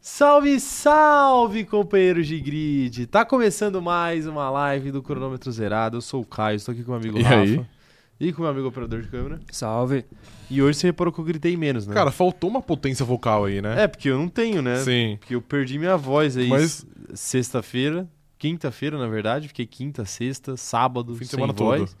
Salve, salve, companheiros de grid! Tá começando mais uma live do Cronômetro Zerado. Eu sou o Caio, estou aqui com o meu amigo E Rafa. aí? E com o meu amigo operador de câmera. Salve. E hoje você reparou que eu gritei menos, né? Cara, faltou uma potência vocal aí, né? é porque eu não tenho, né? Sim. Porque eu perdi minha voz aí Mas- sexta-feira, quinta-feira, na verdade. Fiquei quinta, sexta, sábado, Fim de sem semana todo. voz.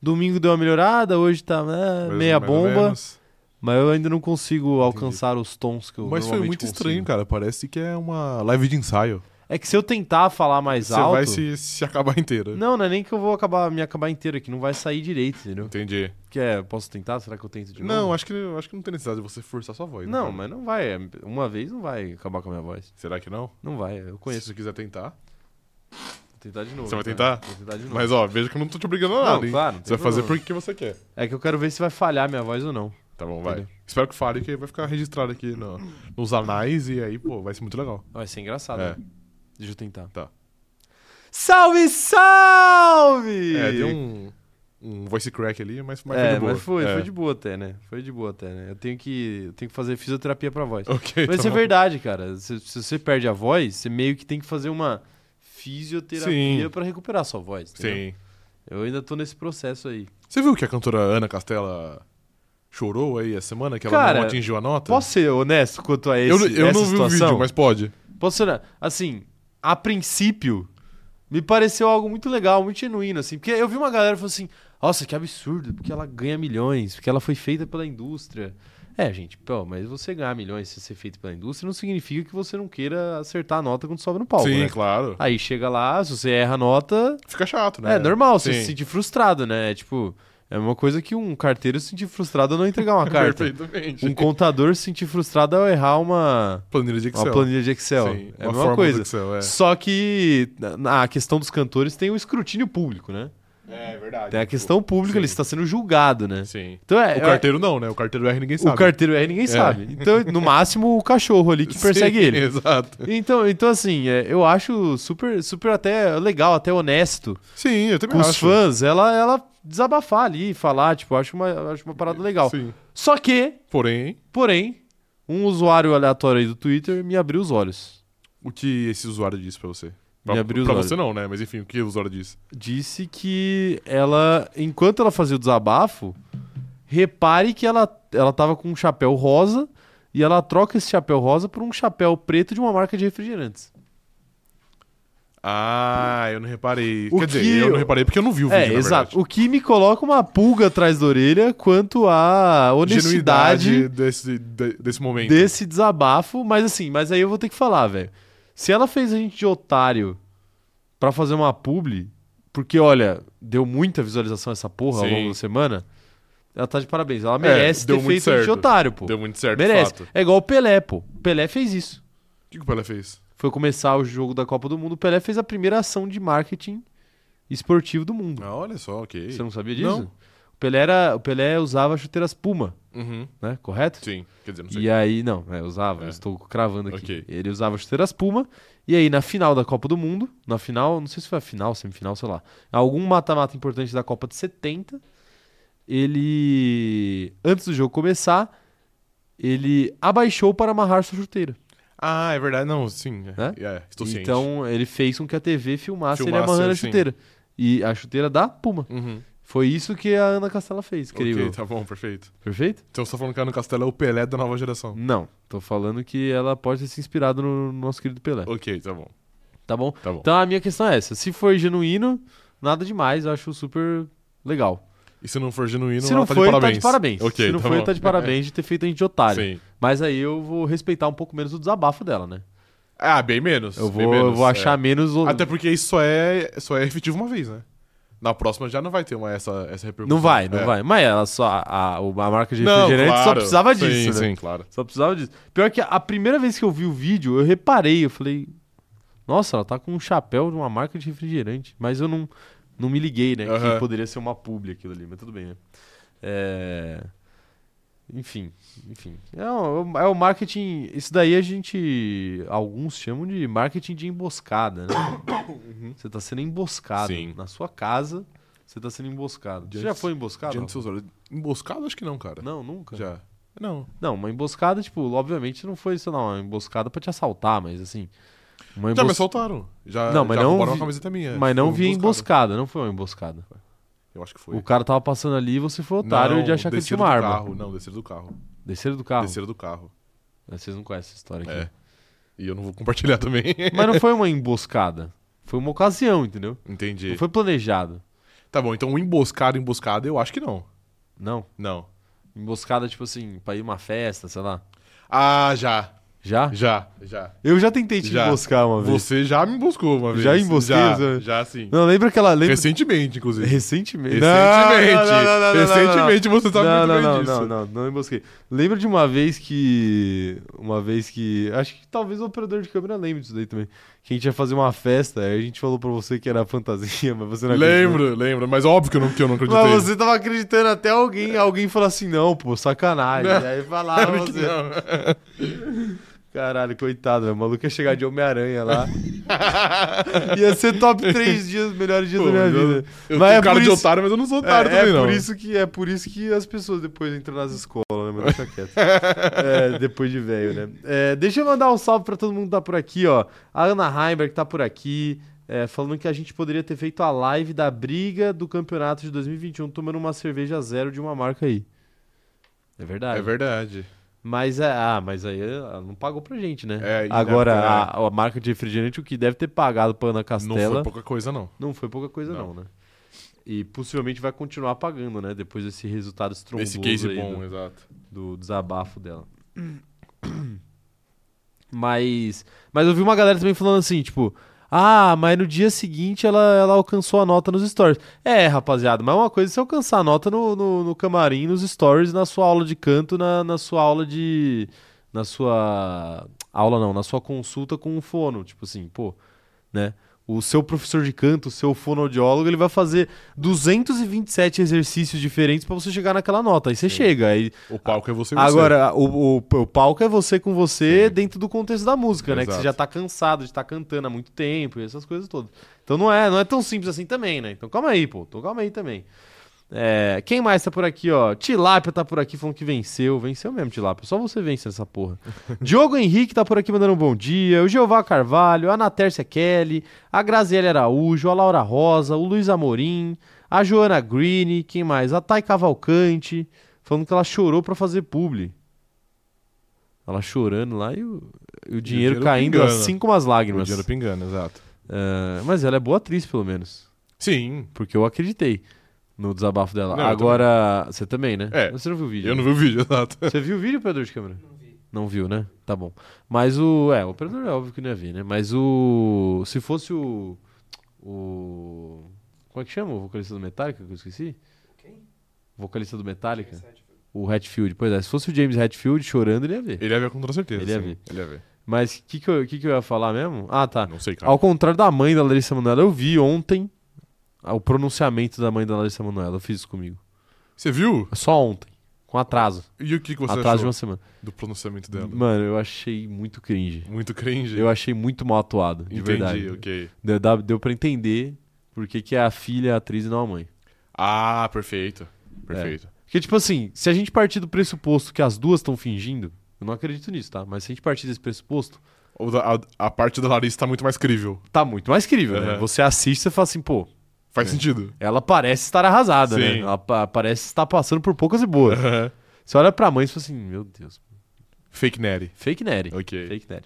Domingo deu uma melhorada, hoje tá né, Mais- meia mais ou bomba. menos. Mas eu ainda não consigo alcançar os tons que eu Mas foi normalmente muito consigo. estranho, cara. Parece que é uma live de ensaio. É que se eu tentar falar mais Você alto... vai se, se acabar inteira. Não, não é nem que eu vou acabar, me acabar inteiro aqui, não vai sair direito, entendeu? Entendi. Que é, posso tentar? Será que eu tento de novo? Não, acho que, acho que não tem necessidade de você forçar sua voz. né, Não, cara? mas não vai. é, Uma vez não vai acabar com a minha voz. Será que não? Não vai, eu Se conheço. você quiser tentar. Vou tentar de novo. Você vai né? tentar? Vou tentar de novo. Mas ó, veja que eu não tô te obrigando Não, a nada, hein? claro, não tem Você vai fazer problema. porque você quer. É que eu quero ver se vai falhar minha voz ou não. Tá bom, vai. Entendeu? Espero que fale, que vai ficar registrado aqui no- nos anais e aí, pô, vai ser muito legal. Vai ser engraçado, É. né? Deixa eu tentar. Tá. Salve, salve! É, deu um, um voice crack ali, mas, mas foi É, de boa. mas foi, É. foi de boa até, né? Foi de boa até, né? Eu tenho que, eu tenho que fazer fisioterapia pra voz. Mas Ok, tá isso é bom. verdade, cara. Se, se você perde a voz, você meio que tem que fazer uma fisioterapia Sim. pra recuperar sua voz. entendeu? Sim. Eu ainda tô nesse processo aí. Você viu que a cantora Ana Castela chorou aí a semana que ela Cara, não atingiu a nota? Posso ser honesto quanto a esse, eu não- eu essa não vi o situação? vídeo, mas pode. Posso ser honesto? Assim, a princípio, me pareceu algo muito legal, muito genuíno, assim. Porque eu vi uma galera falando assim, nossa, que absurdo, porque ela ganha milhões, porque ela foi feita pela indústria. É, gente, pô, mas você ganhar milhões se ser feito pela indústria não significa que você não queira acertar a nota quando sobe no palco, Sim, né? claro. Aí chega lá, se você erra a nota, Fica chato, né? é normal você Sim. se sentir frustrado, né? É tipo, é uma coisa que um carteiro se sentir frustrado ao não entregar uma carta. Perfeitamente. um contador se sentir frustrado ao errar uma, planilha de Excel. uma planilha de Excel. Sim, é a fórmula mesma do coisa. Excel, é. Só que na- na a questão dos cantores tem o escrutínio público, né? É verdade. Tem a questão pública, sim. ele está sendo julgado, né? Sim. Então é. O é- carteiro não, né? O carteiro R ninguém o sabe. carteiro é ninguém sabe. Então, no máximo, o cachorro ali que persegue Sim, ele. Exato. Então, então assim, é, eu acho super, super até legal, até honesto Sim, eu com também os É acho. fãs, ela, ela desabafar ali, falar, tipo, acho uma, acho uma parada legal. Sim. Só que, Porém, porém, um usuário aleatório aí do Twitter me abriu os olhos. o que esse usuário disse pra você? Pra, abriu os pra olhos. você não, né? Mas enfim, o que o usuário disse? Disse que ela, enquanto ela fazia o desabafo, repare que ela, ela tava com um chapéu rosa e ela troca esse chapéu rosa por um chapéu preto de uma marca de refrigerantes. Ah, eu não reparei. O que- Quer dizer, eu não reparei porque eu não vi o vídeo, É, na exato. verdade. O que me coloca uma pulga atrás da orelha quanto à honestidade Genuidade desse, de- desse momento. desse desabafo, mas assim, mas aí eu vou ter que falar, velho. Se ela fez a gente de otário pra fazer uma publi, porque olha, deu muita visualização essa porra ao Sim. É, longo da semana, ela tá de parabéns. Ela merece deu ter muito feito a gente de certo. otário, pô. Deu muito certo, merece. de fato. É igual o Pelé, pô. O Pelé fez isso. O que que o Pelé fez? Foi começar o jogo da Copa do Mundo, o Pelé fez a primeira ação de marketing esportivo do mundo. Ah, olha só, ok. Você não sabia disso? Não. O Pelé era, o Pelé usava chuteiras Puma, Uhum. né? Correto? Sim, quer dizer, não sei. E aí, não, é, usava, É. eu estou cravando aqui. Ok. Ele usava chuteiras Puma, e aí na final da Copa do Mundo, na final, não sei se foi a final, semifinal, sei lá, algum mata-mata importante da Copa de 70, ele, antes do jogo começar, ele abaixou para amarrar sua chuteira. Ah, é verdade. Não, sim. Né? É, é, estou ciente. então ele fez com que a TV filmasse, ele Filmasse, amarrando a sim. chuteira. E a chuteira da Puma. Uhum. Foi isso que a Ana Castela fez, querido. Ok, tá bom, perfeito. Perfeito? Então você tá falando que a Ana Castela é o Pelé da nova geração. Não, tô falando que ela pode ter se inspirado no no nosso querido Pelé. Ok, tá bom. Tá bom? Tá bom. Então a minha questão é essa. Se for genuíno, nada demais, eu acho super legal. E se não for genuíno, Se não ela tá foi, de tá parabéns. de parabéns. Ok, Se não tá foi, bom. tá de parabéns de ter feito a gente de otário. Sim. Mas aí eu vou respeitar um pouco menos o desabafo dela, né? Ah, bem menos. Eu bem vou, eu menos, vou é. achar menos o... Até porque isso só é, só é efetivo uma vez, né? Na próxima já não vai ter uma, essa, essa repercussão. Não vai, não É. vai. Mas ela só... A, a, a marca de Não, refrigerante só claro. precisava Sim, disso, né? Sim, claro. Só precisava disso. Pior que a primeira vez que eu vi o vídeo, eu reparei, eu falei... Nossa, ela tá com um chapéu de uma marca de refrigerante. Mas eu não, não me liguei, né? Que Aham. poderia ser uma publi aquilo ali, mas tudo bem, né? É... Enfim, enfim. É o, é o marketing... Isso daí a gente... Alguns chamam de marketing de emboscada, né? Você tá sendo emboscado. Uhum. Sim. Na sua casa, você tá sendo emboscado. Você Diante- já foi emboscado? Diante dos seus olhos. Emboscado, acho que não, cara. Não, nunca? Já. Não. Não, uma emboscada, tipo, obviamente não foi, sei lá, uma emboscada pra te assaltar, mas assim. Uma Já me embos- soltaram. Já, Não, mas já não roubaram vi- uma camiseta minha. mas não é, Foi via emboscada. emboscada, não foi uma emboscada. Eu acho que foi. O cara tava passando ali e você foi otário Não, de achar que ele tinha desceram uma do arma. Carro. Não, desceram do carro. Desceram do carro. É, Desceram do carro. Vocês não conhecem essa história aqui. É. E eu não vou compartilhar também. Mas não foi uma emboscada. Foi uma ocasião, entendeu? Entendi. Não foi planejado. Tá bom, então emboscada, emboscada, eu acho que não. Não. Não. Emboscada, tipo assim, pra ir uma festa, sei lá. Ah, já. Já? Já, já. Eu já tentei te Já. emboscar uma vez. Você já me emboscou uma vez. Já embosquei, Já, Zé? já sim. Não, lembra aquela. Lembra... Recentemente, inclusive. Recentemente. Recentemente. Não, não, não, não, não, não, não, não. Recentemente, você sabe não, muito não, bem não, disso. não, não, não embosquei. Lembra de uma vez que. Uma vez que. Acho que talvez o operador de câmera lembre disso daí também. Que a gente ia fazer uma festa, aí a gente falou pra você que era fantasia, mas você não acreditou. Lembro, lembro, mas óbvio que eu não, que eu não acreditei. né, Mas você tava acreditando até alguém, alguém falou assim, não, pô, sacanagem. Não. E aí Claro falava que você. não. Caralho, coitado, velho. O maluco ia chegar de Homem-Aranha lá. ia ser top 3 dias, melhores dias Pô, da minha eu- vida. Eu Mas tenho é cara por de isso- otário, mas eu não sou otário é, também, é não. Por isso que, é por isso que as pessoas depois entram nas escolas, né? Mas deixa quieto. É, depois de velho, né? É, deixa eu mandar um salve pra todo mundo que tá por aqui, ó. A Ana Heimberg tá por aqui, é, falando que a gente poderia ter feito a live da briga do campeonato de 2021 tomando uma cerveja zero de uma marca aí. É verdade. É verdade. Mas, é, ah, mas aí ela não pagou pra gente, né? É, ainda Agora, porque- a, a marca de refrigerante, o que deve ter pagado pra Ana Não Castela. foi pouca coisa, não. Não foi pouca coisa não, Não. né? E possivelmente vai continuar pagando, né? Depois desse resultado estrondoso Esse case aí né? bom, do, exato. do desabafo dela. mas, mas eu vi uma galera também falando assim, tipo... Ah, mas no dia seguinte ela, ela alcançou a nota nos stories. É, rapaziada, mas uma coisa é você alcançar a nota no, no, no camarim, nos stories, na sua aula de canto, na, na sua aula de... Na sua... Aula não, na sua consulta com o fono. Tipo assim, pô, né? O seu professor de canto, o seu fonoaudiólogo, ele vai fazer 227 exercícios diferentes pra você chegar naquela nota. Aí você chega. Aí... O palco é você e você. Agora, o, o, o palco é você com você dentro do contexto da música, né? Que você Exato. já tá cansado de estar cantando há muito tempo e essas coisas todas. Então não é, não é tão simples assim também, né? Então calma aí, pô. Então calma aí também. É, quem mais tá por aqui, ó? Tilápia tá por aqui falando que venceu. Venceu mesmo, Tilápia. Só você vence essa porra. Diogo Henrique tá por aqui mandando um bom dia. O Jeová Carvalho, a Ana Tércia Kelly, a Graziele Araújo, a Laura Rosa, o Luiz Amorim, a Joana Green, quem mais? A Thay Cavalcante, falando que ela chorou pra fazer publi. Ela chorando lá e o, e o dinheiro dinheiro caindo pingando. assim como as O lágrimas. dinheiro pingando, exato. É, mas ela é boa atriz, pelo menos. Sim. Porque eu acreditei no desabafo dela. Não, eu Agora, você também, né? É. Você não viu o vídeo? Eu né? não vi o vídeo, exato. Você viu o vídeo, operador de câmera? Não vi. Não viu, né? Tá bom. Mas o. É, o operador é óbvio que não ia ver, né? Mas o. Se fosse o. O. Como é que chama o vocalista do Metallica que eu esqueci? Quem? Vocalista do Metallica? O Hatfield. Pois é, se fosse o James Hatfield chorando, ele ia ver. Ele ia ver com toda certeza. Ele ia sim. ver. Ele ia ver. Mas o que, que, eu- que, que eu ia falar mesmo? Ah, tá. Não sei, cara. Ao contrário da mãe da Larissa Manoela, eu vi ontem ah, o pronunciamento da mãe da Larissa Manoela. Eu fiz isso comigo. Você viu? Só ontem. Com atraso. E o que que você atraso de achou uma semana. do pronunciamento dela? Mano, eu achei muito cringe. Muito cringe. Eu achei muito mal atuado, de Entendi, verdade. ok. Deu, dá- deu pra entender por que, que é a filha, a atriz e não a mãe. Ah, perfeito. Perfeito. Porque, tipo assim, se a gente partir do pressuposto que as duas estão fingindo, eu não acredito nisso, tá? Mas se a gente partir desse pressuposto, O da- a, a parte da Larissa tá muito mais crível. tá muito mais crível, né? Aham. Você assiste e fala assim, pô, Faz sentido. ela parece estar arrasada, né? Sim. Ela pa- parece estar passando por poucas e boas. Aham. Você olha pra mãe e fala assim, meu Deus, Fake Nery. fake Nery. Ok. Fake Nery.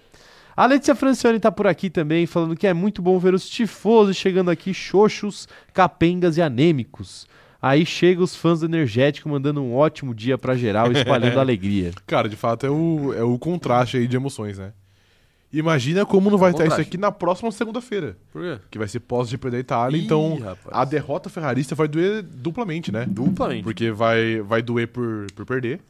A Letícia Francione tá por aqui também, falando que é muito bom ver os tifosos chegando aqui, xoxos, capengas e anêmicos. Aí chega os fãs do Energético mandando um ótimo dia pra geral, espalhando alegria. Cara, de fato é o, é o contraste aí de emoções, né? Imagina como não vai estar isso É contraste. aqui na próxima segunda-feira, Por quê? que vai ser pós-GP da Itália. então, a derrota ferrarista vai doer duplamente, né? duplamente. Porque vai, vai doer por, por perder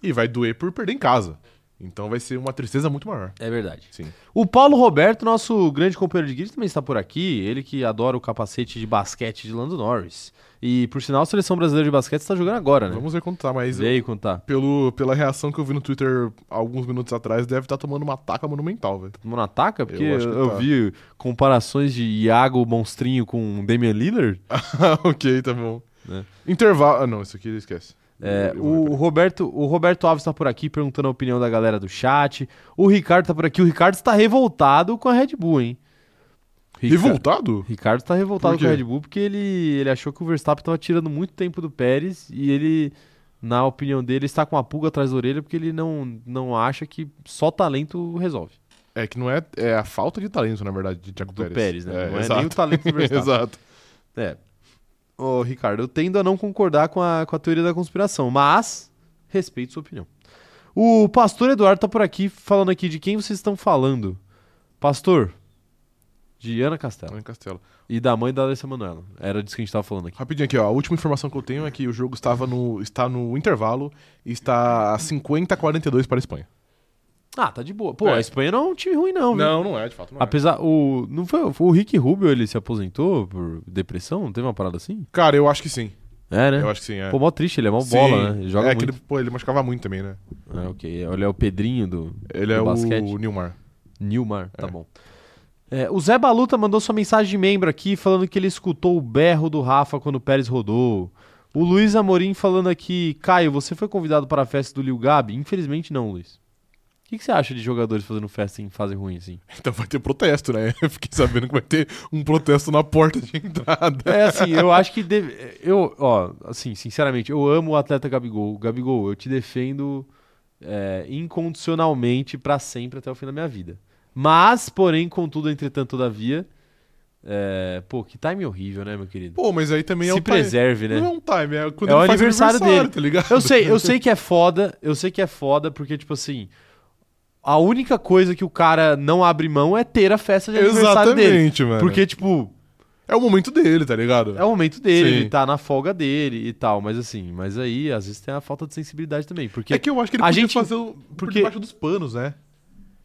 e vai doer por perder em casa. Então vai ser uma tristeza muito maior. É verdade. Sim. O Paulo Roberto, nosso grande companheiro de guia, também está por aqui. Ele que adora o capacete de basquete de Lando Norris. E, por sinal, a seleção brasileira de basquete está jogando agora, né? Vamos ver quanto tá, mas Vê aí quanto tá. pelo, pela reação que eu vi no Twitter alguns minutos atrás, deve estar tomando uma taca monumental, velho. Todo mundo ataca? Porque eu, acho que tá. vi comparações de Iago Monstrinho com Damian Lillard. ok, tá bom. Né? Intervalo. Ah, não, isso aqui esquece. É, Eu vou o, Roberto, o Roberto Alves tá por aqui perguntando a opinião da galera do chat. O Ricardo tá por aqui. O Ricardo está revoltado com a Red Bull, hein? Rica- Revoltado? Ricardo tá revoltado Por com a quê? Red Bull porque ele, ele achou que o Verstappen tava tirando muito tempo do Pérez e ele, na opinião dele, está com uma pulga atrás da orelha porque ele não, não acha que só talento resolve. É que não é, é a falta de talento, na verdade, de Thiago Do Pérez. Pérez, né? Não é nem exato. o talento do Verstappen. exato. É. Ô, Ricardo, eu tendo a não concordar com a, com a teoria da conspiração, mas respeito sua opinião. O pastor Eduardo tá por aqui falando aqui de quem vocês estão falando. Pastor, de Ana Castela Lá Tá em Castelo. e da mãe da Alessia Manoela. Era disso que a gente tava falando aqui. Rapidinho aqui, ó. A última informação que eu tenho é que o jogo estava no, está no intervalo e está a 50 a 42 para a Espanha. Ah, tá de boa. Pô, É. a Espanha não é um time ruim não, viu? Não, não é, de fato. Não é. Apesar, o, não foi, foi o Rick Rubio, ele se aposentou por depressão? Não teve uma parada assim? Cara, eu acho que sim. É, né? Eu acho que sim, é. Pô, mó triste, ele é mó Sim. bola, né? Ele joga é que muito. ele, pô, ele machucava muito também, né? Ah, ok. Ele é o Pedrinho do, Ele é do basquete. o Nilmar. Nilmar, tá É. bom. É, o Zé Baluta mandou sua mensagem de membro aqui falando que ele escutou o berro do Rafa quando o Pérez rodou. O Luiz Amorim falando aqui, Caio, você foi convidado para a festa do Lil Gabi? Infelizmente não, Luiz. O que, que você acha de jogadores fazendo festa em fase ruim, assim? Então vai ter protesto, né? Eu fiquei sabendo que vai ter um protesto na porta de entrada. É assim, eu acho que deve. Eu, ó, assim, sinceramente, eu amo o atleta Gabigol. Gabigol, eu te defendo é, incondicionalmente pra sempre até o fim da minha vida. Mas, porém, contudo, entretanto, todavia. é, pô, que time horrível, né, meu querido? Pô, mas aí também é Se um time. preserve, né? Não é um time, é quando É ele o faz aniversário dele. tá ligado? Eu sei, eu sei que é foda, eu sei que é foda, porque, tipo assim. A única coisa que o cara não abre mão é ter a festa de aniversário dele. Exatamente, mano. Porque, tipo, é o momento dele, tá ligado? É o momento dele, Sim. ele tá na folga dele e tal, mas assim, mas aí às vezes tem a falta de sensibilidade também, porque É que eu acho que ele a podia gente- fazer o- por porque- debaixo dos panos, né?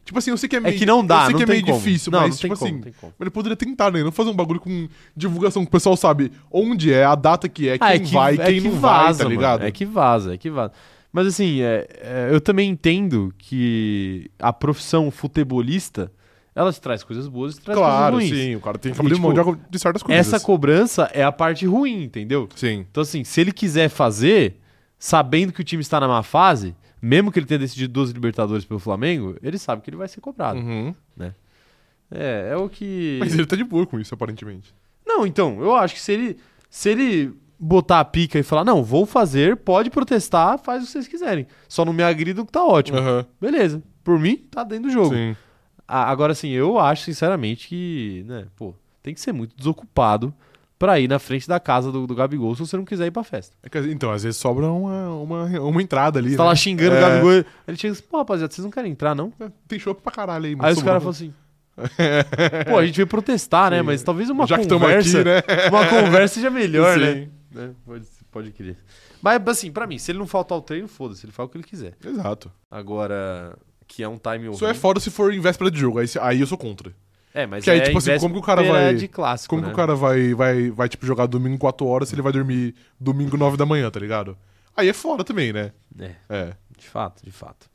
Tipo assim, eu sei que é meio. que não dá, eu sei não que tem é meio como. difícil, Não, mas não tem tipo como, assim. não tem como. Mas ele poderia tentar, né? Não fazer um bagulho com divulgação que o pessoal sabe onde é, a data que Ah, é, quem vai, quem não vai, tá mano, ligado? É que vaza, é que vaza. Mas assim, é- é, eu também entendo que a profissão futebolista, ela te traz coisas boas e te traz Claro, coisas ruins. sim. O cara tem que E, abrir mão tipo, de- de certas coisas. Essa cobrança é a parte ruim, entendeu? Sim. Então, assim, se ele quiser fazer, sabendo que o time está na má fase, mesmo que ele tenha decidido 12 Libertadores pelo Flamengo, ele sabe que ele vai ser cobrado. Uhum. É, é o que. Mas ele tá de boa com isso, aparentemente. Não, então, eu acho que se ele, se ele botar a pica e falar, não, vou fazer, pode protestar, faz o que vocês quiserem. Só não me agridam que tá ótimo. Aham. Beleza. Por mim, tá dentro do jogo. É. Sim. A- agora, assim, eu acho, sinceramente, que, né, pô, tem que ser muito desocupado pra ir na frente da casa do, do Gabigol se você não quiser ir pra festa. É que, então, às vezes sobra uma, uma, uma entrada ali. Você tá lá né? xingando É. o Gabigol, ele- ele chega assim, pô, rapaziada, vocês não querem entrar, não? Tem chopp pra caralho aí, Aí os sobrando. caras falam assim, pô, a gente veio protestar, né, Sim. mas talvez uma Já que estamos conversa... aqui, né? Uma conversa seja melhor, Sim. É, né? né? Pode, pode querer. Mas, assim, pra mim, se ele não faltar o treino, foda-se, ele faz o que ele quiser. Exato. Agora, que é um time Só é horrível. foda se for em véspera de jogo, aí, se- aí eu sou contra. É, mas que aí, é tipo assim, véspera como que o cara vai- de clássico, Como né? que o cara vai, vai, vai, tipo, jogar domingo 4 horas se ele vai dormir domingo 9 da manhã, tá ligado? Aí é foda também, né? É, É. de fato, de fato.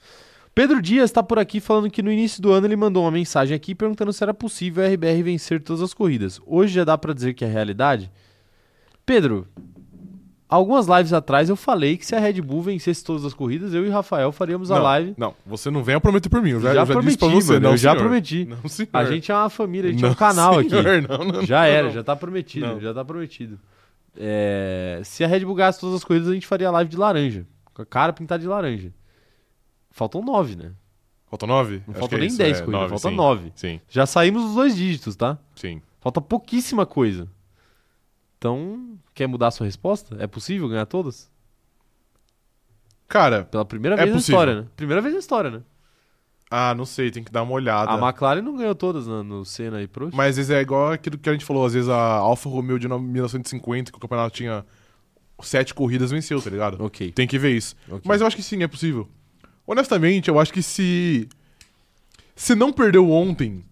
Pedro Dias tá por aqui falando que no início do ano ele mandou uma mensagem aqui perguntando se era possível a RBR vencer todas as corridas. Hoje já dá pra dizer que é realidade? Pedro, algumas lives atrás eu falei que se a Red Bull vencesse todas as corridas, eu e Rafael faríamos a não, live. Não, você não venha prometer por mim. Eu já, Já eu já disse pra prometi, você, mano, não, eu já senhor. prometi. Não, senhor. A gente é uma família, a gente é Não, um canal aqui. senhor, Não, não, Já não, era, não. já tá prometido, Não. já tá prometido. É, se a Red Bull gastasse todas as coisas, a gente faria live de laranja. Com a cara pintada de laranja. Faltam nove, né? Falta 9? Não falta nem 10 corridas, falta 9. é, Sim, Já saímos dos dois dígitos, tá? sim. Falta pouquíssima coisa. Então, quer mudar a sua resposta? É possível ganhar todas? Cara, Pela primeira É vez possível. na história, né? Primeira vez na história, né? ah, não sei, tem que dar uma olhada. a McLaren não ganhou todas na- no Senna e Prost. Mas às vezes é igual aquilo que a gente falou, às vezes a Alfa Romeo de 1950, que o campeonato tinha sete corridas, venceu, tá ligado? Ok. Tem que ver isso. ok. Mas eu acho que sim, é possível. Honestamente, eu acho que se. Se não perdeu ontem,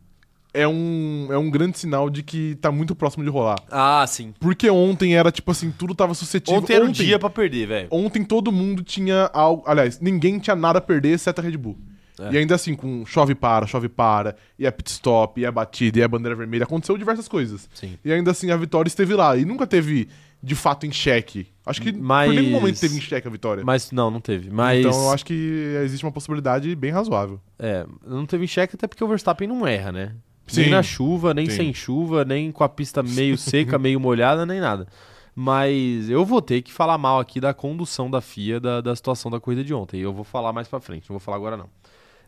é um, é um grande sinal de que tá muito próximo de rolar. Ah, sim. Porque ontem era tipo assim, tudo tava suscetível. Ontem era um dia pra perder, velho. Ontem todo mundo tinha algo. Aliás, ninguém tinha nada a perder exceto a Red Bull. É. E ainda assim, com chove para, chove para, e a pit stop, e a batida, e a bandeira vermelha, aconteceu diversas coisas. Sim. E ainda assim, a vitória esteve lá. E nunca teve, de fato, em xeque. Acho que Mas- por nenhum momento teve em xeque a vitória. Mas não, não teve. Mas. Então eu acho que existe uma possibilidade bem razoável. É, não teve em xeque até porque o Verstappen não erra, né? Sim. Nem na chuva, nem Sim. sem chuva, nem com a pista meio seca, meio molhada, nem nada. Mas eu vou ter que falar mal aqui da condução da FIA, da, da situação da corrida de ontem. Eu vou falar mais pra frente, não vou falar agora não.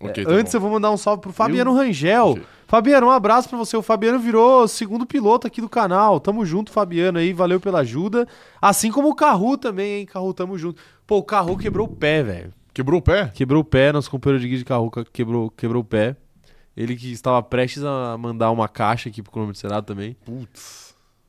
É, tá Antes eu vou mandar um salve pro Fabiano Rangel. Ok. Fabiano, um abraço pra você. O Fabiano virou segundo piloto aqui do canal. Tamo junto, Fabiano aí. Valeu pela ajuda. Assim como o Carru também, hein? Carru, tamo junto. Pô, o Carru quebrou o pé, velho. Quebrou o pé? Quebrou o pé, nosso companheiro de guia de carro quebrou, quebrou o pé. Ele que estava prestes a mandar uma caixa aqui pro quilômetro Senado também. Putz.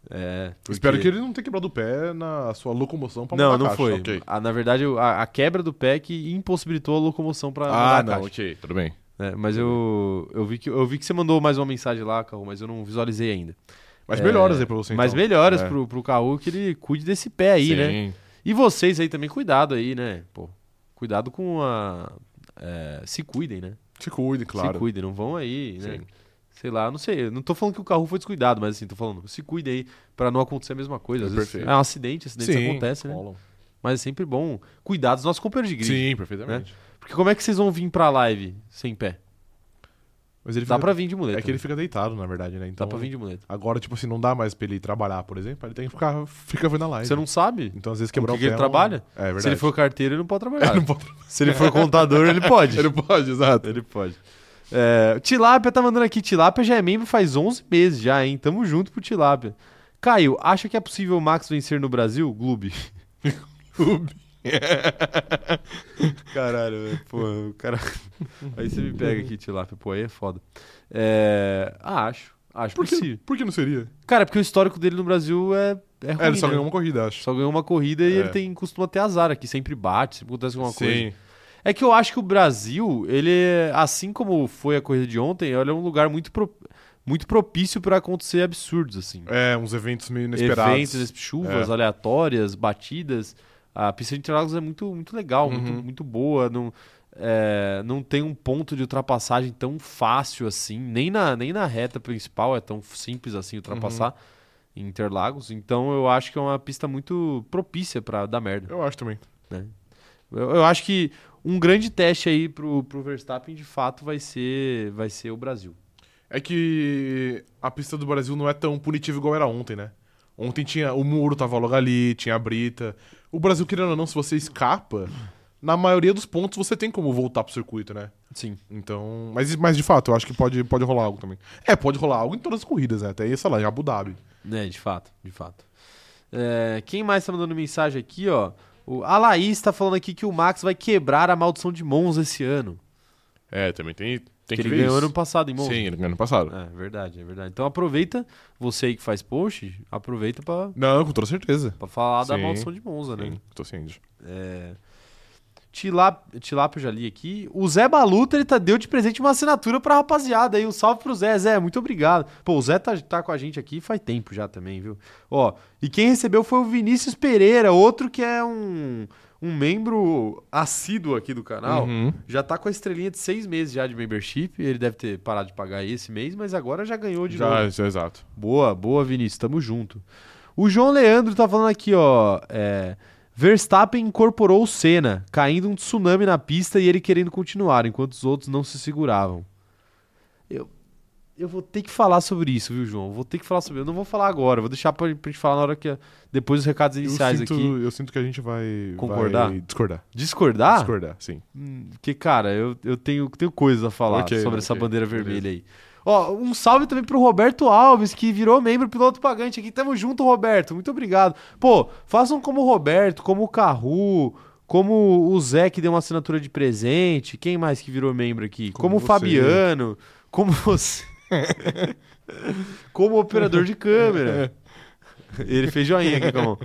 É, porque- Espero que ele não tenha quebrado o pé na sua locomoção pra Não, mandar a não caixa. foi. Ok. Ah, na verdade, a, a quebra do pé é que impossibilitou a locomoção pra mandar Ah, a não, caixa. ok. Tudo bem. É, mas eu, eu, vi que, eu vi que você mandou mais uma mensagem lá, Carro, mas eu não visualizei ainda. Mas É, melhoras aí pra você, mas então. melhoras É. pro, pro Carro que ele cuide desse pé aí, né? Sim. E vocês aí também, cuidado aí, né? Pô, cuidado com a. é, se cuidem, né? Se cuide, claro. Se cuidem, não vão aí, né? Sim. Sei lá, não sei. eu Não tô falando que o carro foi descuidado, mas assim, tô falando, se cuidem aí pra não acontecer a mesma coisa. Às É, vezes perfeito. é um acidente, acidentes acontecem, né? rolam. Mas é sempre bom cuidar dos nossos companheiros de grid. Sim, perfeitamente. Porque como é que vocês vão vir pra live sem pé? Mas ele Dá fica... pra vir de muleta. É que ele né? fica deitado, na verdade, né? Então, Dá pra vir de muleta. Agora, tipo assim, não dá mais pra ele trabalhar, por exemplo. Ele tem que ficar fica vendo a live. Você não sabe? Então, às vezes, quebrar Com o o que pé... que ele é um- trabalha? É verdade. Se ele for carteiro, ele não pode trabalhar. Ele não pode... Se ele for contador, ele pode. ele pode, exato. Ele pode. É, Tilápia tá mandando aqui. Tilápia já é membro faz 11 meses já, hein? Tamo junto pro Tilápia. Caio, acha que é possível o Max vencer no Brasil? Gloob. Caralho, velho, pô, o cara... Aí você me pega aqui, Tilápia. Pô, aí é foda. É... Ah, acho. Acho Por que, possível. por que não seria? Cara, porque o histórico dele no Brasil é, é ruim, É, ele só né? ganhou uma corrida, acho. Só ganhou uma corrida e É. ele tem, costuma ter azar aqui. Sempre bate, sempre acontece alguma coisa. É que eu acho que o Brasil, ele, é- assim como foi a corrida de ontem, ele é um lugar muito, pro- muito propício para acontecer absurdos, assim. É, uns eventos meio inesperados. É. Eventos, chuvas aleatórias, batidas. A pista de Interlagos é muito, muito legal, muito, Uhum. muito boa. Não, é, não tem um ponto de ultrapassagem tão fácil assim. Nem na, nem na reta principal é tão simples assim ultrapassar Uhum. em Interlagos. Então eu acho que é uma pista muito propícia para dar merda. Eu acho também. Eu, eu acho que um grande teste aí pro, pro Verstappen, de fato, vai ser, vai ser o Brasil. É que a pista do Brasil não é tão punitiva igual era ontem, né? Ontem tinha o muro, tava logo ali, tinha a brita. O Brasil, querendo ou não, se você escapa, na maioria dos pontos você tem como voltar pro circuito, né? Sim. Então. Mas, mas de fato, eu acho que pode, pode rolar algo também. É, pode rolar algo em todas as corridas, né? Até, sei lá, em Abu Dhabi. Né, de fato, de fato. É, quem mais tá mandando mensagem aqui, ó? O, a Laís tá falando aqui que o Max vai quebrar a maldição de Monza esse ano. É, também tem, tem que ele ganhou ano passado em Monza. ele ganhou ano passado. É verdade, é verdade. Então aproveita, você aí que faz post, aproveita pra Não, com toda certeza. pra falar da Sim. maldição de Monza, né? Sim, tô ciente. É... Tilá- Tilápia eu já li aqui. O Zé Baluta, ele tá, deu de presente uma assinatura pra rapaziada aí. Um salve pro Zé. Zé, muito obrigado. Pô, o Zé tá, tá com a gente aqui faz tempo já também, viu? Ó, e quem recebeu foi o Vinícius Pereira, outro que é um, um membro assíduo aqui do canal. Uhum. Já tá com a estrelinha de seis meses já de membership. Ele deve ter parado de pagar esse mês, mas agora já ganhou de novo. Já, já, exato. Boa, boa, Vinícius, tamo junto. O João Leandro tá falando aqui, ó. é, Verstappen incorporou o Senna, caindo um tsunami na pista e ele querendo continuar, enquanto os outros não se seguravam. Eu, eu vou ter que falar sobre isso, viu, João? Vou ter que falar sobre. Eu não vou falar agora, vou deixar pra, pra gente falar na hora que. Depois dos recados Eu iniciais sinto, aqui. eu sinto que a gente vai. Concordar? vai discordar. Discordar? Discordar, sim. Hum, Porque, cara, eu, eu tenho, tenho coisas a falar Ok, sobre essa ok, bandeira vermelha aí. Ó, um salve também pro Roberto Alves, que virou membro piloto pagante aqui. Tamo junto, Roberto. Muito obrigado. Pô, façam como o Roberto, como o Carru, como o Zé, que deu uma assinatura de presente. Quem mais que virou membro aqui? Como Como, o você. Fabiano, como você. como o operador de câmera. Ele fez joinha aqui com a mão.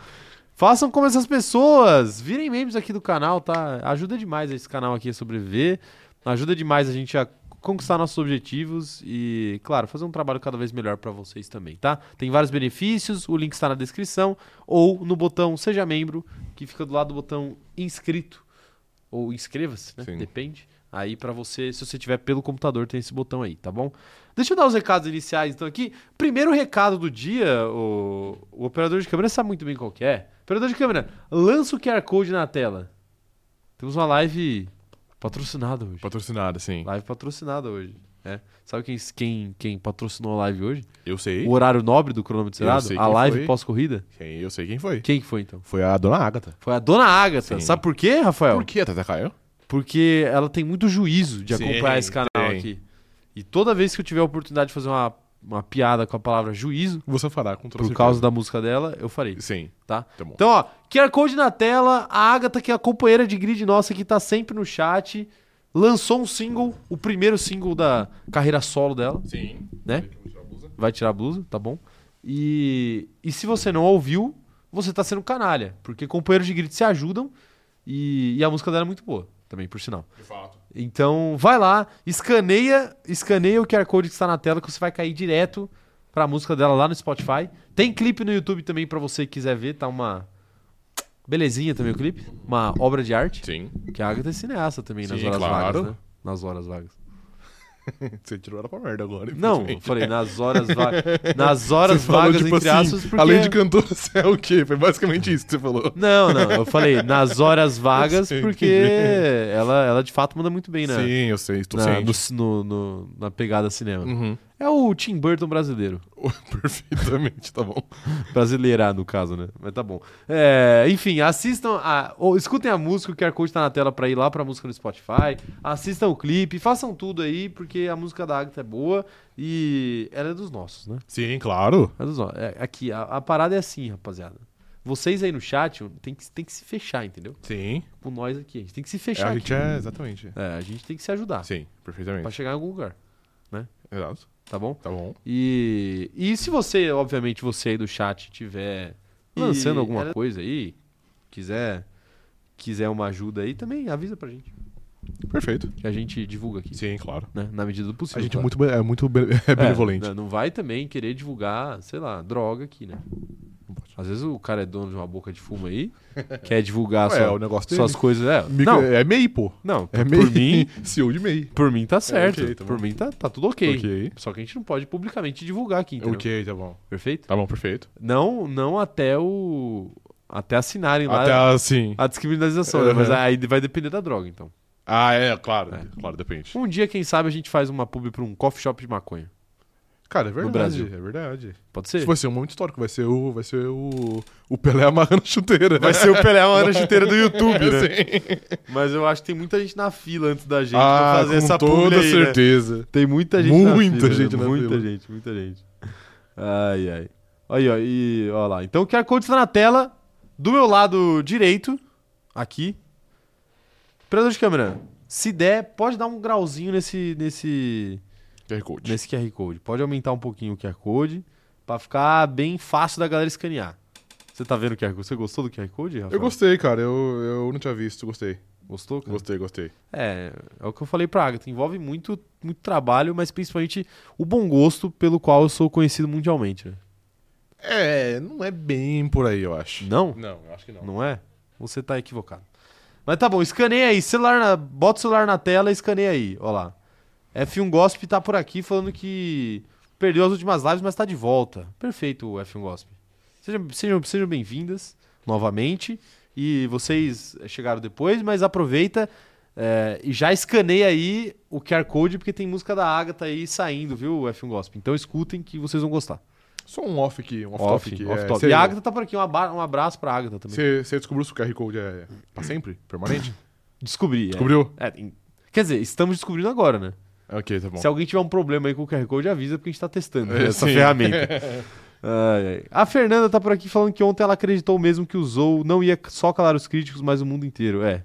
Façam como essas pessoas. Virem membros aqui do canal, tá? Ajuda demais esse canal aqui a sobreviver. Ajuda demais a gente a conquistar nossos objetivos e, claro, fazer um trabalho cada vez melhor pra vocês também, tá? Tem vários benefícios, o link está na descrição ou no botão seja membro, que fica do lado do botão inscrito ou inscreva-se, né? Sim. Depende. Aí pra você, se você tiver pelo computador, tem esse botão aí, tá bom? Deixa eu dar os recados iniciais então aqui. Primeiro recado do dia, o, o operador de câmera sabe muito bem qual que é. Operador de câmera, lança o QR Code na tela. Temos uma live patrocinada hoje. Patrocinada, sim. Live patrocinada hoje. É. Sabe quem, quem, quem patrocinou a live hoje? Eu sei. O horário nobre do cronômetro Eu zerado? sei A quem live foi. pós-corrida? Quem- Eu sei quem foi. Quem que foi então? Foi a dona Agatha. Foi a dona Agatha. Sim. Sabe por quê, Rafael? Por que a Tata caiu? Porque ela tem muito juízo de Sim, acompanhar esse canal tem. aqui. E toda vez que eu tiver a oportunidade de fazer uma, uma piada com a palavra juízo, Você fará com toda por certeza. causa da música dela, eu farei, Sim, tá? tá bom. Então, ó, QR Code na tela, a Agatha, que é a companheira de grid nossa, que tá sempre no chat, lançou um single, o primeiro single da carreira solo dela. Sim. Né? vai tirar a blusa, tá bom? E, e se você não ouviu, você tá sendo canalha, porque companheiros de grid se ajudam e, e a música dela é muito boa também, por sinal. De fato. Então vai lá, escaneia, escaneia o QR Code que está na tela que você vai cair direto pra música dela lá no Spotify. Tem clipe no YouTube também pra você que quiser ver, tá uma belezinha também o clipe, uma obra de arte, Sim. que a Agatha é cineasta também nas Sim, horas claro. vagas, né? Nas horas vagas. Você tirou ela pra merda agora. Não, eu infelizmente. falei nas horas vagas. Nas horas vagas, entre aspas, porque. tipo assim, Além de cantor, você é o quê? Foi basicamente isso que você falou. Não, não, eu falei nas horas vagas, Sim, porque entendi. ela, ela de fato manda muito bem, né? Sim, eu sei, estou Na, ciente. no, no- no- na pegada cinema. Uhum. É o Tim Burton brasileiro. Perfeitamente, tá bom. Brasileirá, no caso, né? Mas tá bom. É, enfim, assistam. A, ou escutem a música, o QR Code tá na tela pra ir lá pra música no Spotify. Assistam o clipe, façam tudo aí, porque a música da Agatha é boa e ela é dos nossos, né? Sim, claro. Mas, ó, é- aqui, a, a parada é assim, rapaziada. Vocês aí no chat tem que, tem que se fechar, entendeu? Sim. Com nós aqui. A gente tem que se É, fechar a aqui. gente é, exatamente. É, a gente tem que se ajudar Sim, pra perfeitamente. chegar em algum lugar, Exato. tá bom? Tá bom. E, e se você, obviamente, você aí do chat tiver lançando E- alguma coisa aí, quiser quiser uma ajuda aí, também avisa pra gente. Perfeito. Que a gente divulga aqui, Sim, claro. né? Na medida do A possível. gente é claro. muito, be- é muito be- é benevolente. né, Não vai também querer divulgar, sei lá, droga aqui, né? Não pode. Às vezes o cara é dono de uma boca de fumo aí, quer divulgar É, sua- o negócio dele. suas coisas. É, Micro- não, É MEI, pô. não É MEI. por, mim, CEO de MEI. por mim tá certo. ok, tá bom. por mim tá, tá tudo ok. Então. Ok. Só que a gente não pode publicamente divulgar aqui, entendeu? Ok, tá bom. Perfeito? Tá bom, perfeito. Não, não até o. Até assinarem lá Até assim. a descriminalização, né? Uhum. Mas aí vai depender da droga, então. Ah, é, claro. É. Claro, depende. Um dia, quem sabe, a gente faz uma pub pra um coffee shop de maconha. Cara, é verdade. Brasil. É verdade. Pode Isso ser? vai ser um momento histórico. Vai ser o, vai ser o, o Pelé amarrando a chuteira. Vai ser o Pelé uma hora inteira do YouTube, né? Sim. Mas eu acho que tem muita gente na fila antes da gente ah, pra fazer com essa publi toda aí, né? certeza. Tem muita gente na Muita fila, né? gente na Muita fila. gente, muita gente. Ai, ai. Aí, ó, e ó lá. Então o QR Code está na tela, do meu lado direito, aqui. Operador de câmera, se der, pode dar um grauzinho nesse, nesse, QR Code. nesse QR Code. Pode aumentar um pouquinho o QR Code pra ficar bem fácil da galera escanear. Você tá vendo o QR Code? Você gostou do QR Code, Rafael? Eu gostei, cara. Eu, eu não tinha visto. Gostei. Gostou, cara? Gostei, gostei. É, é o que eu falei pra Agatha. Envolve muito, muito trabalho, mas principalmente o bom gosto pelo qual eu sou conhecido mundialmente. né? É, não é bem por aí, eu acho. Não? Não, eu acho que não. Não é? Você tá equivocado. Mas tá bom, escaneia aí. Celular na- Bota o celular na tela e escaneia aí. Ó lá. F1 Gossip tá por aqui falando que perdeu as últimas lives, mas tá de volta. Perfeito, F1 Gossip. Sejam, sejam, sejam bem-vindas novamente. E vocês eh, chegaram depois, mas aproveita é, e já escaneia aí o QR Code, porque tem música da Agatha aí saindo, viu, F1 Gossip? Então escutem que vocês vão gostar. Só um off aqui, um off, topic. off é, top. cê- E a Agatha tá por aqui, um, aba- um abraço pra Agatha também. Você você descobriu se o QR Code é pra sempre? Permanente? Descobri. é. Descobriu? É, tem- quer dizer, estamos descobrindo agora, né? Ok, tá bom. Se alguém tiver um problema aí com o QR Code, avisa, porque a gente tá testando É, essa sim. ferramenta. Ai, ai. A Fernanda tá por aqui falando que ontem ela acreditou mesmo que usou, não ia só calar os críticos, mas o mundo inteiro. É,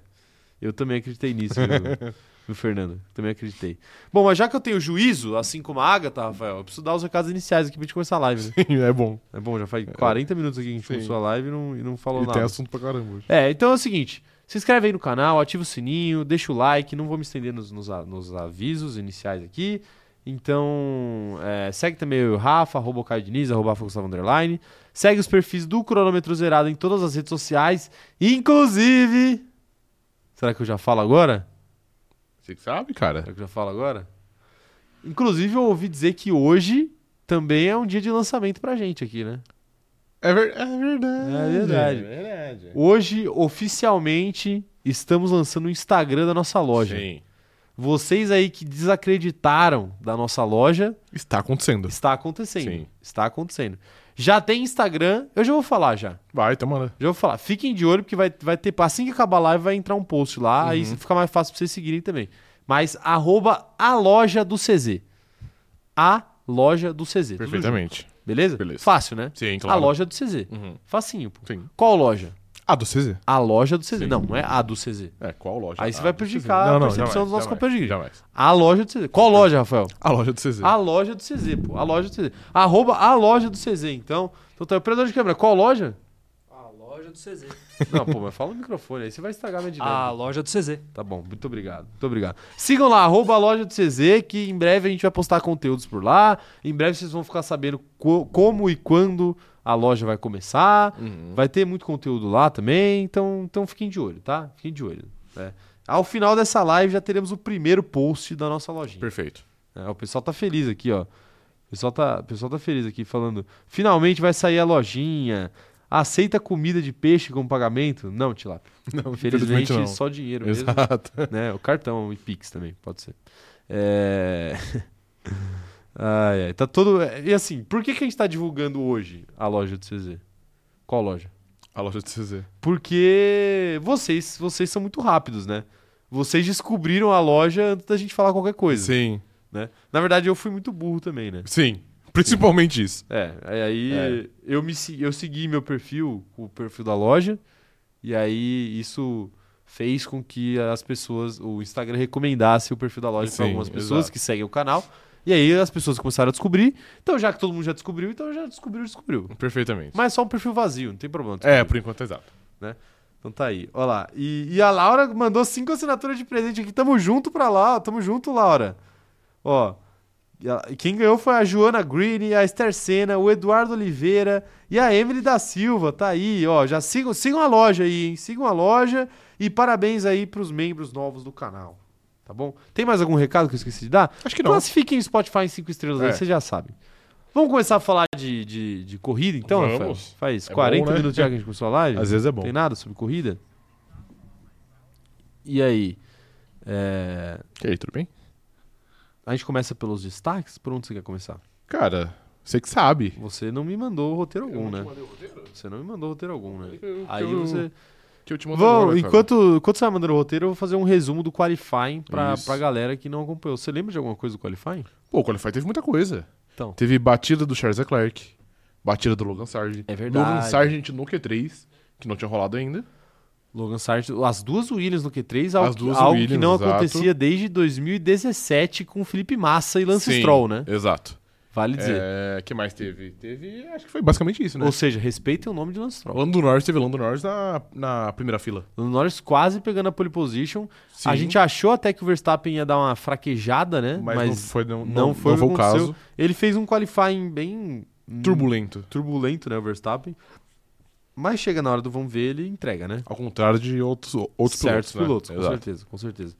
eu também acreditei nisso, viu, viu, Fernanda? Também acreditei. Bom, mas já que eu tenho juízo, assim como a Agatha, Rafael, eu preciso dar os recados iniciais aqui pra gente começar a live. Né? é bom. É bom, já faz 40 minutos aqui que a gente Sim. começou a live e não, e não falou E nada. tem assunto pra caramba hoje. É, então é o seguinte: se inscreve aí no canal, ativa o sininho, deixa o like. Não vou me estender nos, nos a- nos avisos iniciais aqui. Então, é, segue também eu e o Rafa, arroba o Caio Diniz, arroba Rafa Gustavo Underline. Segue os perfis do Cronômetro Zerado em todas as redes sociais, inclusive. Será que eu já falo agora? Você que sabe, cara. É o que eu falo agora? Inclusive, eu ouvi dizer que hoje também é um dia de lançamento pra gente aqui, né? É, ver- é verdade. É verdade. É verdade. Hoje, oficialmente, estamos lançando o Instagram da nossa loja. Sim. Vocês aí que desacreditaram da nossa loja, Está acontecendo. está acontecendo. Sim. Está acontecendo. Já tem Instagram, eu já vou falar já. Vai, então, mano. Já vou falar. Fiquem de olho, porque vai, vai ter. Assim que acabar a live, vai entrar um post lá. Aí Uhum. fica mais fácil pra vocês seguirem também. Mas arroba a loja do CZ. A loja do CZ. Tudo Perfeitamente. junto, Beleza? Beleza. Fácil, né? Sim, A claro. loja do CZ. Uhum. Facinho, pô. Sim. Qual loja? Ah, do CZ? A loja do CZ. Sim. Não, não é a do CZ. É, qual loja? Aí você Ah, vai do prejudicar CZ. a percepção dos nossos companheiros de Jamais. A loja do CZ. Qual loja, Rafael? A loja do CZ. A loja do CZ, pô. A loja do CZ. Arroba a loja do CZ, então. Então tá, operador de câmera, qual loja? A Ah, loja do CZ. Não, pô, mas fala no microfone aí, você vai estragar minha dinâmica. A Ah, loja do CZ. Tá bom, muito obrigado, muito obrigado. Sigam lá, arroba a loja do CZ, que em breve a gente vai postar conteúdos por lá. Em breve vocês vão ficar sabendo co- como e quando a loja vai começar. Vai ter muito conteúdo lá também, então, então fiquem de olho, tá? Fiquem de olho. né? Ao final dessa live já teremos o primeiro post da nossa lojinha. Perfeito. É, o pessoal tá feliz aqui, ó. O pessoal tá, o pessoal tá feliz aqui falando. Finalmente vai sair a lojinha. Aceita comida de peixe como pagamento? Não, Tilápia. Não, Infelizmente, infelizmente não. só dinheiro mesmo. Exato. Né? O cartão e Pix também, pode ser. É... ai, ai, tá todo. E assim, por que, que a gente tá divulgando hoje a loja do CZ? Qual loja? A loja do CZ. Porque vocês, vocês são muito rápidos, né? Vocês descobriram a loja antes da gente falar qualquer coisa. Sim. né? Na verdade, eu fui muito burro também, né? Sim. Principalmente isso. É, aí- aí É. Eu, me, se- eu segui meu perfil, o perfil da loja, e aí isso fez com que as pessoas, o Instagram recomendasse o perfil da loja para Sim, algumas pessoas exato. que seguem o canal. E aí as pessoas começaram a descobrir. Então, já que todo mundo já descobriu, então já descobriu, descobriu. Perfeitamente. Mas só um perfil vazio, não tem problema. É, por enquanto, exato. Então tá aí, ó lá. E, e a Laura mandou cinco assinaturas de presente aqui. Tamo junto pra lá, tamo junto, Laura. Ó, e a- e quem ganhou foi a Joana Green, a Esther Sena, o Eduardo Oliveira e a Emily da Silva. Tá aí, ó. Já sigam, sigam a loja aí, hein? Sigam a loja e parabéns aí pros membros novos do canal. Tá bom? Tem mais algum recado que eu esqueci de dar? Acho que não. Classifiquem o Spotify em cinco estrelas aí, É. vocês já sabem. Vamos começar a falar de, de, de corrida então, Vamos. Rafael? Faz É bom, 40 né? minutos já que a gente começou a live. Às vezes é bom. Tem nada sobre corrida? E aí? é, E aí, tudo bem? a gente começa pelos destaques? Por onde você quer começar? Cara, você que sabe. Você não me mandou roteiro algum, né? Você não me mandou roteiro algum, né? Eu- Aí eu- você. Que eu te mando Vamos, agora, cara. enquanto, enquanto você vai mandando o roteiro, eu vou fazer um resumo do qualifying pra, Isso. pra galera que não acompanhou. Você lembra de alguma coisa do qualifying? Pô, o Qualify teve muita coisa. Então. Teve batida do Charles Leclerc, batida do Logan Sargent. É verdade. Logan Sargent no Q3, que não tinha rolado ainda. Logan Sargent, as duas Williams no Q3, algo, As duas algo que Williams, não exato. acontecia desde 2017 com Felipe Massa e Lance Sim, Stroll, né? Exato. Vale dizer. É, que mais teve? Teve, acho que foi basicamente isso, né? Ou seja, respeitem o nome de Lance Stroll. Lando Norris teve Lando Norris na, na primeira fila. O Norris quase pegando a pole position. Sim. A gente achou até que o Verstappen ia dar uma fraquejada, né? Mas, não foi, não, não não foi foi, o que o aconteceu. caso. ele fez um qualifying bem Turbulento. turbulento, né, o Verstappen. Mas chega na hora do vamos ver, ele entrega, né? Ao contrário de outros, outros Certos pilotos. né? com Exato. certeza, com certeza.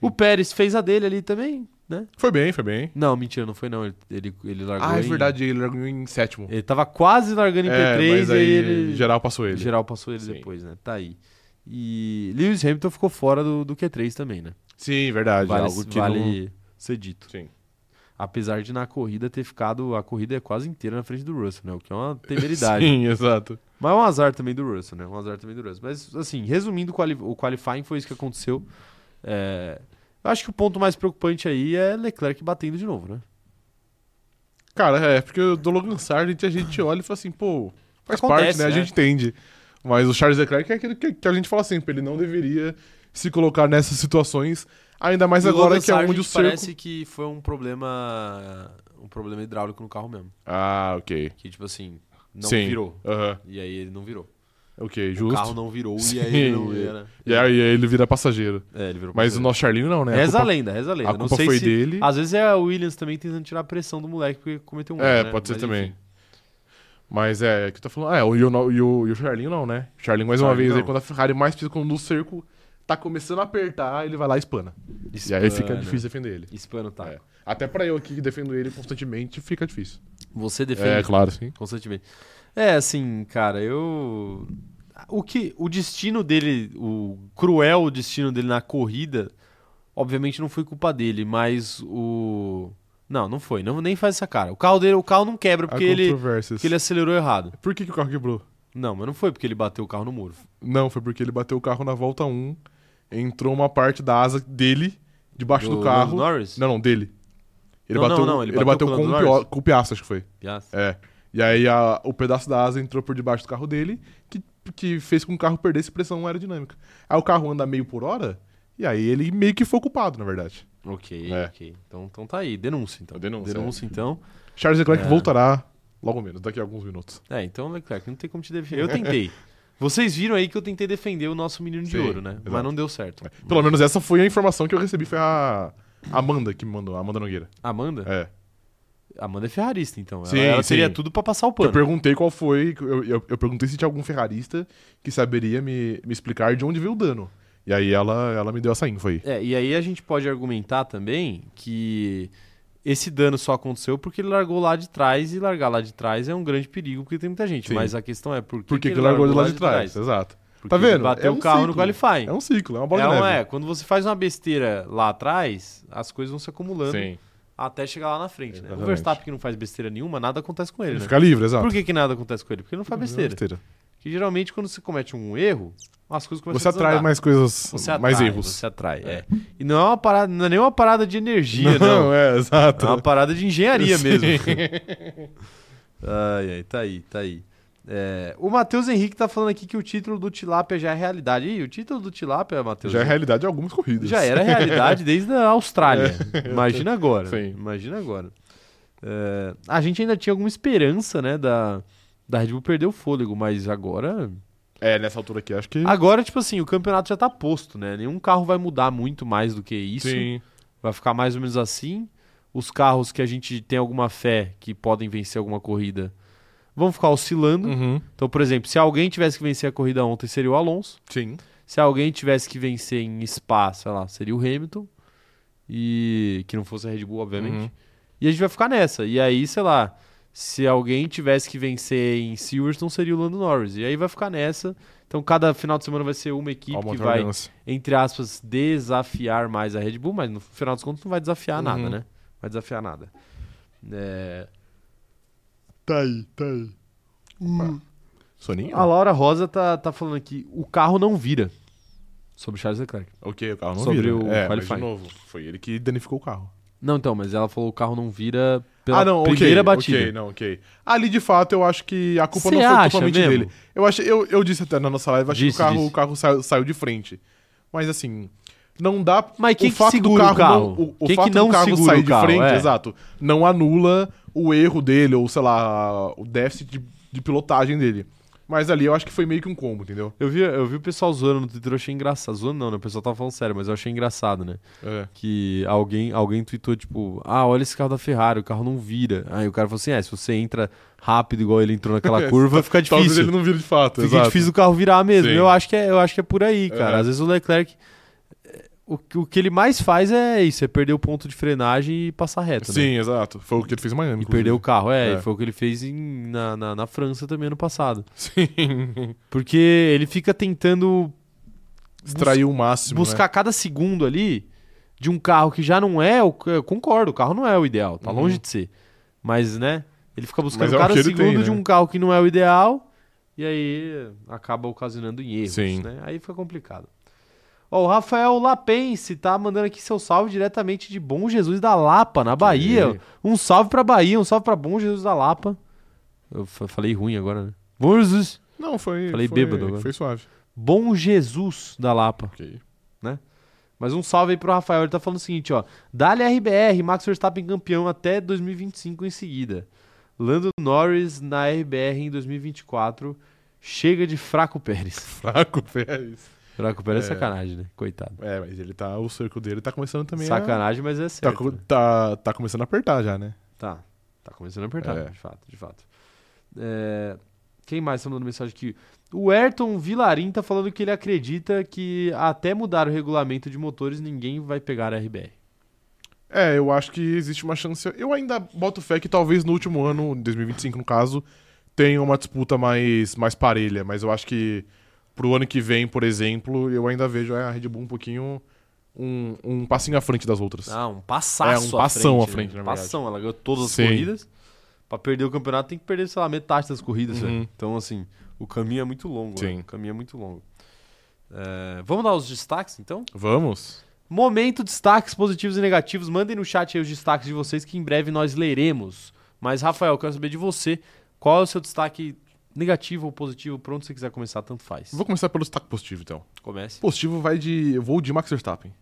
O Pérez fez a dele ali também, né? Foi bem, foi bem. Não, mentira, não foi não. Ele, ele, ele largou Ah, é em- verdade, ele largou em sétimo. Ele tava quase largando em É, P3 mas e aí ele... geral passou ele. geral passou ele Sim. depois, né? Tá aí. E Lewis Hamilton ficou fora do, do Q3 também, né? Sim, verdade. vale, algo que vale ser dito. Sim. Apesar de na corrida ter ficado. A corrida é quase inteira na frente do Russell, né? O que é uma não... temeridade. Sim, exato. Mas é um azar também do Russell, né? Um azar também do Russell. Mas, assim, resumindo, o quali- o qualifying foi isso que aconteceu. É, Eu acho que o ponto mais preocupante aí é Leclerc batendo de novo, né? Cara, é, porque o do Logan Sargent a gente olha e fala assim, pô, faz Acontece, parte, né? A né? gente entende. Mas o Charles Leclerc é aquilo que, que a gente fala sempre, ele não deveria se colocar nessas situações, ainda mais E o agora Logan que é onde Sargent o cerco... Parece que foi um problema. Um problema hidráulico no carro mesmo. Ah, ok. Que, tipo assim, não Sim. virou. Aham, E aí ele não virou. ok, O justo. carro não virou e aí Sim. ele não era. E aí e aí ele vira passageiro. É, ele virou Mas parceiro. o nosso Charlinho não, né? A Reza a culpa- lenda, reza a lenda. a não culpa sei foi se... dele. Às vezes é a Williams também tentando tirar a pressão do moleque porque cometeu um erro. É, né? pode ser Mas, também. enfim. Mas é, é que tu tá falando. Ah, é, o- e o, no- e o, e o Charlinho não, né? O Charlinho, mais uma Charlinho vez, aí, não. quando a Ferrari mais pisa quando no cerco, tá começando a apertar, ele vai lá e espana. E aí fica difícil defender ele. né? Hispano tá. É. Até pra eu aqui que defendo ele constantemente, fica difícil. Você defende É, claro, sim. constantemente. É, assim, cara, eu. O que. O destino dele, o cruel destino dele na corrida, obviamente não foi culpa dele, mas o. Não, não foi. Não, nem faz essa cara. O carro dele, o carro não quebra porque Há ele, controvérsias. porque ele é acelerou errado. Por que, que o carro quebrou? Não, mas não foi porque ele bateu o carro no muro. Não, foi porque ele bateu o carro na volta 1, entrou uma parte da asa dele debaixo do, Do carro. Lando Norris? Não, não, dele. Ele Não, não, bateu, não, ele ele bateu bateu, com o com, Lando o pio- Norris. com o piastro, acho que foi. Piazza. É. E aí a- o pedaço da asa entrou por debaixo do carro dele, que, que fez com que o carro perdesse pressão aerodinâmica. Aí o carro anda meio por hora, e aí ele meio que foi culpado, na verdade. Ok, É. ok. Então, então tá aí. Denúncia, então. Denúncia, né? Denúncia, então. Charles Leclerc É. voltará logo menos, daqui a alguns minutos. É, então, Leclerc, não tem como te defender. Eu tentei. Vocês viram aí que eu tentei defender o nosso menino de Sim, ouro, né? Mas exato. É, não deu certo. Pelo menos essa foi a informação que eu recebi, foi a Amanda que me mandou, a Amanda Nogueira. Amanda? É. Amanda é ferrarista, então. Sim, ela ela sim. teria tudo pra passar o Eu pano. perguntei qual foi. Eu, eu, eu perguntei se tinha algum ferrarista que saberia me, me explicar de onde veio o dano. E aí ela, ela me deu essa info aí. É, e aí a gente pode argumentar também que esse dano só aconteceu porque ele largou lá de trás e largar lá de trás é um grande perigo porque tem muita gente. Sim. Mas a questão é por que, Por que, que que largou de lá de trás? Exato. Porque Tá ele vendo? bateu É o um carro no ciclo. qualifying. É um ciclo, é uma bola É, de um- neve. é, quando você faz uma besteira lá atrás, as coisas vão se acumulando Sim. até chegar lá na frente, né? O Exatamente. Verstappen que não faz besteira nenhuma, nada acontece com ele, Ele né? fica livre, exato. Por que, que nada acontece com ele? Porque ele não faz besteira. Que geralmente quando você comete um erro, as coisas começam Você a desandar. atrai mais coisas, Você atrai, mais erros. Você atrai, é. E não é uma parada, não é nem uma parada de energia, não. não, é, É exato. uma parada de engenharia Sim. mesmo. ai, ai, tá aí, tá aí. É, o Matheus Henrique tá falando aqui que o título do Tilápia já é realidade. Ih, o título do Tilápia, Matheus, Já é realidade em algumas corridas. já era realidade desde a Austrália. Imagina agora. Sim. Imagina agora. É, a gente ainda tinha alguma esperança, né, da, da Red Bull perder o fôlego, mas agora É, nessa altura aqui, acho que. Agora, tipo assim, o campeonato já tá posto, né? Nenhum carro vai mudar muito mais do que isso. Sim. Vai ficar mais ou menos assim. Os carros que a gente tem alguma fé que podem vencer alguma corrida vão ficar oscilando. Uhum. Então, por exemplo, se alguém tivesse que vencer a corrida ontem, seria o Alonso. Sim. Se alguém tivesse que vencer em Spa, sei lá, seria o Hamilton. E que não fosse a Red Bull, obviamente. Uhum. E a gente vai ficar nessa. E aí, sei lá, se alguém tivesse que vencer em Silverstone, seria o Lando Norris. E aí vai ficar nessa. Então, cada final de semana vai ser uma equipe Alma que vai, alternância. entre aspas, desafiar mais a Red Bull, mas no final dos contos não vai desafiar Uhum. nada, né? Não Vai desafiar nada. É, Tá aí, tá aí. Hum. Soninho? A Laura Rosa tá, tá falando aqui: o carro não vira. Sobre Charles Leclerc. Ok, o carro não Sobre vira. o é, mas de qualifying. novo, foi ele que danificou o carro. Não, então, mas ela falou o carro não vira pela ah, não, ok, primeira batida. Ok, não, ok. Ali, de fato, eu acho que a culpa Cê não foi acha totalmente mesmo? dele. Eu, achei, eu, eu disse até na nossa live, acho Disse, que o carro, disse. o carro saiu, saiu de frente. Mas assim, não dá. Mas quem o que fato segura o do carro, carro? Não, o, o Quem que fato não do carro segura sair o carro, de frente, é? exato, não anula o erro dele, ou sei lá, o déficit de, de pilotagem dele. Mas ali eu acho que foi meio que um combo, entendeu? Eu vi, eu vi o pessoal zoando no Twitter, eu achei engraçado. Zoando não, né? O pessoal tava falando sério, mas eu achei engraçado, né? É. Que alguém, alguém tweetou, tipo, ah, olha esse carro da Ferrari, o carro não vira. Aí o cara falou assim: é, se você entra rápido igual ele entrou naquela curva, fica Talvez difícil. ele não vira de fato, Fica exato. difícil o carro virar mesmo. Sim. Eu acho, que é, eu acho que é por aí, cara. É. Às vezes o Leclerc. é, O, o que ele mais faz é isso: é perder o ponto de frenagem e passar reto. né? Sim, exato. Foi o que ele fez em E Miami. inclusive. perder o carro, é, É. foi o que ele fez em- na, na, na França também ano passado. Sim. Porque ele fica tentando Extraiu o máximo. né? buscar cada segundo ali de um carro que já não é o. Eu concordo, o carro não é o ideal, tá Uhum. longe de ser. Mas, né? Ele fica buscando Mas é o cada que ele segundo tem, de né? um carro que não é o ideal e aí acaba ocasionando em erros, Sim. né? Aí fica complicado. Ó, o Rafael Lapense tá mandando aqui seu salve diretamente de Bom Jesus da Lapa, na Bahia. aí. Um salve pra Bahia, um salve pra Bom Jesus da Lapa. Eu fa- falei ruim agora, né? Bom Jesus. Não, foi. Falei foi- bêbado agora. Foi suave. Bom Jesus da Lapa. Ok. Mas um salve aí pro Rafael, ele tá falando o seguinte, ó. Dale RBR, Max Verstappen campeão até 2025 em seguida. Lando Norris na RBR em 2024. Chega de Fraco Pérez. Fraco, Pérez. Fraco Pérez é, É. sacanagem, né? Coitado. É, mas ele tá. O cerco dele tá começando também a. sacanagem, mas é Tá, certo. co- né? tá, tá começando a apertar já, né? Tá, tá começando a apertar, É. de fato, de fato. É, Quem mais tá mandando mensagem aqui? O Ayrton Vilarim tá falando que ele acredita que até mudar o regulamento de motores ninguém vai pegar a RBR. É, eu acho que existe uma chance. Eu ainda boto fé que talvez no último ano, em 2025 no caso, tenha uma disputa mais, mais parelha, mas eu acho que pro ano que vem, por exemplo, eu ainda vejo a Red Bull um pouquinho um, um passinho à frente das outras. Ah, um passaço É, um passão à frente, né? na verdade. Passão, ela ganhou todas as Sim. corridas. Pra perder o campeonato tem que perder, sei lá, metade das corridas. Uhum. velho. Então, assim, o caminho é muito longo. Sim. né? O caminho é muito longo. É, vamos dar os destaques, então? Vamos? Momento, destaques positivos e negativos. Mandem no chat aí os destaques de vocês que em breve nós leremos. Mas, Rafael, eu quero saber de você. Qual é o seu destaque negativo ou positivo? Por onde você quiser começar, tanto faz. Vou começar pelo destaque positivo, então. Comece. Positivo vai de. Eu vou de Max Verstappen.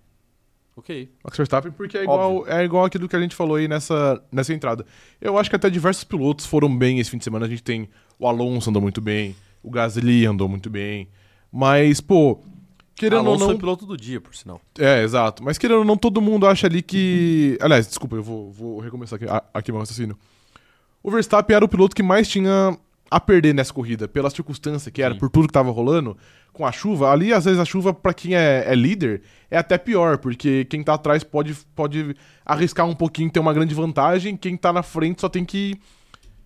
Ok. Max Verstappen, porque é igual, é igual aquilo que a gente falou aí nessa, nessa entrada. Eu acho que até diversos pilotos foram bem esse fim de semana. A gente tem o Alonso andou muito bem, o Gasly andou muito bem. Mas, pô, querendo Alonso é ou foi não. piloto do dia, por sinal. É, exato. Mas querendo ou não, todo mundo acha ali que. Aliás, desculpa, eu vou, vou recomeçar aqui, a- aqui meu raciocínio. O Verstappen era o piloto que mais tinha a perder nessa corrida, pela circunstância que era, Sim. por tudo que tava rolando, com a chuva. Ali, às vezes, a chuva, pra quem é, é líder, é até pior, porque quem tá atrás pode, pode arriscar um pouquinho, ter uma grande vantagem, quem tá na frente só tem que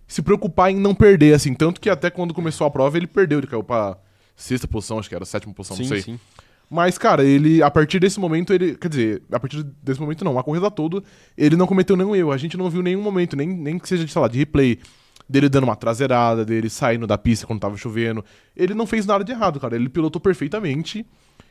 se preocupar em não perder, assim. Tanto que até quando começou a prova, ele perdeu, ele caiu pra sexta posição, acho que era, sétima posição, não sei. sim. Mas, cara, ele, a partir desse momento, ele. Quer dizer, a partir desse momento não, a corrida toda, ele não cometeu nenhum erro. A gente não viu nenhum momento, nem, nem que seja, sei lá, de replay, dele dando uma traseirada, dele saindo da pista quando tava chovendo. Ele não fez nada de errado, cara. Ele pilotou perfeitamente.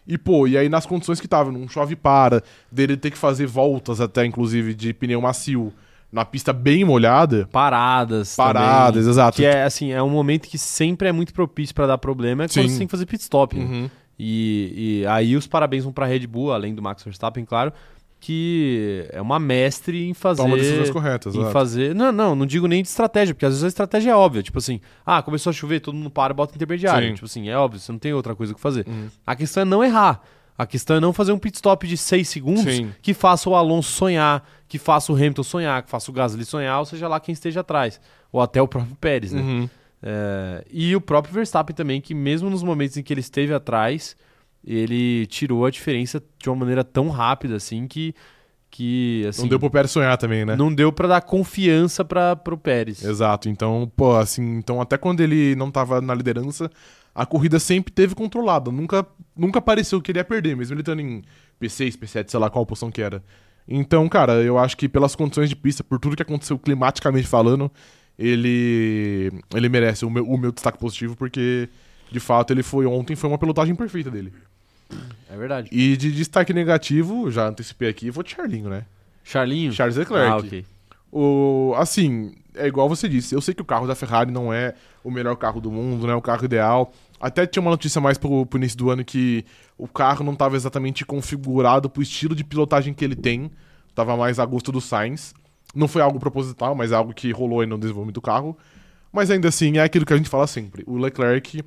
E, pô, e aí nas condições que tava, num chove e para, dele ter que fazer voltas até, inclusive, de pneu macio, na pista bem molhada. Paradas. também. Paradas, exato. Que é assim, é um momento que sempre é muito propício pra dar problema, é quando Sim. você tem que fazer pit stop. né? Uhum. E, e aí os parabéns vão pra Red Bull, além do Max Verstappen, claro, que é uma mestre em fazer Toma é decisões corretas, em exato. fazer. Não, não, não digo nem de estratégia, porque às vezes a estratégia é óbvia. Tipo assim, ah, começou a chover, todo mundo para e bota intermediário. Sim. Tipo assim, é óbvio, você não tem outra coisa que fazer. Uhum. A questão é não errar. A questão é não fazer um pit stop de 6 segundos Sim. que faça o Alonso sonhar, que faça o Hamilton sonhar, que faça o Gasly sonhar, ou seja lá quem esteja atrás. Ou até o próprio Pérez, né? Uhum. É, e o próprio Verstappen também, que mesmo nos momentos em que ele esteve atrás, ele tirou a diferença de uma maneira tão rápida assim que. que assim, Não deu pro Pérez sonhar também, né? não deu pra dar confiança para pro Pérez. Exato. Então, pô, assim, então até quando ele não tava na liderança, a corrida sempre teve controlada. Nunca, nunca pareceu que ele ia perder, mesmo ele estando em P6, P7, sei lá qual posição que era. Então, cara, eu acho que pelas condições de pista, por tudo que aconteceu climaticamente falando, ele ele merece o meu, o meu destaque positivo, porque de fato ele foi ontem foi uma pilotagem perfeita dele. É verdade. E de destaque negativo, já antecipei aqui, vou de Charlinho, né? Charlinho. Charles Leclerc. Ah, ok. O, assim, é igual você disse, eu sei que o carro da Ferrari não é o melhor carro do mundo, não é o carro ideal. Até tinha uma notícia mais pro, pro início do ano que o carro não estava exatamente configurado pro estilo de pilotagem que ele tem. Tava mais a gosto do Sainz. Não foi algo proposital, mas é algo que rolou aí no desenvolvimento do carro. Mas ainda assim, é aquilo que a gente fala sempre. O Leclerc,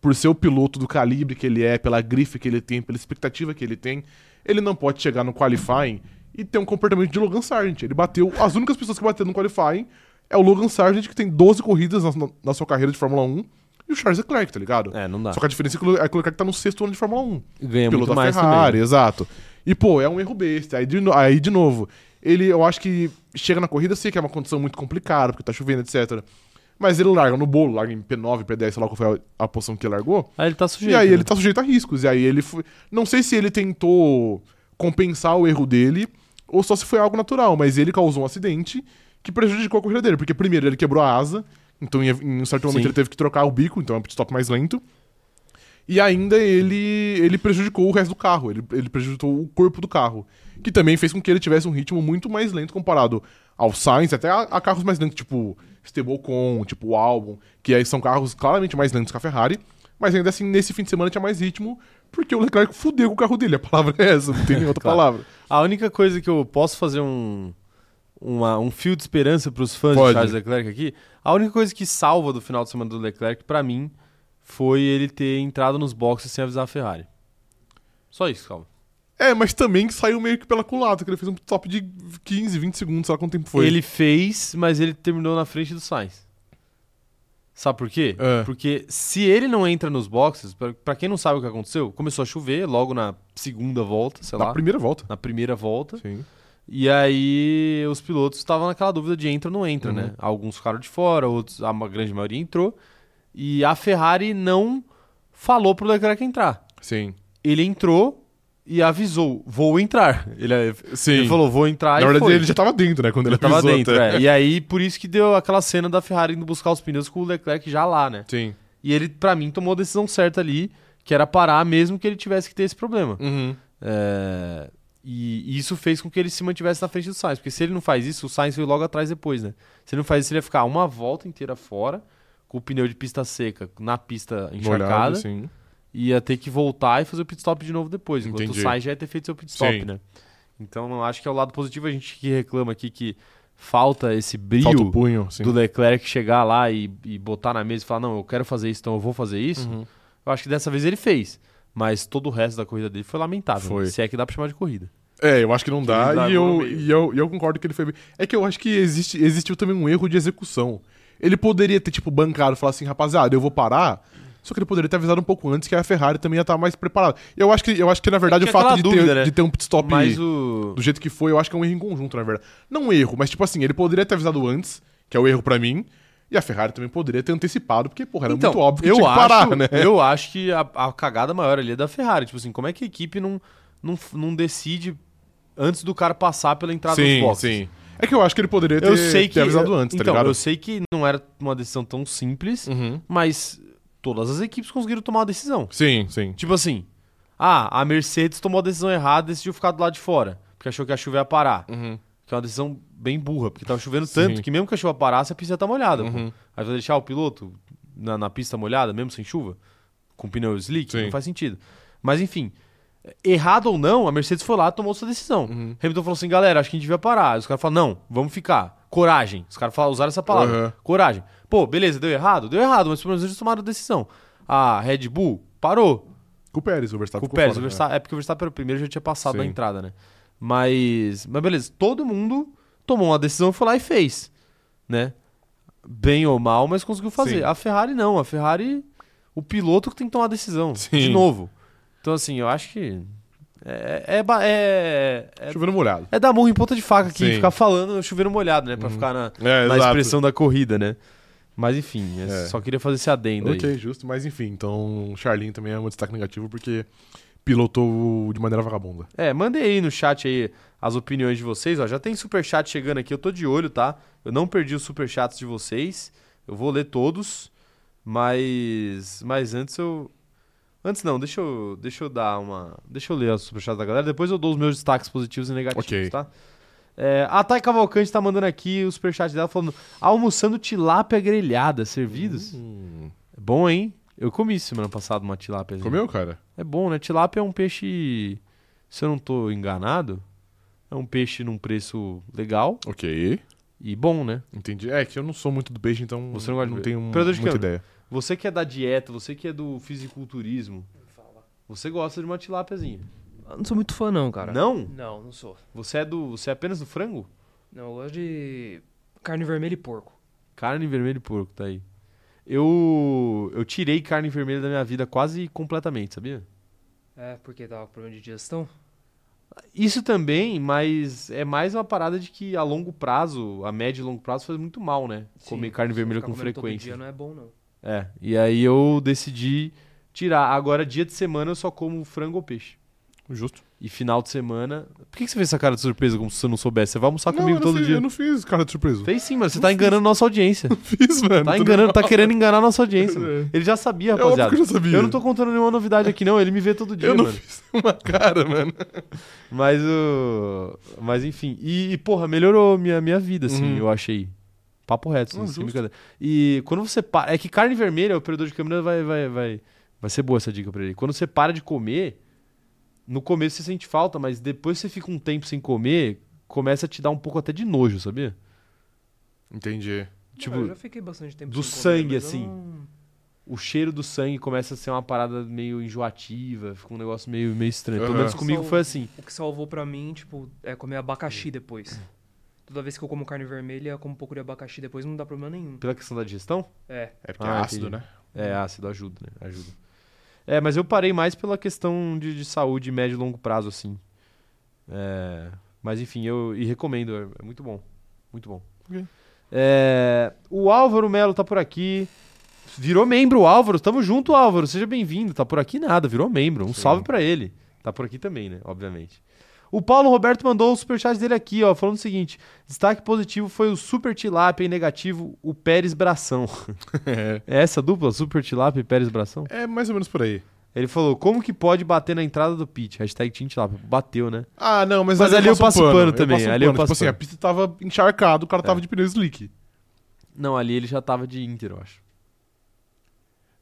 por ser o piloto do calibre que ele é, pela grife que ele tem, pela expectativa que ele tem, ele não pode chegar no qualifying e ter um comportamento de Logan Sargent. Ele bateu. As únicas pessoas que bateram no qualifying é o Logan Sargent, que tem 12 corridas na, na sua carreira de Fórmula 1, e o Charles Leclerc, tá ligado? É, não dá. Só que a diferença é que o Le- é que o Leclerc tá no sexto ano de Fórmula 1 Ganha pelo É muito da mais Ferrari, também. exato. E, pô, é um erro besta. Aí de, no- aí, de novo, ele, eu acho que chega na corrida, eu sei que é uma condição muito complicada, porque tá chovendo, etc. Mas ele larga no bolo, larga em P9, P10, sei lá qual foi a, a posição que ele largou. Aí ele tá e sujeito. aí né? ele tá sujeito a riscos. E aí ele foi. Não sei se ele tentou compensar o erro dele, ou só se foi algo natural, mas ele causou um acidente que prejudicou a corrida dele, porque primeiro ele quebrou a asa, então em, em um certo momento Sim. ele teve que trocar o bico, então é um pit stop mais lento. E ainda ele, ele prejudicou o resto do carro, ele, ele prejudicou o corpo do carro. Que também fez com que ele tivesse um ritmo muito mais lento comparado ao Sainz, até a, a carros mais lentos, tipo Stablecon, tipo o Albon, que aí são carros claramente mais lentos que a Ferrari. Mas ainda assim, nesse fim de semana tinha mais ritmo, porque o Leclerc fudeu com o carro dele. A palavra é essa, não tem nem outra Claro. palavra. A única coisa que eu posso fazer um, uma- um fio de esperança pros fãs de Pode. Charles Leclerc aqui, a única coisa que salva do final de semana do Leclerc, pra mim, foi ele ter entrado nos boxes sem avisar a Ferrari. Só isso, calma. É, mas também saiu meio que pela culata, que ele fez um top de 15, 20 segundos, sei lá quanto tempo foi. Ele fez, mas ele terminou na frente do Sainz. Sabe por quê? É. Porque se ele não entra nos boxes, pra- pra quem não sabe o que aconteceu, começou a chover logo na segunda volta, sei Na lá, primeira volta. na primeira volta. Sim. E aí os pilotos estavam naquela dúvida de entra ou não entra, Uhum. né? Alguns ficaram de fora, outros, a ma- grande maioria entrou. E a Ferrari não falou pro Leclerc entrar. Sim. Ele entrou e avisou, vou entrar. Ele, Sim. ele falou, vou entrar Na e verdade, foi. ele já tava dentro, né? Quando ele, tava pisou dentro, até. é. E aí por isso que deu aquela cena da Ferrari indo buscar os pneus com o Leclerc já lá, né? Sim. E ele, pra mim, tomou a decisão certa ali, que era parar mesmo que ele tivesse que ter esse problema. Uhum. É, E, e isso fez com que ele se mantivesse na frente do Sainz, porque se ele não faz isso, o Sainz veio logo atrás depois, né? Se ele não faz isso, ele ia ficar uma volta inteira fora, com o pneu de pista seca, na pista Molhado, encharcada, sim. e ia ter que voltar e fazer o pit stop de novo depois, enquanto Entendi. o Sainz já ia ter feito seu pit stop, Sim. né? Então, eu acho que é o lado positivo, a gente que reclama aqui que falta esse brilho Falta o punho, sim. do Leclerc chegar lá e, e botar na mesa e falar, não, eu quero fazer isso, então eu vou fazer isso. Uhum. Eu acho que dessa vez ele fez. Mas todo o resto da corrida dele foi lamentável. Foi. Se é que dá pra chamar de corrida. É, eu acho que não dá, ele e, largou no eu, meio. e, eu, e eu concordo que ele foi bem. É que eu acho que existe, existiu também um erro de execução. Ele poderia ter, tipo, bancado e falar assim, rapaziada, eu vou parar. Só que ele poderia ter avisado um pouco antes que a Ferrari também ia estar mais preparada. Eu acho que, eu acho que na verdade, tinha o fato É aquela de, ter, dúvida, né? de ter um pit stop Mas o. do jeito que foi, eu acho que é um erro em conjunto, na verdade. Não um erro, mas tipo assim, ele poderia ter avisado antes, que é o erro pra mim, e a Ferrari também poderia ter antecipado, porque, porra, era é muito óbvio que Então, eu tinha que acho, parar, né? Eu acho que a, a cagada maior ali é da Ferrari. Tipo assim, como é que a equipe não, não, f- não decide antes do cara passar pela entrada dos Sim, boxes? sim. É que eu acho que ele poderia ter, Eu sei ter que. avisado antes, então, tá ligado? eu sei que não era uma decisão tão simples, Uhum. mas todas as equipes conseguiram tomar a decisão. Sim, sim. Tipo assim, ah, a Mercedes tomou a decisão errada e decidiu ficar do lado de fora, porque achou que a chuva ia parar. Uhum. Que é uma decisão bem burra, porque tava chovendo Sim. tanto que mesmo que a chuva parasse, a pista ia tá molhada. pô. Uhum. Aí vai deixar o piloto na, na pista molhada, mesmo sem chuva, com pneu slick, Sim. não faz sentido. Mas enfim, errado ou não, a Mercedes foi lá e tomou sua decisão. Uhum. Hamilton falou assim, galera, acho que a gente devia parar. Aí os caras falaram, não, vamos ficar. Coragem. Os caras falaram- usaram essa palavra. Uhum. Coragem. Pô, beleza, deu errado? Deu errado, mas pelo menos eles tomaram a decisão. A Red Bull parou. Com o Pérez, o Verstappen Com o ficou Pérez, fora, o né? Verstappen- é porque o Verstappen era o primeiro já tinha passado Sim. da entrada, né? Mas, mas beleza, todo mundo tomou uma decisão, foi lá e fez, né? Bem ou mal, mas conseguiu fazer. Sim. A Ferrari não, a Ferrari, o piloto que tem que tomar a decisão, de Sim. novo. Então assim, eu acho que é é ba- é, é, Chovendo molhado. é dar murro em ponta de faca aqui, Sim. ficar falando chovendo molhado, né, Pra ficar na, É, na expressão da corrida, né? Mas enfim, eu É. só queria fazer esse adendo aí. Ok, justo, mas enfim. Então, Charlin também é um destaque negativo porque pilotou de maneira vagabunda. É, mandei aí no chat aí as opiniões de vocês, ó. Já tem superchat chegando aqui, eu tô de olho, tá? Eu não perdi os superchats de vocês. Eu vou ler todos, mas mas antes eu antes não, deixa eu deixa eu dar uma, deixa eu ler os superchats da galera, depois eu dou os meus destaques positivos e negativos, Ok. tá? É, a Thay Cavalcante tá mandando aqui o superchat dela falando almoçando tilápia grelhada, servidos. Hum. É Bom, hein? Eu comi semana passada uma tilápia. Comeu, cara? É bom, né? Tilápia é um peixe, se eu não tô enganado, é um peixe num preço legal Ok. e bom, né? Entendi. É que eu não sou muito do beijo, então Você não gosta de não beijo. tenho Predador de muita câmera. ideia. Você que é da dieta, você que é do fisiculturismo, você gosta de uma tilápiazinha. Eu não sou muito fã, não, cara. Não? Não, não sou. Você é do, você é apenas do frango? Não, eu gosto de carne vermelha e porco. Carne vermelha e porco, tá aí. Eu eu tirei carne vermelha da minha vida quase completamente, sabia? É, porque tava com problema de digestão. Isso também, mas é mais uma parada de que a longo prazo, a médio e longo prazo faz muito mal, né? Comer Sim, carne se eu vermelha ficar com comendo todo frequência. dia não é bom, não. É, e aí eu decidi tirar. Agora, dia de semana, eu só como frango ou peixe. Justo. E final de semana. Por que que você fez essa cara de surpresa como se você não soubesse? Você vai almoçar Não, Tá comigo eu não todo fiz- dia. Eu não fiz cara de surpresa. Fez sim, mano. Você tá enganando nossa audiência. Fiz, mano. Tá tudo enganando, tá mal. querendo enganar nossa audiência. É. mano. Ele já sabia, É óbvio que rapaziada. eu já sabia. Eu não tô contando nenhuma novidade aqui, não. Ele me vê todo dia, Eu não mano. fiz uma cara, mano. Mas o. Mas enfim. E, e, porra, melhorou minha, minha vida, assim, Uhum. eu achei. Papo reto, Não, assim, sem justo. brincadeira. E quando você para. É que carne vermelha, o operador de câmera vai, vai, vai. Vai ser boa essa dica pra ele. Quando você para de comer, no começo você sente falta, mas depois você fica um tempo sem comer, começa a te dar um pouco até de nojo, sabia? Entendi. Tipo, Ah, eu já fiquei bastante tempo do sem comer, sangue, mas eu assim. não- o cheiro do sangue começa a ser uma parada meio enjoativa, fica um negócio meio, meio estranho. Aham. Pelo menos comigo Só o- foi assim. O que salvou pra mim, tipo, é comer abacaxi depois. Toda vez que eu como carne vermelha, como um pouco de abacaxi depois, não dá problema nenhum. Pela questão da digestão? É, É porque Ah, é ácido, entendi. né? É, ácido ajuda, né? Ajuda. É, mas eu parei mais pela questão de, de saúde médio e longo prazo, assim. É, mas enfim, eu e recomendo, é, é muito bom. Muito bom. Ok. É, o Álvaro Melo tá por aqui. Virou membro, Álvaro. Tamo junto, Álvaro. Seja bem-vindo. Tá por aqui nada, virou membro. Um Sim. salve pra ele. Tá por aqui também, né? Obviamente. O Paulo Roberto mandou o superchat dele aqui, ó, falando o seguinte: destaque positivo foi o Super Tilápia e negativo o Pérez Bração. É essa dupla, Super Tilápia e Pérez Bração? é mais ou menos por aí. Ele falou, como que pode bater na entrada do pit? Hashtag Team Tilápia. Bateu, né? Ah, não, mas, Mas ali eu passo pano também, ali eu pano. passo tipo assim, pano. a pista tava encharcada, o cara É. tava de pneu slick. Não, ali ele já tava de Inter, eu acho.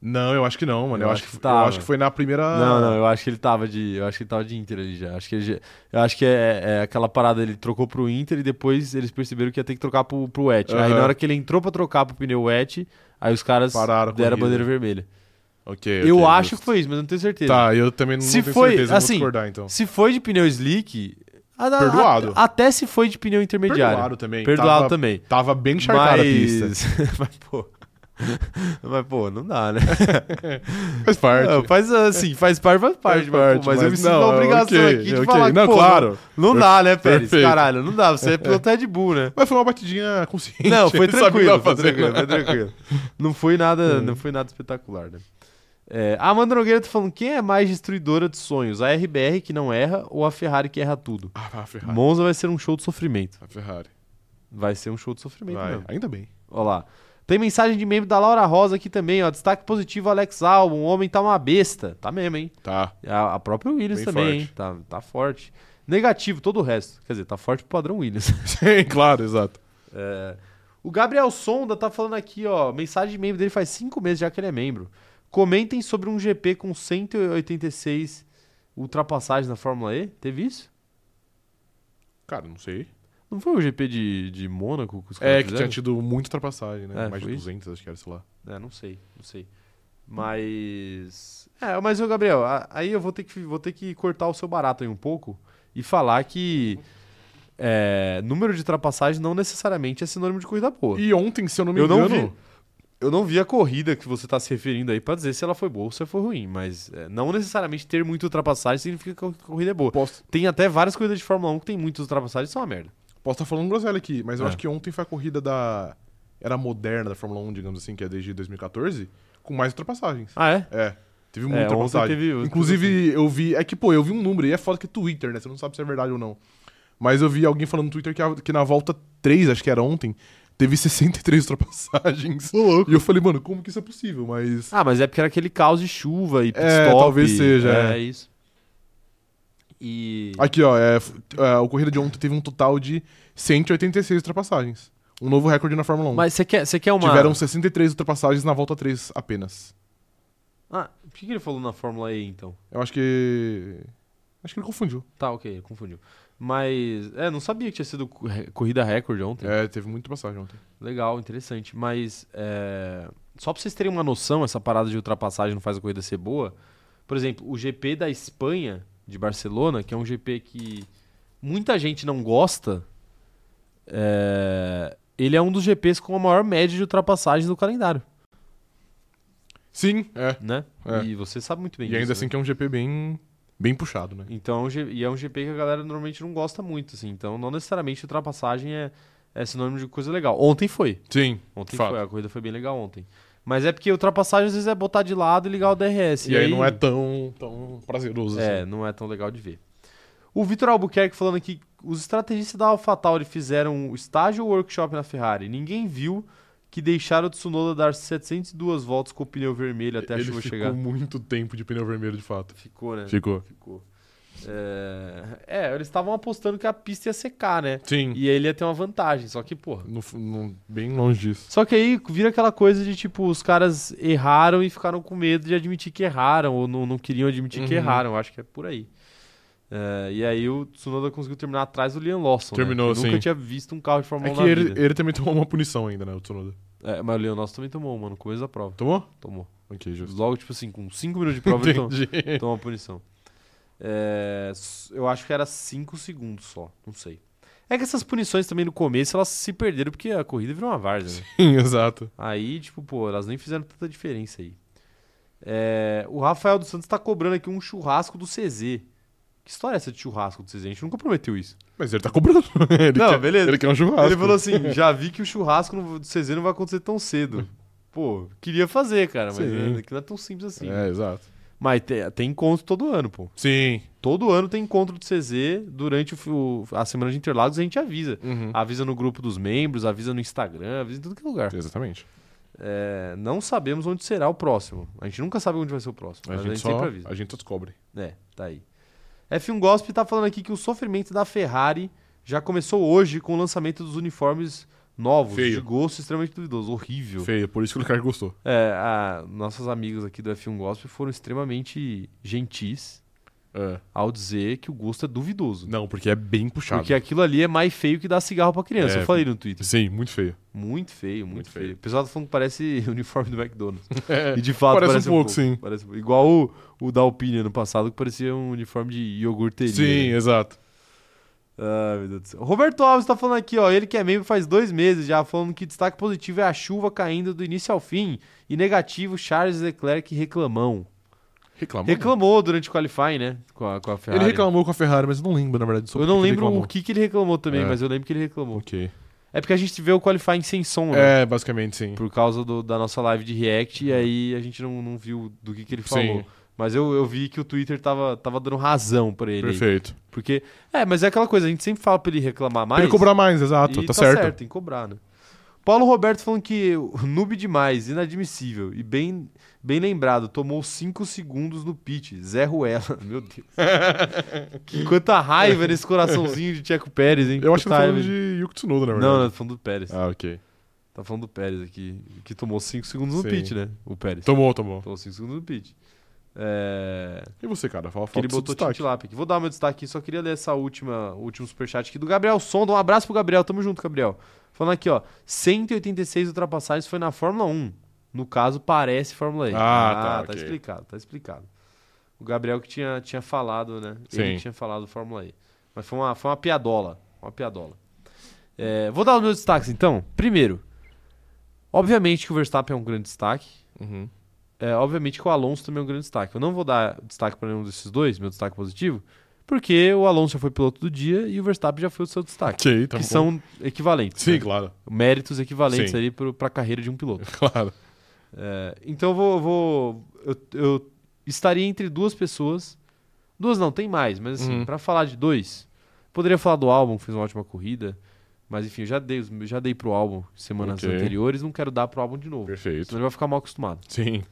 Não, eu acho que não, mano. Eu, acho, que, eu tava. acho que foi na primeira. Não, não, eu acho que ele tava de. Eu acho que ele tava de Inter ali já. Acho que ele já- eu acho que é, é aquela parada, ele trocou pro Inter e depois eles perceberam que ia ter que trocar pro, pro Wet. Aí Aham. na hora que ele entrou pra trocar pro pneu Wet, aí os caras Pararam a deram a corrida. bandeira vermelha. Ok. eu ok, acho justo. que foi isso, mas não tenho certeza. Tá, eu também não Se tenho foi, certeza, não assim, vou discordar, então. Se foi de pneu slick. a- a- Perdoado. a- até se foi de pneu intermediário. Perdoado também. Perdoado tava, também. Tava bem encharcada a pista. mas, pô. Mas, pô, não dá, né? Faz parte. Não, faz assim, faz parte, faz parte. mas, pô, mas eu me sinto na obrigação ok, aqui de ok. falar que, Não, pô, claro. Não dá, né, Pérez? Perfeito. Caralho, não dá. Você é piloto Red Bull, né? Mas foi uma batidinha consciente. Não, foi ele sabia o que tranquilo, tava foi fazendo. tranquilo, foi tranquilo. Não foi É. nada, não foi nada espetacular, né? É, a Amanda Nogueira tá falando, quem é mais destruidora de sonhos? A RBR que não erra ou a Ferrari que erra tudo? Ah, a Ferrari. Monza vai ser um show de sofrimento. A Ferrari. Vai ser um show de sofrimento Vai. mesmo. Ainda bem. Ó lá. Tem mensagem de membro da Laura Rosa aqui também, ó. Destaque positivo, Alex Albon. O homem tá uma besta. Tá mesmo, hein? Tá. A, a própria Williams Bem também, forte. hein? Tá, tá forte. Negativo, todo o resto. Quer dizer, tá forte pro padrão Williams. Sim, claro, exato. É. O Gabriel Sonda tá falando aqui, ó. Mensagem de membro dele faz cinco meses já que ele é membro. Comentem sobre um GP com 186 ultrapassagens na Fórmula E. Teve isso? Cara, não sei. Não foi o GP de, de Mônaco que os caras É que tinha fizeram? tido muita ultrapassagem, né? É, Mais de foi isso? 200, acho que era, sei lá. É, não sei, não sei. Hum. Mas. É, mas o Gabriel, a- aí eu vou ter, que, vou ter que cortar o seu barato aí um pouco e falar que é, número de ultrapassagem não necessariamente é sinônimo de corrida boa. E ontem, se eu não me Eu não engano... vi. Eu não vi a corrida que você tá se referindo aí pra dizer se ela foi boa ou se foi ruim, mas é, não necessariamente ter muita ultrapassagem significa que a corrida é boa. Posso Tem até várias corridas de Fórmula 1 que tem muitas ultrapassagens e são uma merda. Posso estar falando groselha aqui, mas eu É. acho que ontem foi a corrida da. Era moderna da Fórmula 1, digamos assim, que é desde 2014, com mais ultrapassagens. Ah, é? É. Teve muita É, ontem ultrapassagem. teve- Inclusive, eu vi. É que, pô, eu vi um número, e é foda que é Twitter, né? Você não sabe se é verdade ou não. Mas eu vi alguém falando no Twitter que, a- que na volta 3, acho que era ontem, teve 63 ultrapassagens. E eu falei, mano, como que isso é possível? Mas. Ah, mas é porque era aquele caos de chuva e pit É, stop. talvez seja, É, é. isso. E. Aqui, ó, é, f- é, a corrida de ontem teve um total de 186 ultrapassagens. Um novo recorde na Fórmula 1. Mas você quer, você quer uma. Tiveram um 63 ultrapassagens na volta 3 apenas. Ah, o que, que ele falou na Fórmula E então? Eu acho que. Acho que ele confundiu. Tá, ok, confundiu. Mas. É, não sabia que tinha sido co- re- corrida recorde ontem. É, teve muita passagem ontem. Legal, interessante. Mas é, só pra vocês terem uma noção, essa parada de ultrapassagem não faz a corrida ser boa. Por exemplo, o GP da Espanha, de Barcelona, que é um GP que muita gente não gosta, é, ele é um dos GPs com a maior média de ultrapassagem do calendário, Sim, é. né? É. E você sabe muito bem e ainda disso, assim né? que é um GP bem. bem puxado, né? Então, é um G- e é um GP que a galera normalmente não gosta muito, assim. Então, não necessariamente ultrapassagem é, é sinônimo de coisa legal. Ontem foi. Sim. Ontem Fato. foi, a corrida foi bem legal ontem. Mas é porque ultrapassagem às vezes é botar de lado e ligar o DRS. E, aí, não é tão, tão prazeroso É, assim. não é tão legal de ver. O Vitor Albuquerque falando aqui, os estrategistas da AlphaTauri fizeram o estágio ou workshop na Ferrari. Ninguém viu que deixaram o Tsunoda dar 702 voltas com o pneu vermelho até a ele chuva ficou chegar. muito tempo de pneu vermelho, de fato. Ficou, né? Ficou. Ficou. É, é, eles estavam apostando que a pista ia secar, né? Sim. E aí ele ia ter uma vantagem, só que, porra, No f- no- bem longe disso. Só que aí vira aquela coisa de tipo, os caras erraram e ficaram com medo de admitir que erraram, ou não, não queriam admitir que Uhum. erraram, eu acho que é por aí. É, e aí o Tsunoda conseguiu terminar atrás do Liam Lawson. né? Terminou, Que Nunca sim. tinha visto um carro de É Fórmula 1 que na ele, vida. ele também tomou uma punição ainda, né? O Tsunoda. É, mas o Liam Lawson também tomou, mano, no começo da prova. Tomou? Tomou. Ok, justo. Logo, tipo assim, com 5 minutos de prova, ele tom- Entendi. tomou a punição. É, s- eu acho que era 5 segundos só, não sei. É que essas punições também no começo elas se perderam porque a corrida virou uma várzea. né? Exato. Aí, tipo, pô, elas nem fizeram tanta diferença aí. É, o Rafael dos Santos tá cobrando aqui um churrasco do CZ. Que história é essa de churrasco do CZ? A gente nunca prometeu isso. Mas ele tá cobrando. Ele Não, quer, beleza. Ele quer um churrasco. Ele falou assim: já vi que o churrasco no- do CZ não vai acontecer tão cedo. Pô, queria fazer, cara, mas Sim. é, aquilo não é tão simples assim. É, exato. Mas tem, tem encontro todo ano, pô. Sim. Todo ano tem encontro do CZ durante o fi- o- a semana de Interlagos e a gente avisa. Uhum. Avisa no grupo dos membros, avisa no Instagram, avisa em tudo que é lugar. Ah, Exatamente. É, não sabemos onde será o próximo. A gente nunca sabe onde vai ser o próximo. A, mas gente, só, sempre avisa. a gente só descobre. É, tá aí. F1 Gossip tá falando aqui que o sofrimento da Ferrari já começou hoje com o lançamento dos uniformes novos, Feio. de gosto extremamente duvidoso, horrível. Feio, por isso que o Leclerc gostou. É, a- nossos amigos aqui do F1 Gossip foram extremamente gentis É. ao dizer que o gosto é duvidoso. Não, porque é bem puxado. Porque aquilo ali é mais feio que dar cigarro pra criança. É, eu falei no Twitter. Sim, muito feio. Muito feio, muito, Muito feio. feio. O pessoal tá falando que parece uniforme do McDonald's. É. E de fato parece, Parece um pouco, sim. Parece- igual o, o da Alpine ano passado, que parecia um uniforme de iogurteria. Sim, exato. Ai, meu Deus do céu. Roberto Alves tá falando aqui, ó. Ele que é membro faz dois meses já, falando que destaque positivo é a chuva caindo do início ao fim. E negativo, Charles Leclerc reclamão. Reclamou. Reclamou durante o qualifying, né? Com a, com a Ferrari. Ele reclamou com a Ferrari, mas eu não lembro, na verdade. sobre Eu não o que ele lembro o reclamou. que, que ele reclamou também, É. mas eu lembro que ele reclamou. Ok. É porque a gente vê o qualifying sem som, né? É, basicamente, sim. Por causa do- da nossa live de react, e aí a gente não, não viu do que, que ele falou. Sim. Mas eu, eu vi que o Twitter tava, tava dando razão pra ele. aí. Perfeito. Porque, é, mas é aquela coisa, a gente sempre fala pra ele reclamar mais. Ele cobrar mais, exato. e Tá, certo. tem que cobrar, né? Paulo Roberto falando que o noob demais, inadmissível e bem, bem lembrado, tomou 5 segundos no pit, Zé Ruela. Meu Deus. que quanta raiva nesse coraçãozinho de Tcheco Pérez, hein? Eu acho que Quanta tá falando raiva. de Yuki Tsunoda, na Não, não, verdade. tá falando do Pérez. Ah, ok. Tá falando do Pérez aqui, que tomou 5 segundos no Sim. pit, né? O Pérez. Tomou, tomou. Tomou 5 segundos no pit. É... E você, cara? Fala, Que fala ele do seu botou destaque. Tite Lap. Vou dar meu destaque aqui, só queria ler essa última, o último superchat aqui do Gabriel Sonda. Um abraço pro Gabriel, tamo junto, Gabriel. Falando aqui, ó, 186 ultrapassagens foi na Fórmula 1. No caso, parece Fórmula E. Ah, tá, ok. explicado, tá explicado. O Gabriel que tinha, tinha falado, né? Sim. Ele tinha falado Fórmula E. Mas foi uma, foi uma piadola, uma piadola. É, vou dar os meus destaques, então. Primeiro, obviamente que o Verstappen é um grande destaque. Uhum. É, obviamente que o Alonso também é um grande destaque. Eu não vou dar destaque para nenhum desses dois, meu destaque positivo, porque o Alonso já foi piloto do dia e o Verstappen já foi o seu destaque. Ok, tá que bom. são equivalentes. Sim, né? claro. Méritos equivalentes Sim. aí para a carreira de um piloto. Claro. É, então eu vou. vou- eu, eu estaria entre duas pessoas. Duas não, tem mais, mas assim, Uhum. para falar de dois, poderia falar do álbum, que fez uma ótima corrida. Mas enfim, eu já dei, os- eu já dei pro álbum semanas Ok. anteriores, não quero dar pro álbum de novo. Perfeito. Senão ele vai ficar mal acostumado. Sim.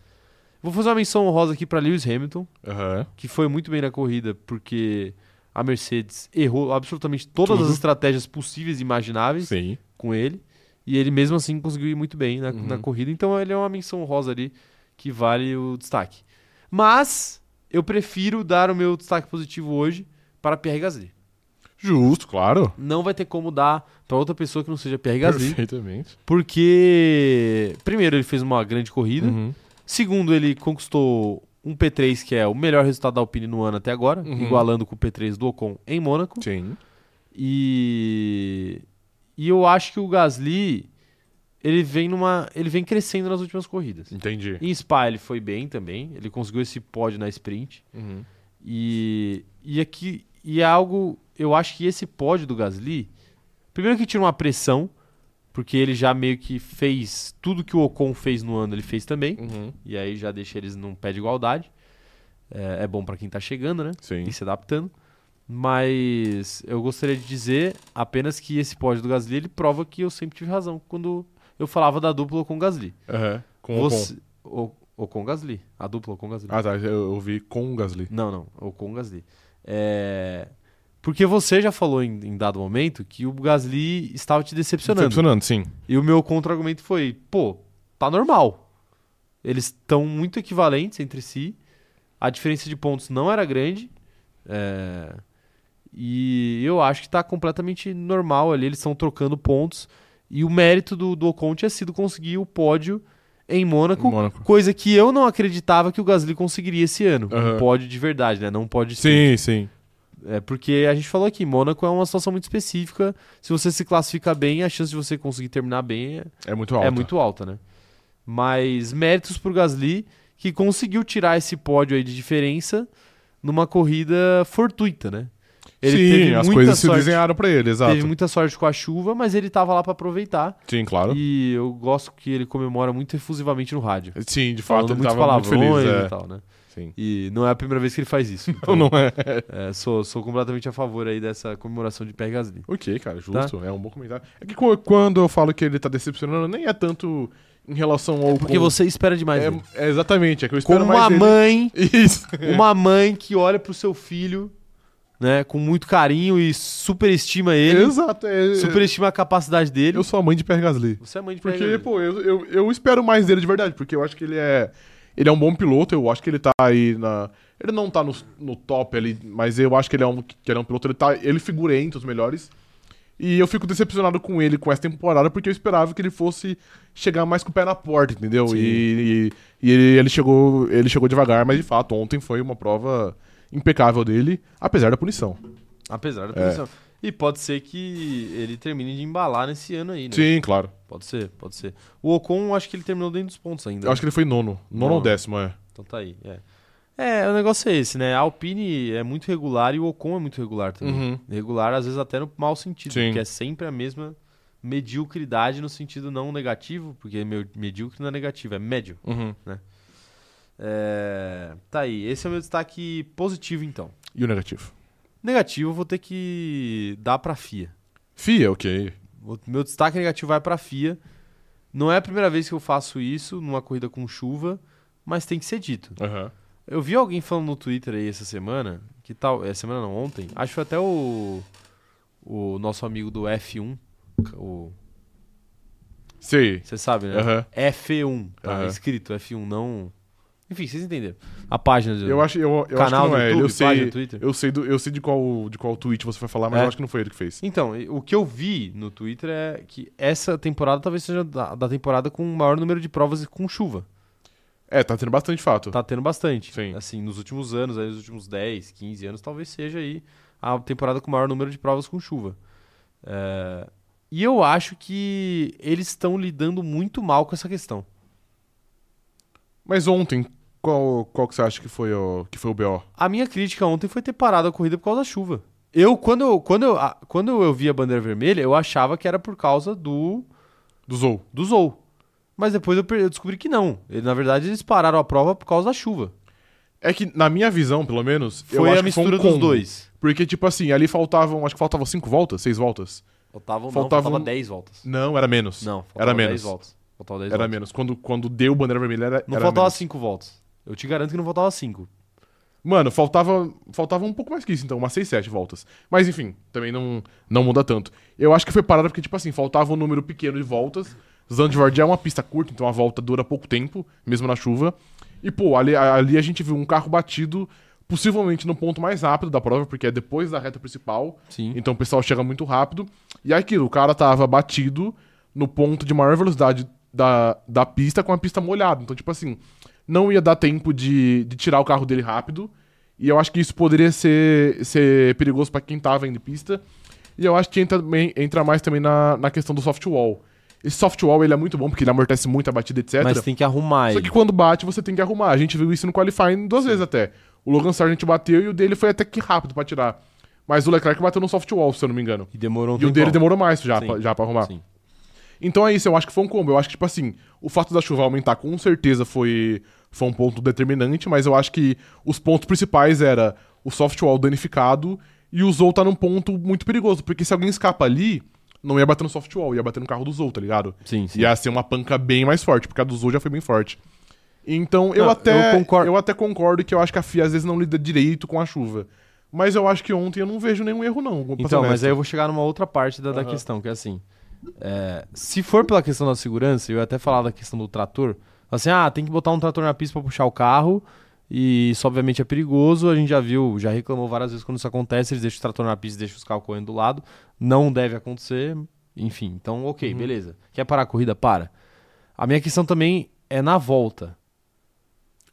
Vou fazer uma menção honrosa aqui para Lewis Hamilton, Aham. que foi muito bem na corrida, porque a Mercedes errou absolutamente todas Tudo. as estratégias possíveis e imagináveis Sim. com ele. E ele mesmo assim conseguiu ir muito bem na, Uhum. na corrida. Então ele é uma menção rosa ali que vale o destaque. Mas eu prefiro dar o meu destaque positivo hoje para Pierre Gasly. Justo, claro. Não vai ter como dar para outra pessoa que não seja Pierre Gasly, Perfeitamente. porque primeiro ele fez uma grande corrida, Uhum. Segundo, ele conquistou um P3, que é o melhor resultado da Alpine no ano até agora, Uhum. igualando com o P3 do Ocon em Mônaco. Sim. E e eu acho que o Gasly ele vem numa, ele vem crescendo nas últimas corridas. Entendi. Em Spa ele foi bem também, ele conseguiu esse pódio na sprint Uhum. e e aqui e é algo, eu acho que esse pódio do Gasly, primeiro que tira uma pressão, porque ele já meio que fez tudo que o Ocon fez no ano, ele fez também. Uhum. E aí já deixa eles num pé de igualdade. É, é bom pra quem tá chegando, né? Sim. E se adaptando. Mas eu gostaria de dizer apenas que esse pódio do Gasly ele prova que eu sempre tive razão quando eu falava da dupla com o Gasly. Aham. Com o Ocon. Você- O, o com o Gasly. A dupla com o Gasly. Ah, tá. Eu ouvi com o Gasly. Não, não. O com o Gasly. É, Porque você já falou em, em dado momento que o Gasly estava te decepcionando. Funcionando, sim. E o meu contra-argumento foi, pô, tá normal. Eles estão muito equivalentes entre si. A diferença de pontos não era grande. é, E eu acho que tá completamente normal ali. Eles estão trocando pontos. E o mérito do, do Ocon tinha sido conseguir o pódio em Mônaco. Mônaco. Coisa que eu não acreditava que o Gasly conseguiria esse ano. Aham. Um pódio de verdade, né? Não um pódio de Sim, sim. É porque a gente falou aqui, Mônaco é uma situação muito específica. Se você se classifica bem, a chance de você conseguir terminar bem é, É muito alto. é muito alta, né? Mas méritos pro Gasly, que conseguiu tirar esse pódio aí de diferença numa corrida fortuita, né? Sim, as coisas sorte, se desenharam pra ele, exato. Teve muita sorte com a chuva, mas ele tava lá pra aproveitar. Sim, claro. E eu gosto que ele comemora muito efusivamente no rádio. Sim, de Falando fato, ele muitos tava muito feliz. palavrões é. e tal, né? Sim. E não é a primeira vez que ele faz isso. Não, Então, não é. é, sou, sou completamente a favor aí dessa comemoração de Pierre Gasly. Ok, cara, justo. Tá. É um bom comentário. É que qu- quando eu falo que ele tá decepcionando, nem é tanto em relação ao. É Porque com- você espera demais dele. É, é exatamente, é que eu espero Como mais uma dele. mãe, Isso. uma mãe que olha pro seu filho, né, com muito carinho e superestima ele, Exato. é- superestima a capacidade dele. Eu sou a mãe de Pierre Gasly. Você é mãe de Pierre Porque, Gasly. pô, eu, eu, eu espero mais dele de verdade, porque eu acho que ele é. Ele é um bom piloto, eu acho que ele tá aí na. Ele não tá no, no top ali, mas eu acho que ele é um, que ele é um piloto, ele, tá, ele figura entre os melhores. E eu fico decepcionado com ele com essa temporada, porque eu esperava que ele fosse chegar mais com o pé na porta, entendeu? Sim. E, e, e ele, ele chegou, ele chegou devagar, mas de fato, ontem foi uma prova impecável dele, apesar da punição. Apesar da É. posição. E pode ser que ele termine de embalar nesse ano aí, né? Sim, claro. Pode ser, pode ser. O Ocon, acho que ele terminou dentro dos pontos ainda. Eu acho que ele foi nono. Nono ou Nono. décimo, é. Então tá aí, é. É, o negócio é esse, né? A Alpine é muito regular e o Ocon é muito regular também. Uhum. Regular, às vezes, até no mau sentido, Sim. porque é sempre a mesma mediocridade no sentido não negativo, porque meu- medíocre não é negativo, é médio. Uhum. É, Tá aí, esse é o meu destaque positivo, então. E o negativo? Negativo, eu vou ter que dar pra FIA. Fia, ok. O meu destaque negativo vai pra FIA. Não é a primeira vez que eu faço isso numa corrida com chuva, mas tem que ser dito. Aham. Eu vi alguém falando no Twitter aí essa semana, que tal, é semana não, ontem, acho que foi até o, o nosso amigo do F1, o- Sei. você sabe, né? Aham. F1, tá Aham. escrito F1, não... Enfim, vocês entenderam. A página do Eu acho, eu, eu acho canal que não do é. YouTube, eu página sei, do Twitter. eu sei do, eu sei de qual, de qual tweet você vai falar, mas É. eu acho que não foi ele que fez. Então, e- o que eu vi no Twitter é que essa temporada talvez seja da, da temporada com o maior número de provas com chuva. É, tá tendo bastante fato. Tá tendo bastante. Sim. Assim, nos últimos anos, aí, nos últimos 10, 15 anos, talvez seja aí a temporada com o maior número de provas com chuva. É, E eu acho que eles estão lidando muito mal com essa questão. Mas ontem, qual, qual que você acha que foi o, que foi o BO? A minha crítica ontem foi ter parado a corrida por causa da chuva. Eu, quando eu, quando eu, a- quando eu vi a bandeira vermelha, eu achava que era por causa do, Do Zou. do Zou. Mas depois eu, per- eu descobri que não. Ele, na verdade, eles pararam a prova por causa da chuva. É que, na minha visão, pelo menos, eu Foi acho a que foi um mistura dos combo. dois. Porque, tipo assim, ali faltavam, acho que faltavam cinco voltas, seis voltas. Faltavam, não, Faltavam- faltava 10 voltas. Não, era menos. Não, era faltava 10 menos. voltas. Faltava 10 Era voltas. menos. Quando, quando deu bandeira vermelha, era, Não era faltava menos. 5 voltas. Eu te garanto que não faltava 5. Mano, faltava, faltava um pouco mais que isso, então, umas 6, 7 voltas. Mas enfim, também não, não muda tanto. Eu acho que foi parada porque, tipo assim, faltava um número pequeno de voltas. Zandvoort é uma pista curta, então a volta dura pouco tempo, mesmo na chuva. E, pô, ali, ali a gente viu um carro batido, possivelmente no ponto mais rápido da prova, porque é depois da reta principal. Sim. Então o pessoal chega muito rápido. E é aquilo, o cara tava batido no ponto de maior velocidade da, da pista com a pista molhada. Então, tipo assim, não ia dar tempo de, de tirar o carro dele rápido. E eu acho que isso poderia ser, ser perigoso pra quem tava indo em pista. E eu acho que entra, bem- entra mais também na, na questão do soft wall. Esse soft wall ele é muito bom porque ele amortece muito a batida, etc. Mas tem que arrumar Só ele. que quando bate, você tem que arrumar. A gente viu isso no qualifying duas vezes até. O Logan Sargent bateu e o dele foi até que rápido pra tirar. Mas o Leclerc bateu no soft wall, se eu não me engano. E demorou um E o dele demorou mais já, Sim. pra, já pra arrumar. Sim. Então é isso, eu acho que foi um combo. Eu acho que, tipo assim, o fato da chuva aumentar com certeza foi, foi um ponto determinante, mas eu acho que os pontos principais era o soft wall danificado e o Zou tá num ponto muito perigoso, porque se alguém escapa ali, não ia bater no soft wall, ia bater no carro do Zou, tá ligado? Sim, sim. Ia ser uma panca bem mais forte, porque a do Zou já foi bem forte. Então eu Não, até eu eu, concordo. até concordo que eu acho que a FIA às vezes não lida direito com a chuva. Mas eu acho que ontem eu não vejo nenhum erro, não. pra ser Então, mas honesto. aí eu vou chegar numa outra parte da, da Aham. questão, que é assim. é, se for pela questão da segurança, eu ia até falar da questão do trator. Assim, ah, tem que botar um trator na pista pra puxar o carro. E isso obviamente é perigoso. A gente já viu, já reclamou várias vezes quando isso acontece. Eles deixam o trator na pista e deixam os carros correndo do lado. Não deve acontecer. Enfim, então, ok, Uhum. beleza. Quer parar a corrida? Para. A minha questão também é na volta.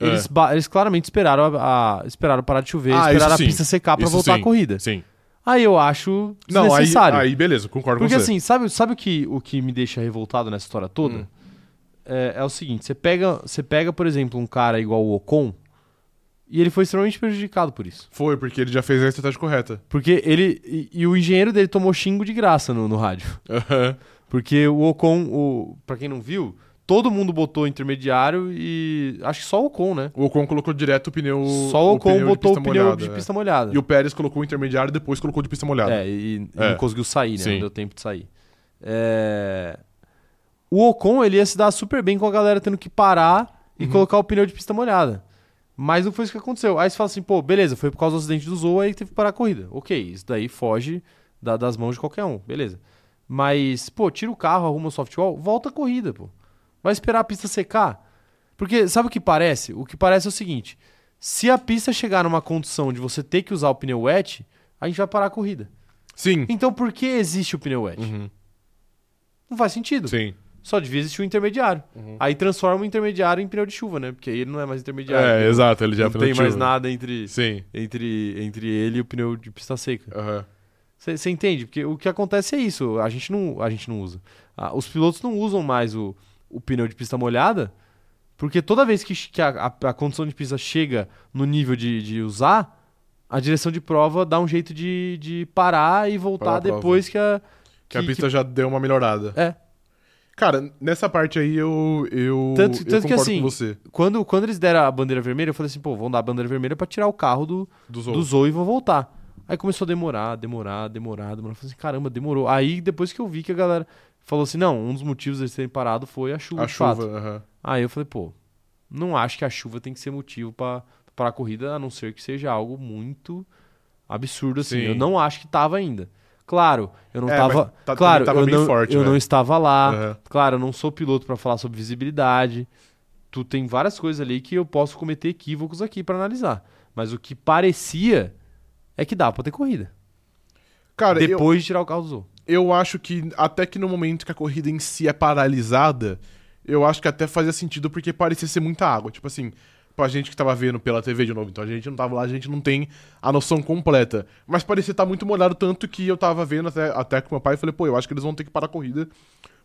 É. Eles, ba- eles claramente esperaram, a, a- esperaram parar de chover, Ah, esperaram isso a sim. pista secar pra Isso voltar sim, a corrida. Sim. Aí eu acho Não, aí, desnecessário. aí beleza, concordo é Porque com você. assim, sabe, sabe o, que, o que me deixa revoltado nessa história toda? Hum. É, é o seguinte, você pega, você pega, por exemplo, um cara igual o Ocon e ele foi extremamente prejudicado por isso. Foi, porque ele já fez a estratégia correta. Porque ele... E, e o engenheiro dele tomou xingo de graça no, no rádio. Aham. Porque o Ocon, o, pra quem não viu, todo mundo botou intermediário e... Acho que só o Ocon, né? O Ocon colocou direto o pneu. só o Ocon pneu de botou pista o pneu molhada, de é. pista molhada. E o Pérez colocou o intermediário e depois colocou de pista molhada. É, e, e É. não conseguiu sair, né? Sim. Não deu tempo de sair. É, O Ocon, ele ia se dar super bem com a galera tendo que parar e Uhum. colocar o pneu de pista molhada. Mas não foi isso que aconteceu. Aí você fala assim, pô, beleza, foi por causa do acidente do Zou, aí teve que parar a corrida. Ok, isso daí foge da- das mãos de qualquer um, beleza. Mas, pô, tira o carro, arruma o softwall, volta a corrida, pô. Vai esperar a pista secar? Porque sabe o que parece? O que parece é o seguinte: se a pista chegar numa condição de você ter que usar o pneu wet, a gente vai parar a corrida. Sim. Então por que existe o pneu wet? Uhum. Não faz sentido. Sim. Uhum. Só devia existir o intermediário. Aí transforma o intermediário em pneu de chuva, né? Porque aí ele não é mais intermediário. É, exato, ele já não tem penaltiu. mais nada entre, Sim. entre, entre ele e o pneu de pista seca. Aham. Você entende? Porque o que acontece é isso. A gente não, a gente não usa. Ah, os pilotos não usam mais o, o pneu de pista molhada, porque toda vez que, que a, a- a condição de pista chega no nível de, de usar, a direção de prova dá um jeito de, de parar e Parar voltar a prova. depois que a. Que, a que- pista já deu uma melhorada. É. Cara, nessa parte aí eu. eu Tanto- eu tanto que concordo assim- com você. Quando, quando eles deram a bandeira vermelha, eu falei assim, pô, vão dar a bandeira vermelha pra tirar o carro do, Dos do Zou e vão voltar. Aí começou a demorar, demorar, demorar, demorar. Eu falei assim, caramba, demorou. Aí depois que eu vi que a galera falou assim, não, um dos motivos deles terem parado foi a chuva, A de fato. chuva. aham. Aí eu falei, pô, não acho que a chuva tem que ser motivo pra para a corrida, a não ser que seja algo muito absurdo assim. Sim. Eu não acho que tava ainda. Claro, eu não É, mas tava, tá- claro, também tava eu meio não, forte, eu velho. não estava lá. Aham. Claro, eu não sou piloto pra falar sobre visibilidade. Tu tem várias coisas ali que eu posso cometer equívocos aqui pra analisar. Mas o que parecia é que dá pra ter corrida. Cara, eu- Depois de tirar o carro do Zou. eu acho que até que no momento que a corrida em si é paralisada, eu acho que até fazia sentido porque parecia ser muita água. Tipo assim, pra gente que tava vendo pela TV de novo, então a gente não tava lá, a gente não tem a noção completa. Mas parecia estar muito molhado, tanto que eu tava vendo até, até com meu pai e falei, pô, eu acho que eles vão ter que parar a corrida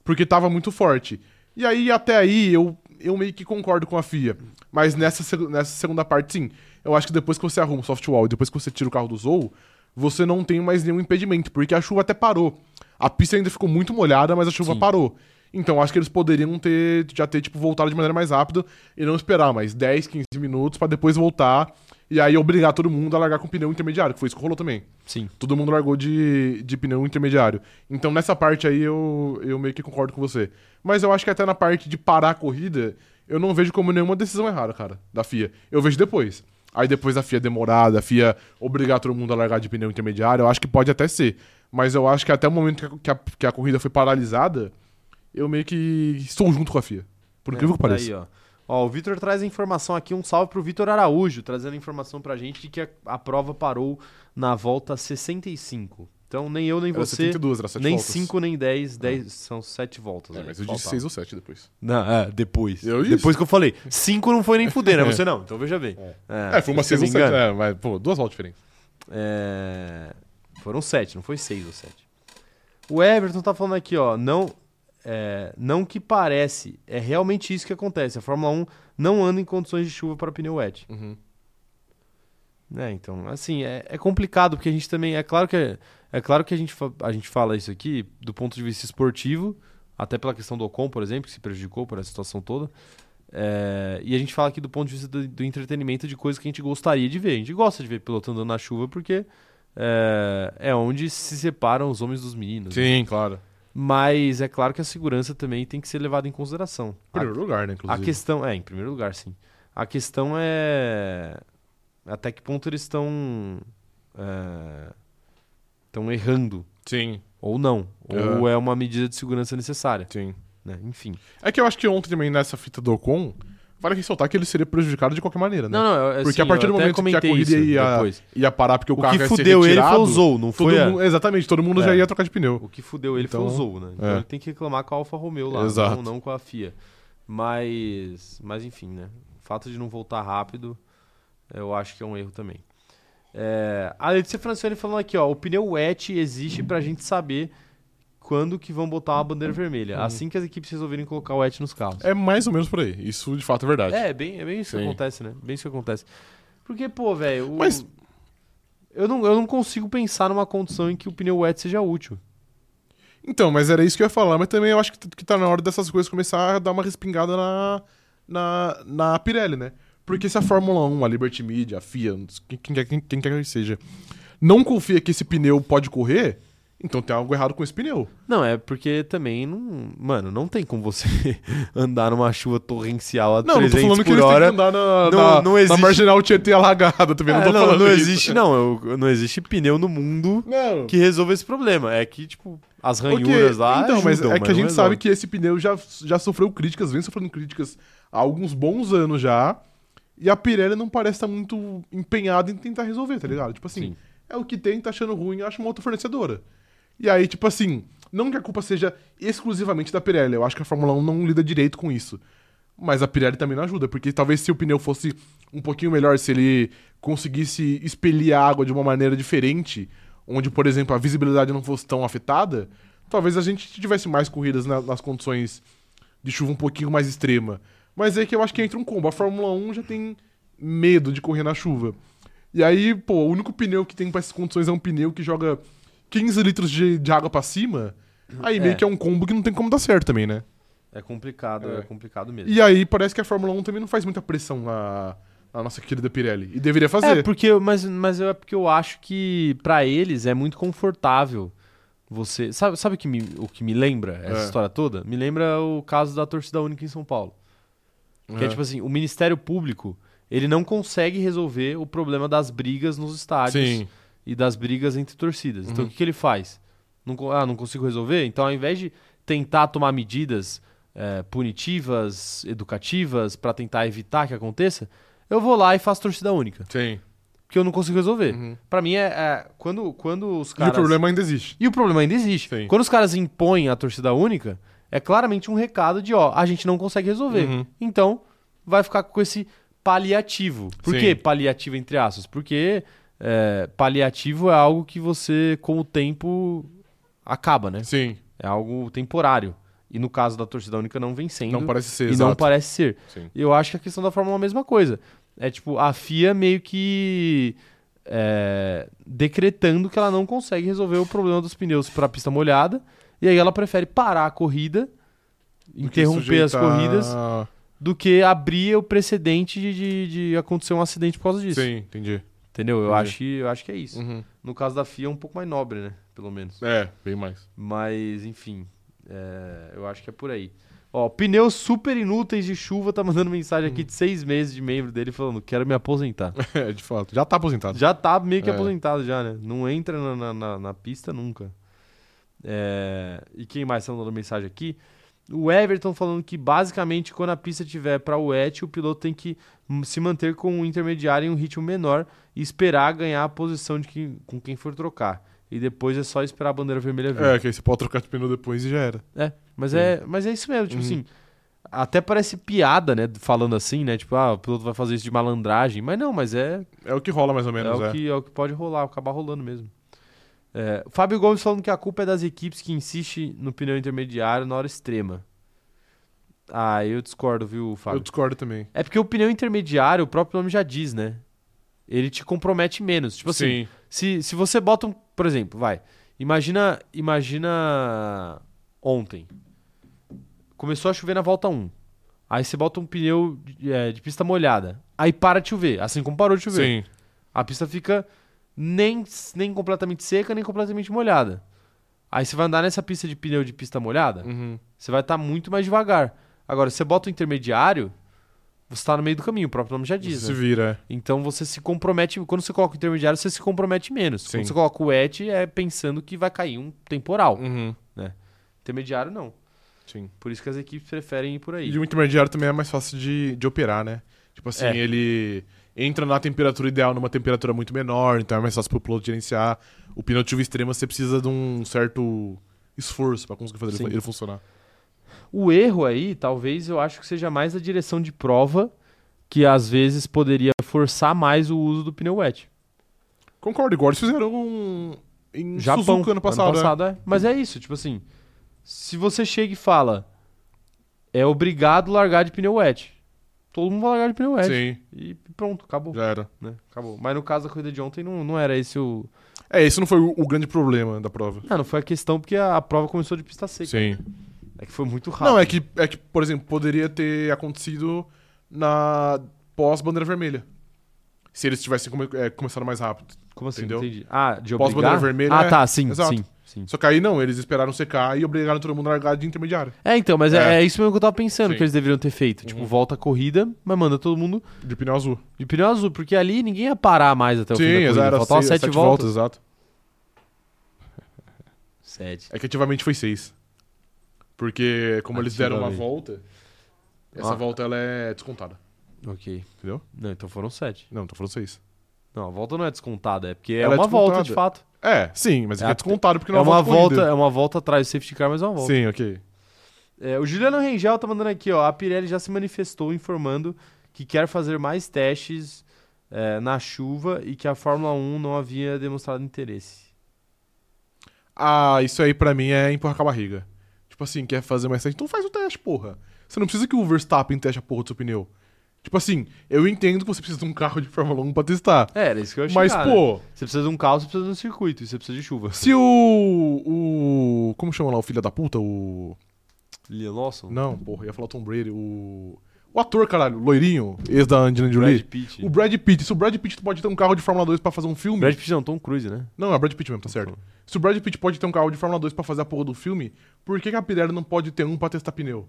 porque tava muito forte. E aí, até aí, eu, eu meio que concordo com a FIA. Mas nessa, seg- nessa segunda parte, sim. Eu acho que depois que você arruma o softwall e depois que você tira o carro do Zou, você não tem mais nenhum impedimento, porque a chuva até parou. A pista ainda ficou muito molhada, mas a chuva Sim. parou. Então acho que eles poderiam ter já ter tipo voltado de maneira mais rápida e não esperar mais 10, 15 minutos pra depois voltar e aí obrigar todo mundo a largar com pneu intermediário, que foi isso que rolou também Sim. todo mundo largou de, de pneu intermediário. Então nessa parte aí eu, eu meio que concordo com você. Mas eu acho que até na parte de parar a corrida, eu não vejo como nenhuma decisão errada, cara, da FIA. Eu vejo depois. Aí depois da FIA demorar, da FIA obrigar todo mundo a largar de pneu intermediário, eu acho que pode até ser. Mas eu acho que até o momento que a, que a, que a corrida foi paralisada, eu meio que estou junto com a FIA. Por incrível É, que pareça. Aí, ó. Ó, o Vitor traz a informação aqui, um salve pro Vitor Araújo, trazendo a informação pra gente de que a, a prova parou na volta 65. Então nem eu, nem Era você, 72, era 7 nem voltas. 5, nem 10, 10 são 7 voltas. É, aí, mas eu que disse faltavam. 6 ou 7 depois. Não, é, depois. Eu disse. depois que eu falei. 5 não foi nem fuder, né? Você não, então veja bem. É, foi uma se eu 6 ou não me 7, engano. é, mas pô, duas voltas diferentes. É, Foram sete, não foi seis ou sete. O Everton tá falando aqui, ó. Não, é, não que parece, é realmente isso que acontece. A Fórmula 1 não anda em condições de chuva para pneu wet. Uhum. Né, então, assim, é, é complicado, porque a gente também. É claro que, é claro que a, gente, fa- a gente fala isso aqui do ponto de vista esportivo, até pela questão do Ocon, por exemplo, que se prejudicou por essa situação toda. É, e a gente fala aqui do ponto de vista do, do entretenimento de coisas que a gente gostaria de ver. A gente gosta de ver piloto andando na chuva porque é, é onde se separam os homens dos meninos. Sim, claro. Mas é claro que a segurança também tem que ser levada em consideração. A- Primeiro lugar, né, inclusive. a questão é, em primeiro lugar, sim. A questão é até que ponto eles estão é, estão errando Sim, ou não, ou Aham. é uma medida de segurança necessária, sim. né? Enfim. É que eu acho que ontem também nessa fita do Ocon, vale ressaltar que ele seria prejudicado de qualquer maneira, né? Não, não, é- é Porque a sim, partir eu do até momento que a comentei corrida isso ia, depois. ia parar porque o, o, carro que ia ser fudeu ele foi retirado, o Zou, não todo foi? a- mundo- Exatamente, todo mundo já É. ia trocar de pneu. O que fudeu ele foi Então, o Zou, né? Então é. ele tem que reclamar com a Alfa Romeo lá, Exato. não, não com a FIA. Mas mas enfim, né? fato de não voltar rápido, eu acho que é um erro também. É, a Letícia Francione falando aqui, ó, o pneu wet existe pra gente saber quando que vão botar uma bandeira vermelha, assim que as equipes resolverem colocar o wet nos carros. Uhum. É mais ou menos por aí. Isso de fato é verdade. É, é bem, é bem isso que Sim. acontece, né? Bem isso que acontece. Porque, pô, velho, o- Mas- eu, não, eu não consigo pensar numa condição em que o pneu wet seja útil. Então, mas era isso que eu ia falar, mas também eu acho que, t- que tá na hora dessas coisas começar a dar uma respingada na, na, na Pirelli, né? Porque se a Fórmula 1, a Liberty Media, a FIA, quem, quem quer- quem- quem quer que seja, não confia que esse pneu pode correr, então tem algo errado com esse pneu. Não, é porque também não. Mano, não tem como você andar numa chuva torrencial a Não, não tô 300 falando que por eles hora. têm que andar na, não- na, não na existe- marginal Tietê alagada também, É, não tô não, falando não isso. existe, não. eu- não existe pneu no mundo Não. que resolva esse problema. É que, tipo, as Porque- ranhuras lá. Então, mas ajudam, é que a não gente sabe resolve. que esse pneu já, já sofreu críticas, vem sofrendo críticas há alguns bons anos já. E a Pirelli não parece estar muito empenhada em tentar resolver, tá ligado? Tipo assim, Sim. é o que tem, tá achando ruim, acha uma outra fornecedora. E aí, tipo assim, não que a culpa seja exclusivamente da Pirelli, eu acho que a Fórmula 1 não lida direito com isso. Mas a Pirelli também não ajuda, porque talvez se o pneu fosse um pouquinho melhor, se ele conseguisse expelir a água de uma maneira diferente, onde, por exemplo, a visibilidade não fosse tão afetada, talvez a gente tivesse mais corridas na- nas condições de chuva um pouquinho mais extrema. Mas é que eu acho que entra um combo. A Fórmula 1 já tem medo de correr na chuva. E aí, pô, o único pneu que tem pra essas condições é um pneu que joga 15 litros de, de água pra cima. Aí meio É. que é um combo que não tem como dar certo também, né? É complicado, é, É. complicado mesmo. E aí parece que a Fórmula 1 também não faz muita pressão na, na nossa querida Pirelli. E deveria fazer. É, porque, mas, mas eu- é porque eu acho que pra eles é muito confortável você. Sabe, sabe o, que me, o que me lembra essa É. história toda? Me lembra o caso da torcida única em São Paulo. Que é É. tipo assim, o Ministério Público, ele não consegue resolver o problema das brigas nos estádios Sim. Uhum. e das brigas entre torcidas. Então o que, que ele faz? Não, co- ah, não consigo resolver? Então ao invés de tentar tomar medidas eh, punitivas, educativas, pra tentar evitar que aconteça, eu vou lá e faço torcida única. Sim. Porque eu não consigo resolver. Uhum. Pra mim é, é- quando, quando os E caras... o problema ainda existe. E o problema ainda existe. Sim. Quando os caras impõem a torcida única, é claramente um recado de, ó, a gente não consegue resolver. Uhum. Então, vai ficar com esse paliativo. Por Sim. que paliativo, entre aspas? Porque é, paliativo é algo que você, com o tempo, acaba, né? Sim. É algo temporário. E no caso da torcida única, não vem sendo. Não parece ser e não exato. parece ser. Sim. Eu acho que a questão da Fórmula é a mesma coisa. É tipo, a FIA meio que é, decretando que ela não consegue resolver o problema dos pneus para pista molhada. E aí ela prefere parar a corrida, Do que interromper as sujeitar- corridas, do que abrir o precedente de, de- de acontecer um acidente por causa disso. Sim, entendi. Entendeu? Eu Entendi. acho, que- eu acho que é isso. Uhum. No caso da FIA é um pouco mais nobre, né? Pelo menos. É, bem mais. Mas, enfim, é, eu acho que é por aí. Ó, pneus super inúteis de chuva tá mandando mensagem Hum. aqui de seis meses de membro dele falando: quero me aposentar. É, de fato. Já tá aposentado. já tá meio que É. aposentado, já, né? Não entra na, na, na- na pista nunca. É, e quem mais tá mandando mensagem aqui? O Everton falando que basicamente quando a pista tiver para o wet, o piloto tem que hum, se manter com um intermediário em um ritmo menor e esperar ganhar a posição de quem, com quem for trocar. E depois é só esperar a bandeira vermelha vir. É, que aí você pode trocar de pneu depois e já era. É, mas Sim. é, mas é isso mesmo, tipo Uhum. assim, até parece piada, né, falando assim, né, tipo, ah, o piloto vai fazer isso de malandragem, mas não, mas é, É o que rola mais ou menos, é, é. o que, é o que pode rolar, acabar rolando mesmo. É, o Fábio Gomes falando que a culpa é das equipes que insistem no pneu intermediário na hora extrema. Ah, eu discordo, viu, Fábio? Eu discordo também. É porque o pneu intermediário, o próprio nome já diz, né? Ele te compromete menos. Tipo assim, Sim. se, se você bota um. Por exemplo, vai. Imagina. Imagina. Ontem. Começou a chover na volta 1. Aí você bota um pneu de, é, de pista molhada. Aí para de chover. Assim como parou de chover. Sim. A pista fica nem, nem completamente seca, nem completamente molhada. Aí você vai andar nessa pista de pneu de pista molhada. Uhum. Você vai estar muito mais devagar. Agora, se você bota o intermediário. Você está no meio do caminho, o próprio nome já diz. Você né? se vira, Então você se compromete. Quando você coloca o intermediário, você se compromete menos. Sim. Quando você coloca o et, é pensando que vai cair um temporal. é. Uhum. Intermediário, não. Sim. Por isso que as equipes preferem ir por aí. E o intermediário também é mais fácil de, de operar, né? Tipo assim, É. ele entra na temperatura ideal numa temperatura muito menor, então é mais fácil pro piloto gerenciar. O pneu de chuva extrema, você precisa de um certo esforço pra conseguir fazer ele- Sim. ele funcionar. O erro aí, talvez eu acho que seja mais a direção de prova que às vezes poderia forçar mais o uso do pneu wet. Concordo, igual eles fizeram um... em Japão, Suzuka ano passado. né? é. Mas é isso, tipo assim, se você chega e fala, é obrigado largar de pneu wet, todo mundo vai largar de pneu wet. Sim, E pronto, acabou. já era. né? Acabou. Mas no caso da corrida de ontem não, não era esse o. É, esse não foi o, o grande problema da prova. Ah, não foi a questão porque a, a prova começou de pista seca. Sim. É que foi muito rápido. Não, é que, é que, por exemplo, poderia ter acontecido na pós-bandeira vermelha. Se eles tivessem come, é, começado mais rápido. Como assim? Entendeu? Não Entendi. Ah, de Pós obrigar? bandeira vermelha, Ah, é. tá, sim, Exato. sim, sim. Só que aí não, eles esperaram secar e obrigaram todo mundo a largar de intermediário. É, então, mas é, É. é isso mesmo que eu tava pensando Sim. que eles deveriam ter feito. Tipo, Uhum. volta a corrida, mas manda todo mundo De pneu azul. de pneu azul, porque ali ninguém ia parar mais até o fim Então, da Sim, corrida. era Faltavam seis- sete, sete voltas. Exato. Sete. É que ativamente foi seis. Porque como eles deram uma volta, essa Ah. volta ela é descontada. Ok. Entendeu? Não, então foram sete. Não, tô falando seis. Não, a volta não é descontada, é porque é Ela é uma volta, de descontada. fato. É, sim, mas É é, que é a- descontado porque É não uma, volta, corrida. é uma volta atrás do safety car, mas é uma volta. Sim, ok. É, o Juliano Rengel tá mandando aqui, ó. A Pirelli já se manifestou informando que quer fazer mais testes é, na chuva e que a Fórmula 1 não havia demonstrado interesse. Ah, isso aí pra mim é empurrar com a barriga. Tipo assim, quer fazer mais teste? Então faz o teste, porra. Você não precisa que o Verstappen teste a porra do seu pneu. Tipo assim, eu entendo que você precisa de um carro de Fórmula 1 pra testar. É, era isso que eu achei. Mas, pô, Você precisa de um carro, você precisa de um circuito e você precisa de chuva. se o. O. Como chama lá o filho da puta? O. Liam Lawson? Não, porra, ia falar o Tom Brady. O. O ator, caralho, loirinho, ex da Angelina Jolie. Brad Pitt. O Brad Pitt. Se o Brad Pitt pode ter um carro de Fórmula 2 pra fazer um filme. Brad Pitt não, Tom Cruise, né? Não, é o Brad Pitt mesmo, tá certo. Se o Brad Pitt pode ter um carro de Fórmula 2 pra fazer a porra do filme, por que, que a Pirelli não pode ter um pra testar pneu?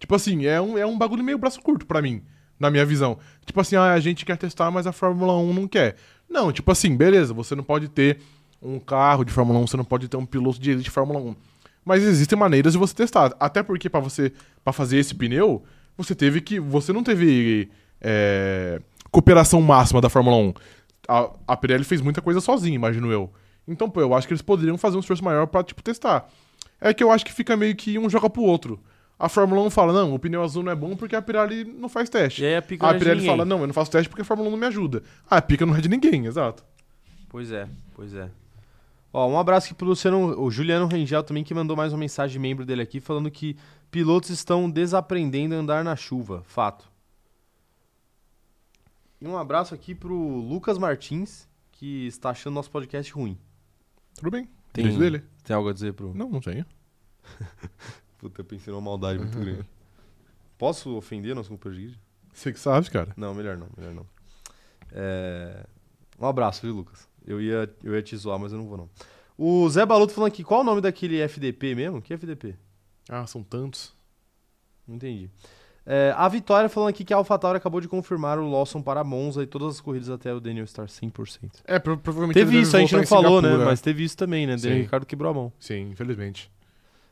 Tipo assim, é um, é um bagulho meio braço curto pra mim, na minha visão. Tipo assim, ah, a gente quer testar, mas a Fórmula 1 não quer. Não, tipo assim, beleza, você não pode ter um carro de Fórmula 1, você não pode ter um piloto de elite de Fórmula 1. Mas existem maneiras de você testar. Até porque pra você para fazer esse pneu, você teve que. Você não teve é, cooperação máxima da Fórmula 1. A, a Pirelli fez muita coisa sozinha, imagino eu. Então, pô, eu acho que eles poderiam fazer um esforço maior pra, tipo, testar. É que eu acho que fica meio que um joga pro outro. A Fórmula 1 fala, não, o pneu azul não é bom porque a Pirelli não faz teste. E aí a pica Ah, a não é de Pirelli ninguém. fala, não, eu não faço teste porque a Fórmula 1 não me ajuda. Ah, a pica não é de ninguém, exato. Pois é, pois é. Ó, um abraço aqui pro Luciano, o Juliano Rengel também, que mandou mais uma mensagem de membro dele aqui, falando que pilotos estão desaprendendo a andar na chuva. Fato. E um abraço aqui pro Lucas Martins, que está achando nosso podcast ruim. Tudo bem. Tem- Direito dele? Tem algo a dizer pro. Não, não tenho. Puta, eu pensei numa maldade muito grande. Posso ofender nosso companheiro de grid? Você que sabe, cara. Não, melhor não, melhor não. É, Um abraço, viu, Lucas? Eu ia, eu ia te zoar, mas eu não vou, não. O Zé Baluto falando aqui, qual o nome daquele FDP mesmo? Que FDP? Ah, são tantos. Não entendi. É, a Vitória falando aqui que a AlphaTauri acabou de confirmar o Lawson para Monza e todas as corridas até o Daniel estar 100%. É, pro- provavelmente Teve ele deve isso, a gente voltar não em falou, né? Singapura. Mas teve isso também, né? Daniel Sim. Ricardo quebrou a mão. Sim, infelizmente.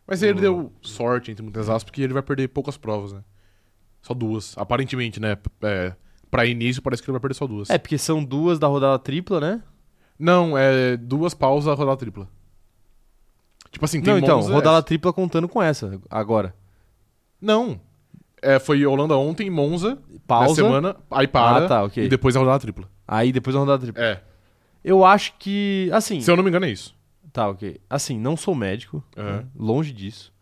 Mas ele deu sorte, entre muitas aspas, porque ele vai perder poucas provas, né? Só duas. Aparentemente, né? P- É, pra início, parece que ele vai perder só duas. É, porque são duas da rodada tripla, né? Não, é duas pausas, rodada tripla. Tipo assim, tem não, então, Monza, rodada essa. tripla contando com essa agora. Não. É, foi Holanda ontem, Monza, Pausa. na semana, aí para, Ah, tá, ok. e depois a rodada tripla. Aí depois a rodada tripla. É, Eu acho que. Assim. se eu não me engano é isso. Tá, ok. Assim, não sou médico, Aham. né? longe disso.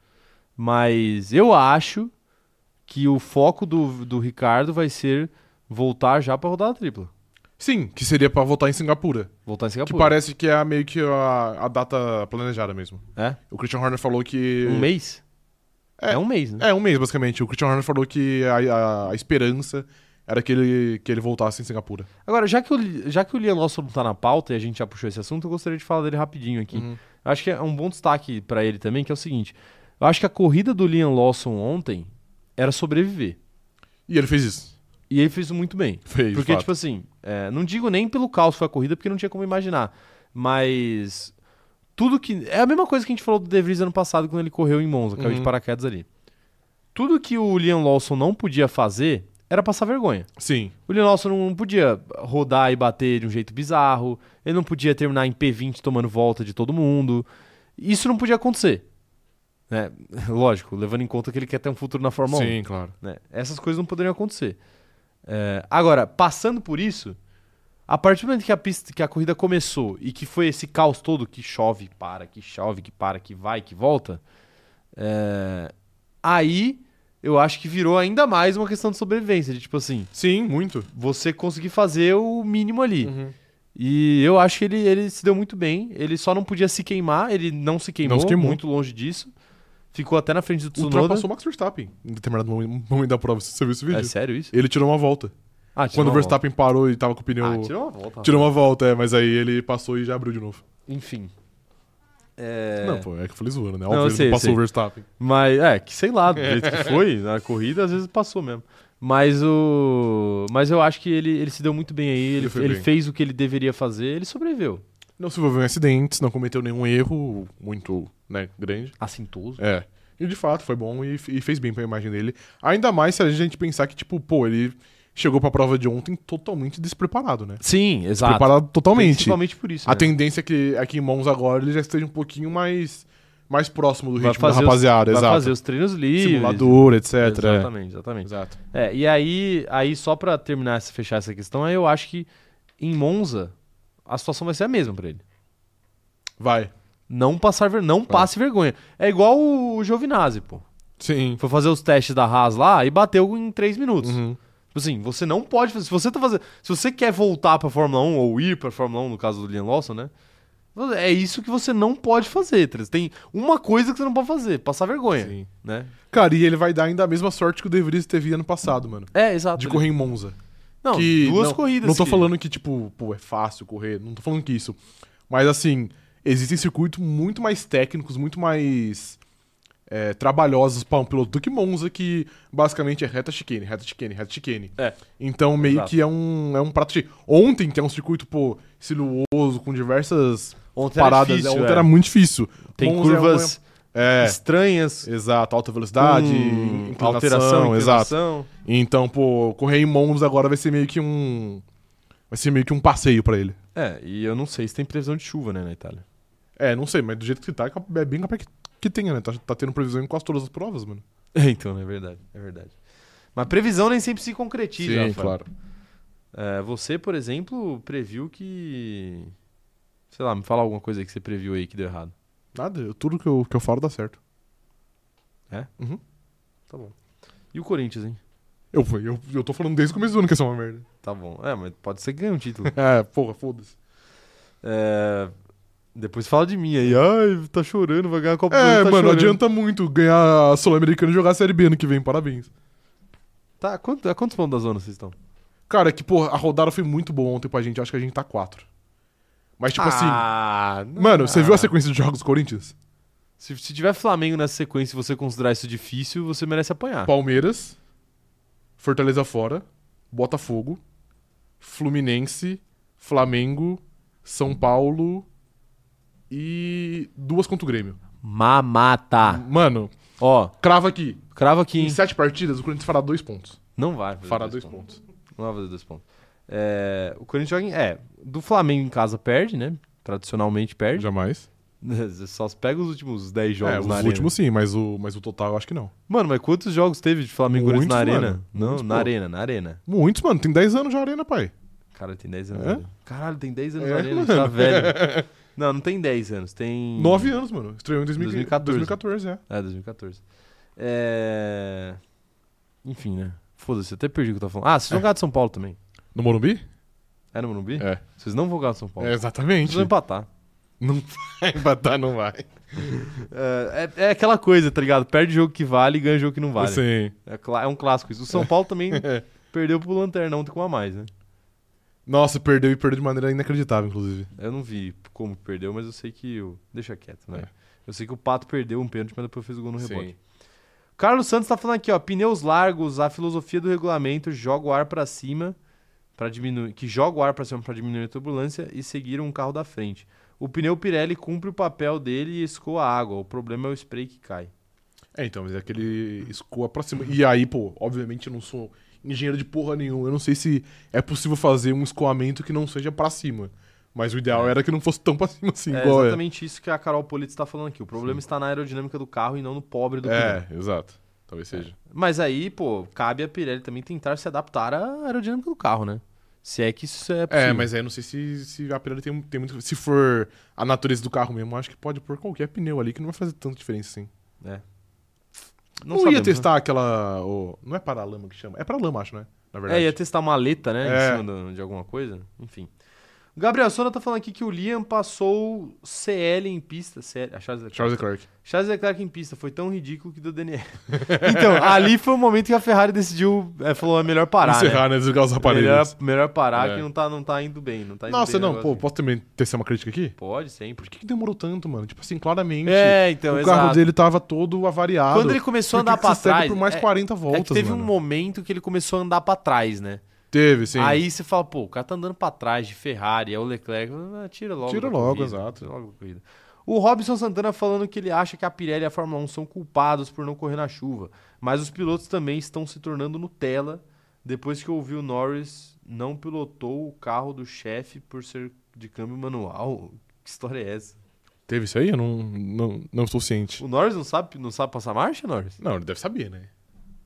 Mas eu acho que o foco do, do Ricardo vai ser voltar já pra rodada tripla. Sim, que seria pra voltar em Singapura. Voltar em Que Singapura. parece que é a- meio que a, a data planejada mesmo. É? O Christian Horner falou que... Um mês? É. É, um mês, né? É, um mês, basicamente. O Christian Horner falou que a, a- a esperança era que ele, que ele voltasse em Singapura. Agora, já que, o, já que o Lian Lawson não tá na pauta e a gente já puxou esse assunto, eu gostaria de falar dele rapidinho aqui. Uhum. Eu Acho que é um bom destaque pra ele também, que é o seguinte. Eu acho que a corrida do Lian Lawson ontem era sobreviver. E ele fez isso. E ele fez isso muito bem. Fez, Porque, de fato. tipo assim, é, não digo nem pelo caos que foi a corrida, porque não tinha como imaginar. Mas tudo que. É a mesma coisa que a gente falou do De Vries ano passado, quando ele correu em Monza, caiu de Uhum. paraquedas ali. Tudo que o Liam Lawson não podia fazer era passar vergonha. Sim. O Liam Lawson não podia rodar e bater de um jeito bizarro, ele não podia terminar em P20 tomando volta de todo mundo. Isso não podia acontecer. né? Lógico, levando em conta que ele quer ter um futuro na Fórmula 1 Sim, claro. né? Essas coisas não poderiam acontecer. É, agora, passando por isso, a partir do momento que a pista, que a corrida começou e que foi esse caos todo que chove, para, que chove, que para, que vai, que volta, é, aí eu acho que virou ainda mais uma questão de sobrevivência, de tipo assim, Sim, muito. você conseguir fazer o mínimo ali. Uhum. E eu acho que ele, ele se deu muito bem. Ele só não podia se queimar, ele não se queimou, Não se queimou. muito longe disso. Ficou até na frente do Tsunoda. Ultrapassou o Max Verstappen em determinado momen- momento da prova. Você viu esse vídeo? É sério isso? Ele tirou uma volta. Ah, Quando uma o Verstappen parou e tava com o volta. pneu. Ah, tirou... tirou uma volta. uma volta, é, mas aí ele passou e já abriu de novo. Enfim. É... Não, pô, é que eu falei zoando, né? Não, eu Óbvio, ele sei, eu não passou sei. o Verstappen. Mas, é, que sei lá, do jeito que foi, na corrida às vezes passou mesmo. Mas o. Mas eu acho que ele, ele se deu muito bem aí, ele, Ele foi ele bem. fez o que ele deveria fazer, ele sobreviveu. Não se envolveu em acidentes, não cometeu nenhum erro muito, né, grande. Assintoso. É. E de fato foi bom e, e fez bem pra imagem dele. Ainda mais se a gente pensar que, tipo, pô, ele chegou pra prova de ontem totalmente despreparado, né? Sim, exato. Preparado totalmente. Principalmente por isso. A né? tendência é que aqui em Mons agora ele já esteja um pouquinho mais, mais próximo do Vai ritmo da fazer os- rapaziada, Vai exato. fazer os treinos livres. Simulador, etc. é. Exatamente, exatamente. Exato. É, e aí, aí só pra terminar, essa- fechar essa questão, aí eu acho que em Monza a situação vai ser a mesma pra ele. Vai. Não passar ver- não passe vergonha. É igual o Giovinazzi, pô. Sim. Foi fazer os testes da Haas lá e bateu em 3 minutos. Uhum. Tipo assim, você não pode fazer. Se você tá fazendo. Se você quer voltar pra Fórmula 1 ou ir pra Fórmula 1, no caso do Liam Lawson, né? É isso que você não pode fazer, Trez. Tem uma coisa que você não pode fazer, passar vergonha, Sim. né? Cara, e ele vai dar ainda a mesma sorte que o De Vries teve ano passado, mano. É, exato. De Ele- correr em Monza. não, que duas não, corridas. Não tô que- falando que, tipo, pô, é fácil correr, não tô falando que isso. Mas, assim, existem circuitos muito mais técnicos, muito mais é, trabalhosos pra um piloto do que Monza, que basicamente é reta chicane, reta chicane, reta chicane. É. Então, meio Exato. que é um, é um prato cheio. Ontem, que é um circuito, pô, siluoso, com diversas Ontem era paradas, difícil, ontem é. era muito difícil. Tem Monza é uma- curvas. É, estranhas, exato, alta velocidade, com inclinação, Hum, alteração, exato. inclinação. Então, pô, correr em Monza agora vai ser meio que um. Vai ser meio que um passeio pra ele. É, e eu não sei se tem previsão de chuva, né, na Itália. É, não sei, mas do jeito que tá, é bem capaz que, que tenha, né? Tá, tá tendo previsão em quase todas as provas, mano. então, é verdade, é verdade. Mas previsão nem sempre se concretiza, Rafael. É, você, por exemplo, previu que... Sei lá, me fala alguma coisa aí que você previu aí que deu errado. Nada, eu- tudo que eu, que eu falo dá certo. É? Uhum. Tá bom. E o Corinthians, hein? Eu, eu, eu tô falando desde o começo do ano que isso é uma merda. Tá bom. É, mas pode ser que ganhe um título. É, porra, foda-se. É, Depois fala de mim aí. Ai, tá chorando, vai ganhar a Copa do É, Mundo, tá mano, chorando. adianta muito ganhar a Sul-Americana e jogar a Série B ano que vem, parabéns. Tá, quanto, a quantos pontos da zona vocês estão? Cara, é que, porra, a rodada foi muito boa ontem pra gente, eu acho que a gente tá 4. Mas, tipo assim. ah, não. Mano, você viu Ah. a sequência de jogos do Corinthians? Se, se tiver Flamengo nessa sequência e você considerar isso difícil, você merece apanhar. Palmeiras, Fortaleza fora, Botafogo, Fluminense, Flamengo, São Paulo e duas contra o Grêmio. Mamata. Mano, Ó, crava aqui. cravo aqui, Em hein? sete partidas, o Corinthians fará dois pontos. Não vai fazer Fará é- dois dois pontos. pontos. Não vai fazer dois pontos. É, o Corinthians joga em... É, do Flamengo em casa perde, né? Tradicionalmente perde. Jamais. Só se pega os últimos 10 jogos É, os na arena. últimos sim, mas o, mas o total eu acho que não. Mano, mas quantos jogos teve de Flamengo e Corinthians na Muitos, arena? mano. Não, Muitos, na pô. arena, na arena. Muitos, mano. Tem 10 anos já a arena, pai. Cara, tem 10 anos É? na arena. Caralho, tem 10 anos É, na arena, a gente tá velho. Não, não tem 10 anos, tem... Nove anos, mano. Estreou em 2014. 2014. 2014, é. É, 2014. É... Enfim, né? Foda-se, até perdi o que eu tava falando. Ah, vocês vão ganhar de São Paulo também. No Morumbi? É no Morumbi? É. Vocês não vão ganhar de São Paulo. É, exatamente. Vocês vão empatar. Não vai empatar, não vai. É, é- é aquela coisa, tá ligado? Perde jogo que vale e ganha jogo que não vale. Sim. É, cla- é um clássico isso. O São Paulo também perdeu pro Lanterna ontem com um a mais, né? Nossa, perdeu e perdeu de maneira inacreditável, inclusive. Eu não vi como perdeu, mas eu sei que... O... Deixa quieto, né? Eu sei que o Pato perdeu um pênalti, mas depois fez o gol no Sim. rebote. Carlos Santos tá falando aqui, ó, pneus largos, a filosofia do regulamento, joga o ar pra cima para diminuir, que joga o ar pra cima pra diminuir a turbulência e seguir um carro da frente. O pneu Pirelli cumpre o papel dele e escoa a água. O problema é o spray que cai. É, então, mas é aquele escoa pra cima. E aí, pô, obviamente eu não sou engenheiro de porra nenhuma. Eu não sei se é possível fazer um escoamento que não seja pra cima. Mas o ideal era que não fosse tão pra cima assim, é igual é. tá exatamente isso que a Carol Polito está falando aqui. O problema está na aerodinâmica do carro e não no pobre do pneu. É, exato. Talvez seja. Mas aí, pô, cabe a Pirelli também tentar se adaptar à aerodinâmica do carro, né? Se é que isso é É, possível. mas aí eu não sei se, se a Pirelli tem, tem muito. Se for a natureza do carro mesmo, acho que pode pôr qualquer pneu ali que não vai fazer tanta diferença assim. Não, ia sabemos, né? testar aquela. o- não é paralama que chama? É paralama, acho, né? Na verdade. É, ia testar uma maleta, né? É. Em cima do- de alguma coisa. Enfim. O Gabriel Sona tá falando aqui que o Liam passou CL em pista. CL, a Charles Leclerc. Charles Leclerc. Charles Leclerc em pista foi tão ridículo que deu DNF. então, ali foi o momento que a Ferrari decidiu, é, falou, é melhor parar, né? Encerrar, né? Desligar os Melhor, aparelhos. melhor parar É. que não tá, não tá indo bem. Não tá indo Nossa, bem o não, pô, negócio. posso também testar uma crítica aqui? Pode, Por sempre. que, que demorou tanto, mano? Tipo assim, claramente. É, então, o exato. carro dele tava todo avariado. Quando ele começou a Por que andar que pra você segue trás. por mais é- 40 é, voltas, que teve mano. um momento que ele começou a andar pra trás, né? Teve, sim. Aí você fala, pô, o cara tá andando pra trás de Ferrari, é o Leclerc, ah, tira logo. Tira da logo, corrida, exato. tira logo da corrida. O Robson Santana falando que ele acha que a Pirelli e a Fórmula 1 são culpados por não correr na chuva, mas os pilotos também estão se tornando Nutella depois que ouviu o Norris não pilotou o carro do chefe por ser de câmbio manual. Que história é essa? Teve isso aí? Eu não, não, não estou ciente. O Norris não sabe, não sabe passar marcha, Norris? Não, ele deve saber, né?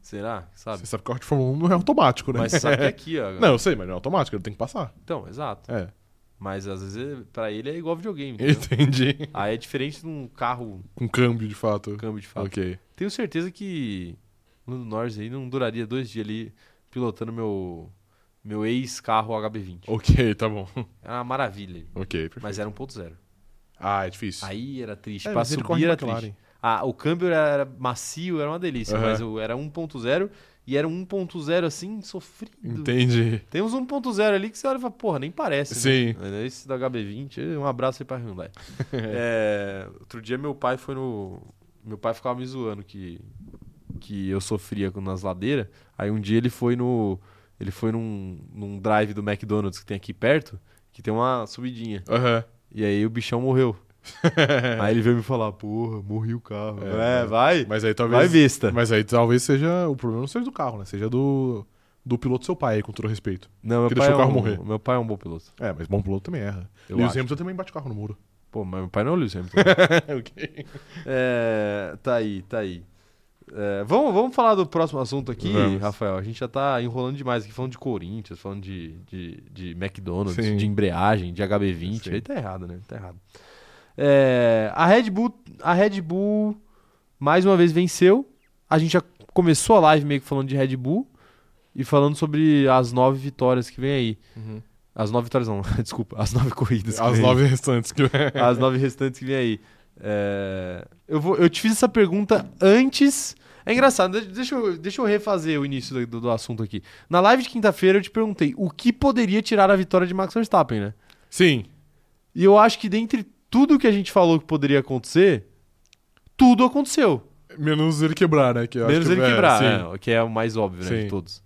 Será? que Sabe? Você sabe que o carro de Fórmula 1 não é automático, né? Mas sabe que é aqui, ó. Não, eu sei, mas não é automático, ele tem que passar. Então, exato. É. Mas às vezes é- pra ele é igual videogame. entendeu? Entendi. Aí é diferente de um carro Com câmbio, de fato. câmbio de fato. Ok. Tenho certeza que o Lando Norris aí não duraria dois dias ali pilotando meu, meu ex-carro HB20. Ok, tá bom. Era uma maravilha, Ok, perfeito. mas era 1.0. Ah, é difícil. Aí era triste, É, pra mas ele corre subir era na McLaren. triste. Ah, o câmbio era macio, era uma delícia, Aham. mas o- era 1.0 e era um 1.0 assim, sofrido. Entendi. Tem uns 1.0 ali que você olha e fala, porra, nem parece. Sim. Né? Esse da HB20, um abraço aí pra Hyundai. É, outro dia meu pai foi no. Meu pai ficava me zoando que, que eu sofria com- nas ladeiras. Aí um dia ele foi no. Ele foi num, num drive do McDonald's que tem aqui perto, que tem uma subidinha. Aham. E aí o bichão morreu. aí ele veio me falar, porra, morri o carro. É, É, vai. Mas aí Vai talvez. vista. Mas aí talvez seja. O problema não seja do carro, né? Seja do. Do piloto do seu pai, aí, com todo respeito. Não, meu que pai, deixou é o carro um- morrer. meu pai é um bom piloto. É, mas bom piloto também erra. Eu Lewis acho. Hamilton também bate o carro no muro. Pô, mas meu pai não é o Lewis Hamilton. ok. É, tá aí, tá aí. É, vamos, vamos falar do próximo assunto aqui, Vamos. Rafael. A gente já tá enrolando demais aqui, falando de Corinthians, falando de, de, de McDonald's, Sim. de embreagem, de HB20. Sim. Aí tá errado, né? Tá errado. É, a Red Bull, a Red Bull mais uma vez venceu. A gente já começou a live meio que falando de Red Bull e falando sobre as nove vitórias que vem aí. As nove vitórias não, desculpa, as nove corridas. que As vem aí nove restantes que. as nove restantes que vem aí. É, eu, vou, eu te fiz essa pergunta antes. É engraçado, de- deixa eu, deixa eu refazer o início do, do assunto aqui. Na live de quinta-feira eu te perguntei o que poderia tirar a vitória de Max Verstappen, né? Sim. E eu acho que dentre tudo que a gente falou que poderia acontecer, tudo aconteceu. Menos ele quebrar, né? Que eu acho menos que- ele é, quebrar, sim. né? O que é o mais óbvio né, Sim. de todos.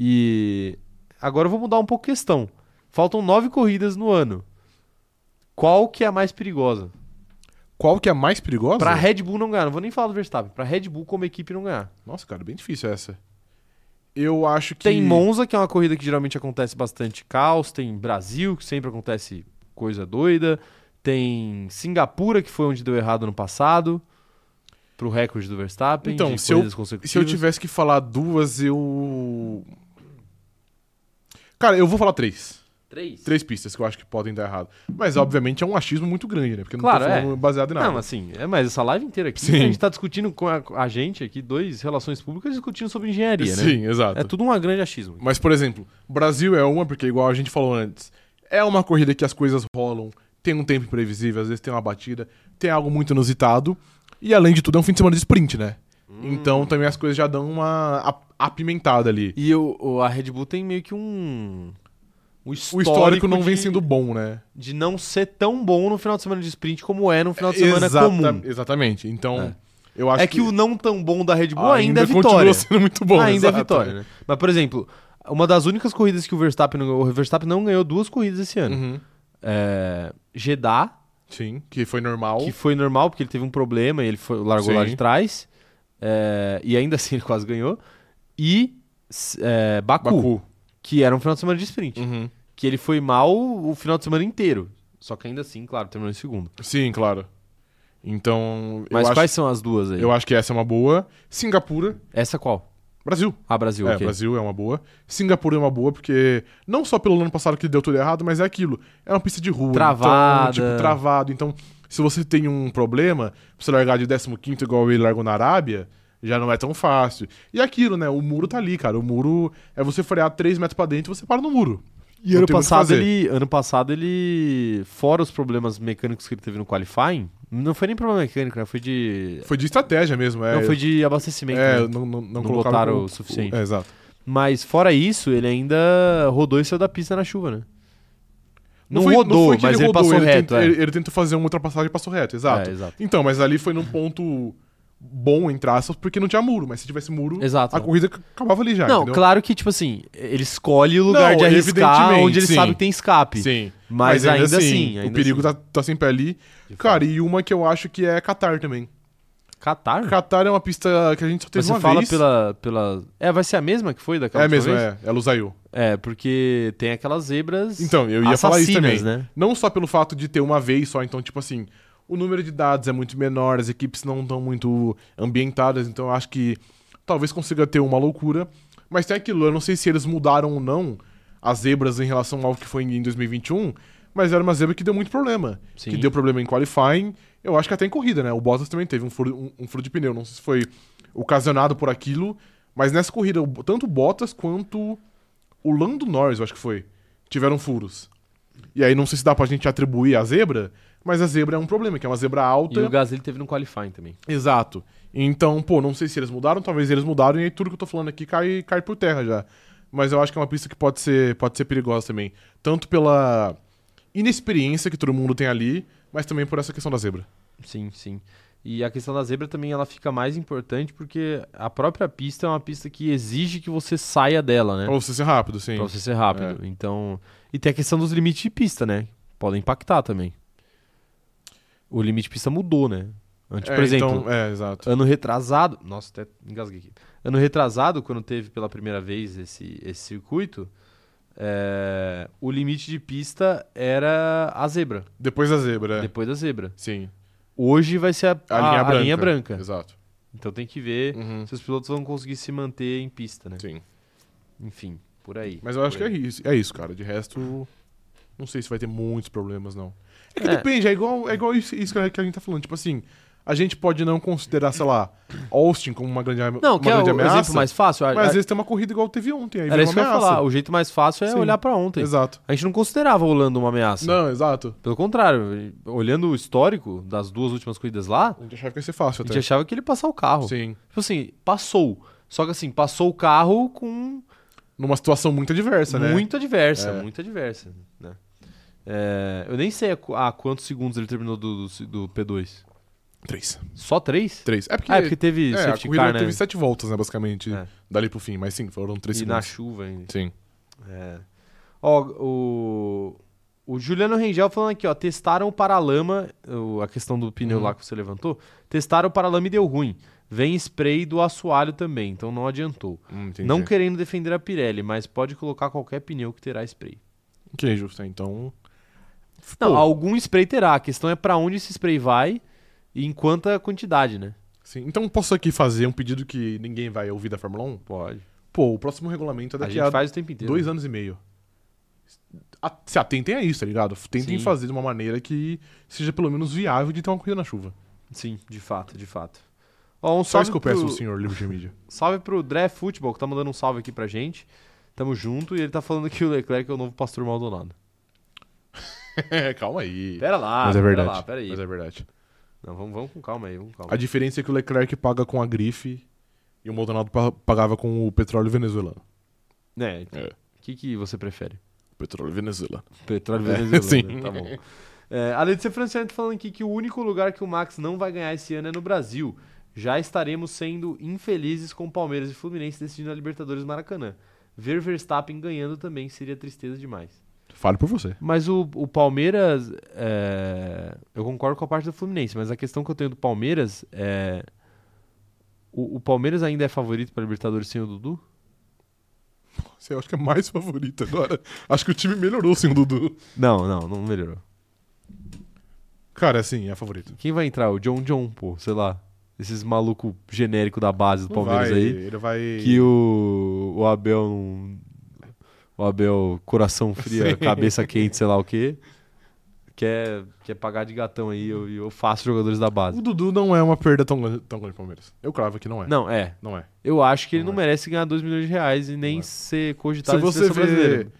E agora eu vou mudar um pouco a questão. Faltam nove corridas no ano. Qual que é a mais perigosa? Qual que é a mais perigosa? Pra Red Bull não ganhar, não vou nem falar do Verstappen. Pra Red Bull como equipe não ganhar. Nossa, cara, bem difícil essa. Eu acho que. Tem Monza, que é uma corrida que geralmente acontece bastante caos. Tem Brasil, que sempre acontece coisa doida. Tem Singapura, que foi onde deu errado no passado. Pro recorde do Verstappen. Então, de se eu- corridas Se eu consecutivas. tivesse que falar duas, eu. Cara, eu vou falar três. Três? Três pistas que eu acho que podem dar errado. Mas, obviamente, é um achismo muito grande, né? Porque eu não Claro, tô falando baseado em nada. Não, mas assim, é mais essa live inteira aqui. Sim. A gente tá discutindo com a, a gente aqui, dois relações públicas, discutindo sobre engenharia, né? Sim, exato. É tudo um grande achismo. Mas, por exemplo, Brasil é uma, porque igual a gente falou antes, é uma corrida que as coisas rolam, tem um tempo imprevisível, às vezes tem uma batida, tem algo muito inusitado. E além de tudo, é um fim de semana de sprint, né? Hum. Então também as coisas já dão uma ap- apimentada ali. E o- o- a Red Bull tem meio que um. O O histórico não vem de- sendo bom, né? de não ser tão bom no final de semana de sprint como é no final de semana Exata- comum. Exatamente. Então, É. eu acho É que o não tão bom da Red Bull ainda, é vitória. continua sendo muito bom. ainda exato. é vitória, né? Mas, por exemplo, uma das únicas corridas que o Verstappen não ganhou, o Verstappen não ganhou duas corridas esse ano. Uhum. É, Jeddah, Sim, que foi normal. que foi normal, porque ele teve um problema e ele foi, largou Sim. lá de trás. É, e ainda assim ele quase ganhou. E s- é, Baku, Baku. que era um final de semana de sprint. Uhum. Que ele foi mal o final de semana inteiro. Só que ainda assim, claro, terminou em segundo. Sim, claro. Então, eu, Mas acho, quais são as duas aí? eu acho que essa é uma boa. Singapura, Essa qual? Brasil. Ah, Brasil, é, ok. Brasil é uma boa. Singapura é uma boa, porque não só pelo ano passado que deu tudo errado, mas é aquilo. É uma pista de rua. Travada. Então, tipo, travado. Então, se você tem um problema, pra você largar de 15 igual ele largou na Arábia, já não é tão fácil. E é aquilo, né? O muro tá ali, cara. O muro é você frear 3 metros pra dentro e você para no muro. E Não ano tem muito o que passado, fazer. ele, ano passado ele, fora os problemas mecânicos que ele teve no qualifying, não foi nem problema mecânico, né? Foi de... Foi de estratégia mesmo. É, não, foi de abastecimento. É, né? não, não, não Não colocaram botaram como- o suficiente. É, exato. Mas fora isso, ele ainda rodou e saiu da pista na chuva, né? Não, foi- rodou, foi que mas ele, passou ele reto, tent- é. ele, ele tentou fazer uma ultrapassagem e passou reto, exato. É, exato. Então, mas ali foi num ponto bom, entre aspas, porque não tinha muro. Mas se tivesse muro, Exato. a corrida ac- acabava ali já, Não, Ah, entendeu? claro que, tipo assim, ele escolhe o lugar Não, de arriscar evidentemente, onde ele sim. sabe que tem escape. Sim. Mas ainda assim, o ainda perigo assim. Tá, tá sempre ali. Cara, e uma que eu acho que é Qatar também. Qatar? Qatar é uma pista que a gente só Hum. Mas teve Você uma fala vez. Pela, pela. É, vai ser a mesma que foi daquela É última mesmo, vez? é. Ela usaiu. É, porque tem aquelas zebras. Então, eu ia falar isso assassinas, também. né? Não só pelo fato de ter uma vez só, então, tipo assim, o número de dados é muito menor, as equipes não estão muito ambientadas, então eu acho que talvez consiga ter uma loucura. Mas tem aquilo, eu não sei se eles mudaram ou não as zebras em relação ao que foi em 2021, mas era uma zebra que deu muito problema. Sim. Que deu problema em qualifying, eu acho que até em corrida, né? O Bottas também teve um furo, um, um furo de pneu, não sei se foi ocasionado por aquilo, mas nessa corrida, o- tanto o Bottas quanto o Lando Norris, eu acho que foi, tiveram furos. E aí não sei se dá pra gente atribuir a zebra, mas a zebra é um problema, que é uma zebra alta. E o Gasly teve no qualifying também. Exato. Então, pô, não sei se eles mudaram, talvez eles mudaram, e aí tudo que eu tô falando aqui cai, cai por terra já. Mas eu acho que é uma pista que pode ser, pode ser perigosa também. Tanto pela inexperiência que todo mundo tem ali, mas também por essa questão da zebra. Sim, sim. E a questão da zebra também ela fica mais importante porque a própria pista é uma pista que exige que você saia dela, né? Pra você ser rápido, sim. Pra você ser É. rápido. Então. E tem a questão dos limites de pista, né? Podem impactar também. O limite de pista mudou, né? Antes, É, por exemplo, então- é, exato. ano retrasado. Nossa, até engasguei aqui. Ano retrasado, quando teve pela primeira vez esse, esse circuito, é, o limite de pista era a zebra, Depois da zebra, é. depois da zebra. sim. Hoje vai ser a, A, linha, é Ah, a- a branca. linha é branca. Exato. Então tem que ver Uhum. se os pilotos vão conseguir se manter em pista, né? Sim. Enfim, por aí. Mas eu acho que por é aí. isso, é isso, cara. De resto, não sei se vai ter muitos problemas, não. É que É. depende, é igual, é igual isso, isso que a que a gente tá falando. Tipo assim, a gente pode não considerar, sei lá, Austin como uma grande, ama- Não, uma que é o grande ameaça. exemplo mais fácil. A- Mas às a- vezes tem uma corrida igual teve ontem, aí era vira uma isso que eu ia ameaça. falar. O jeito mais fácil é Sim. olhar pra ontem. Exato. A gente não considerava o Holanda uma ameaça. Não, exato. Pelo contrário, olhando o histórico das duas últimas corridas lá, A gente achava que ia ser fácil a até. gente achava que ele ia passar o carro. Sim. Tipo assim, passou. Só que assim, passou o carro com Numa situação muito adversa, né? muito adversa, É. muito adversa. Né? É, eu nem sei a, qu- a quantos segundos ele terminou do, do, do P2. Três. Só três? Três. É porque, Ah, é porque teve é, a safety corrida car, né? teve sete voltas, né, basicamente, É. dali pro fim. Mas sim, foram E três na segundos. chuva ainda. Sim. É. Ó, o... o Juliano Rengel falando aqui, ó. Testaram o paralama, o- a questão do pneu Uhum. lá que você levantou. Testaram o paralama e deu ruim. Vem spray do assoalho também, então não adiantou. Hum, entendi. Não querendo defender a Pirelli, mas pode colocar qualquer pneu que terá spray. Que é justo, né? então... Não, Pô, algum spray terá. A questão é pra onde esse spray vai e em quanta quantidade, né? Sim, então posso aqui fazer um pedido que ninguém vai ouvir da Fórmula 1? Pode. Pô, o próximo regulamento é A daqui gente a, faz o tempo inteiro. dois anos e meio. A- Se atentem a isso, tá ligado? Tentem Sim. fazer de uma maneira que seja pelo menos viável de ter uma corrida na chuva. Sim, de fato, de fato. Ó, um Só salve isso que eu pro- peço ao senhor livre de mídia. Salve pro Dre Futebol, que tá mandando um salve aqui pra gente. Tamo junto e ele tá falando que o Leclerc é o novo pastor Maldonado. É, Calma aí. Pera lá, mas é verdade. pera lá, pera aí. Mas é verdade. Não, vamos, vamos com calma aí, vamos com A calma. diferença é que o Leclerc paga com a grife e o Maldonado pa- pagava com o petróleo venezuelano. Né, o É. que, que você prefere? Petróleo venezuelano. Petróleo É, venezuelano, sim. né? tá bom. É, a Letícia Franciane tá falando aqui que o único lugar que o Max não vai ganhar esse ano é no Brasil. Já estaremos sendo infelizes com Palmeiras e Fluminense decidindo a Libertadores Maracanã. Ver Verstappen ganhando também seria tristeza demais. Fale por você. Mas o, o Palmeiras. é, eu concordo com a parte do Fluminense, mas a questão que eu tenho do Palmeiras é. O, o Palmeiras ainda é favorito para Libertadores sem o Dudu? Você acha que é mais favorito agora? Acho que o time melhorou sem o Dudu. Não, não, não melhorou. Cara, assim, é a favorita. Quem vai entrar? O John John, pô, sei lá. Esses maluco genérico da base do Não Palmeiras vai, aí. Ele vai. Que o, o Abel. não- O Abel, coração fria, cabeça quente, sei lá o quê. Quer, quer pagar de gatão aí. Eu, eu faço jogadores da base. O Dudu não é uma perda tão, grande- tão grande pro Palmeiras. Eu cravo que não é. Não, é. Não é. Eu acho que ele Não não, é. merece ganhar 2 milhões de reais e nem Não é. ser Se cogitado de você seleção ver. brasileira.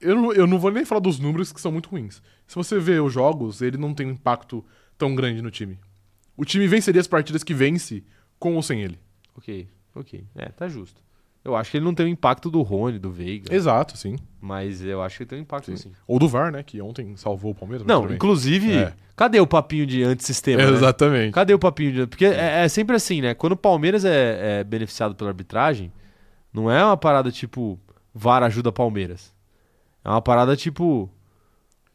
Eu, não- eu não vou nem falar dos números que são muito ruins. Se você ver os jogos, ele não tem um impacto tão grande no time. O time venceria as partidas que vence com ou sem ele. Ok, ok. É, tá justo. Eu acho que ele não tem o impacto do Rony, do Veiga. Exato, sim. Mas eu acho que ele tem um impacto, sim. Ou do VAR, né? Que ontem salvou o Palmeiras. mas Não, tudo bem. inclusive, É. cadê o papinho de antissistema? né? Exatamente. Cadê o papinho de. Porque é, é sempre assim, né? Quando o Palmeiras é, é beneficiado pela arbitragem, não é uma parada tipo VAR ajuda Palmeiras. É uma parada tipo.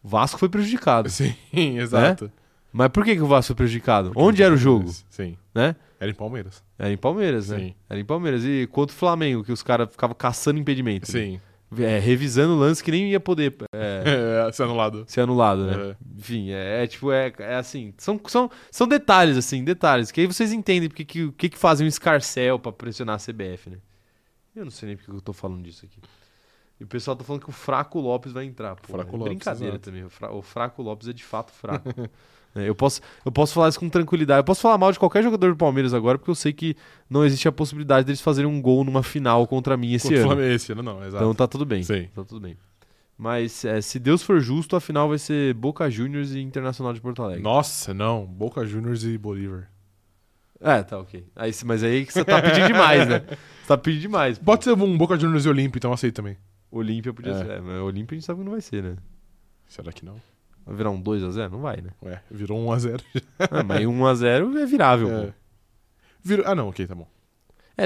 Vasco foi prejudicado. Sim, exato. Mas por que, que o Vasco foi prejudicado? Porque É? Onde era o jogo? Sim. Né? Era em Palmeiras. Era em Palmeiras, né? Sim. Era em Palmeiras. E contra o Flamengo, que os caras ficavam caçando impedimento. né? Sim. É, revisando o lance que nem ia poder é, É. ser anulado. ser anulado, né? É. Enfim, é, é tipo, é, é assim, são, são, são detalhes, assim, detalhes, que aí vocês entendem porque que, o que, que fazem um escarcel pra pressionar a CBF, né? Eu não sei nem porque eu tô falando disso aqui. E o pessoal tá falando que o Fraco Lopes vai entrar. Pô, Fraco é Lopes, brincadeira exato. também. O, Fra- o Fraco Lopes é de fato fraco. É, eu, posso, eu posso falar isso com tranquilidade. Eu posso falar mal de qualquer jogador do Palmeiras agora, porque eu sei que não existe a possibilidade deles fazerem um gol numa final contra mim esse Contra o ano. Flamengo esse ano, não, exato. Então tá tudo bem. Sim. Tá tudo bem. Mas é, se Deus for justo, a final vai ser Boca Juniors e Internacional de Porto Alegre. Nossa, não. Boca Juniors e Bolívar. É, tá, ok. Aí, se- mas aí que você tá pedindo demais, né? Você tá pedindo demais. pô. Pode ser um Boca Juniors e Olímpia, então aceito também. Olímpia podia É. ser. É, mas Olímpia a gente sabe que não vai ser, né? Será que não? Vai virar um 2x0? Não vai, né? Ué, virou 1x0. Ah, mas 1x0 é virável. pô. É. É. Virou... Ah, não, ok, tá bom.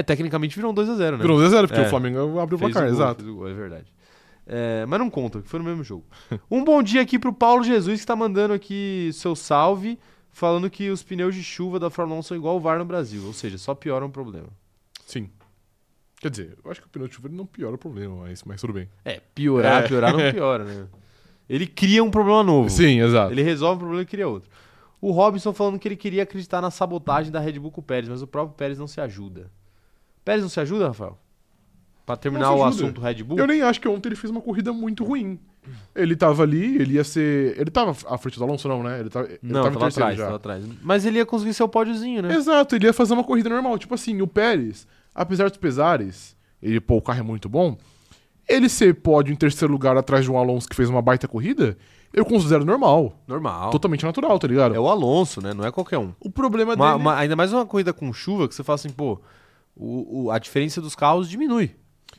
tecnicamente virou um 2x0, né? Virou 1x0, porque É. o Flamengo abriu o Fez placar, gol, exato. fez o gol, é verdade. É, mas não conta, que foi no mesmo jogo. Um bom dia aqui pro Paulo Jesus, que tá mandando aqui seu salve, falando que os pneus de chuva da Fórmula 1 são igual o VAR no Brasil, ou seja, só pioram o problema. Sim. Quer dizer, eu acho que o pneu de chuva ele não piora o problema, mas, mas tudo bem. É, piorar, piorar não piora, né? Ele cria um problema novo. Sim, exato. Ele resolve um problema e cria outro. O Robson falando que ele queria acreditar na sabotagem da Red Bull com o Pérez, mas o próprio Pérez não se ajuda. Pérez não se ajuda, Rafael? Pra terminar Não se o ajuda. assunto Red Bull? Eu nem acho que ontem ele fez uma corrida muito ruim. Ele tava ali, ele ia ser. Ele tava à frente do Alonso, não, né? Ele tava, ele Não, tava em tava terceiro atrás, já. tava atrás. Mas ele ia conseguir seu pódiozinho, né? Exato, ele ia fazer uma corrida normal. Tipo assim, o Pérez, apesar dos pesares, ele, pô, o carro é muito bom. Ele ser pódio em terceiro lugar atrás de um Alonso que fez uma baita corrida, eu considero normal. Normal. Totalmente natural, tá ligado? É o Alonso, né? Não é qualquer um. O problema Uma- dele. uma- ainda mais uma corrida com chuva que você fala assim, pô, o, o- a diferença dos carros diminui.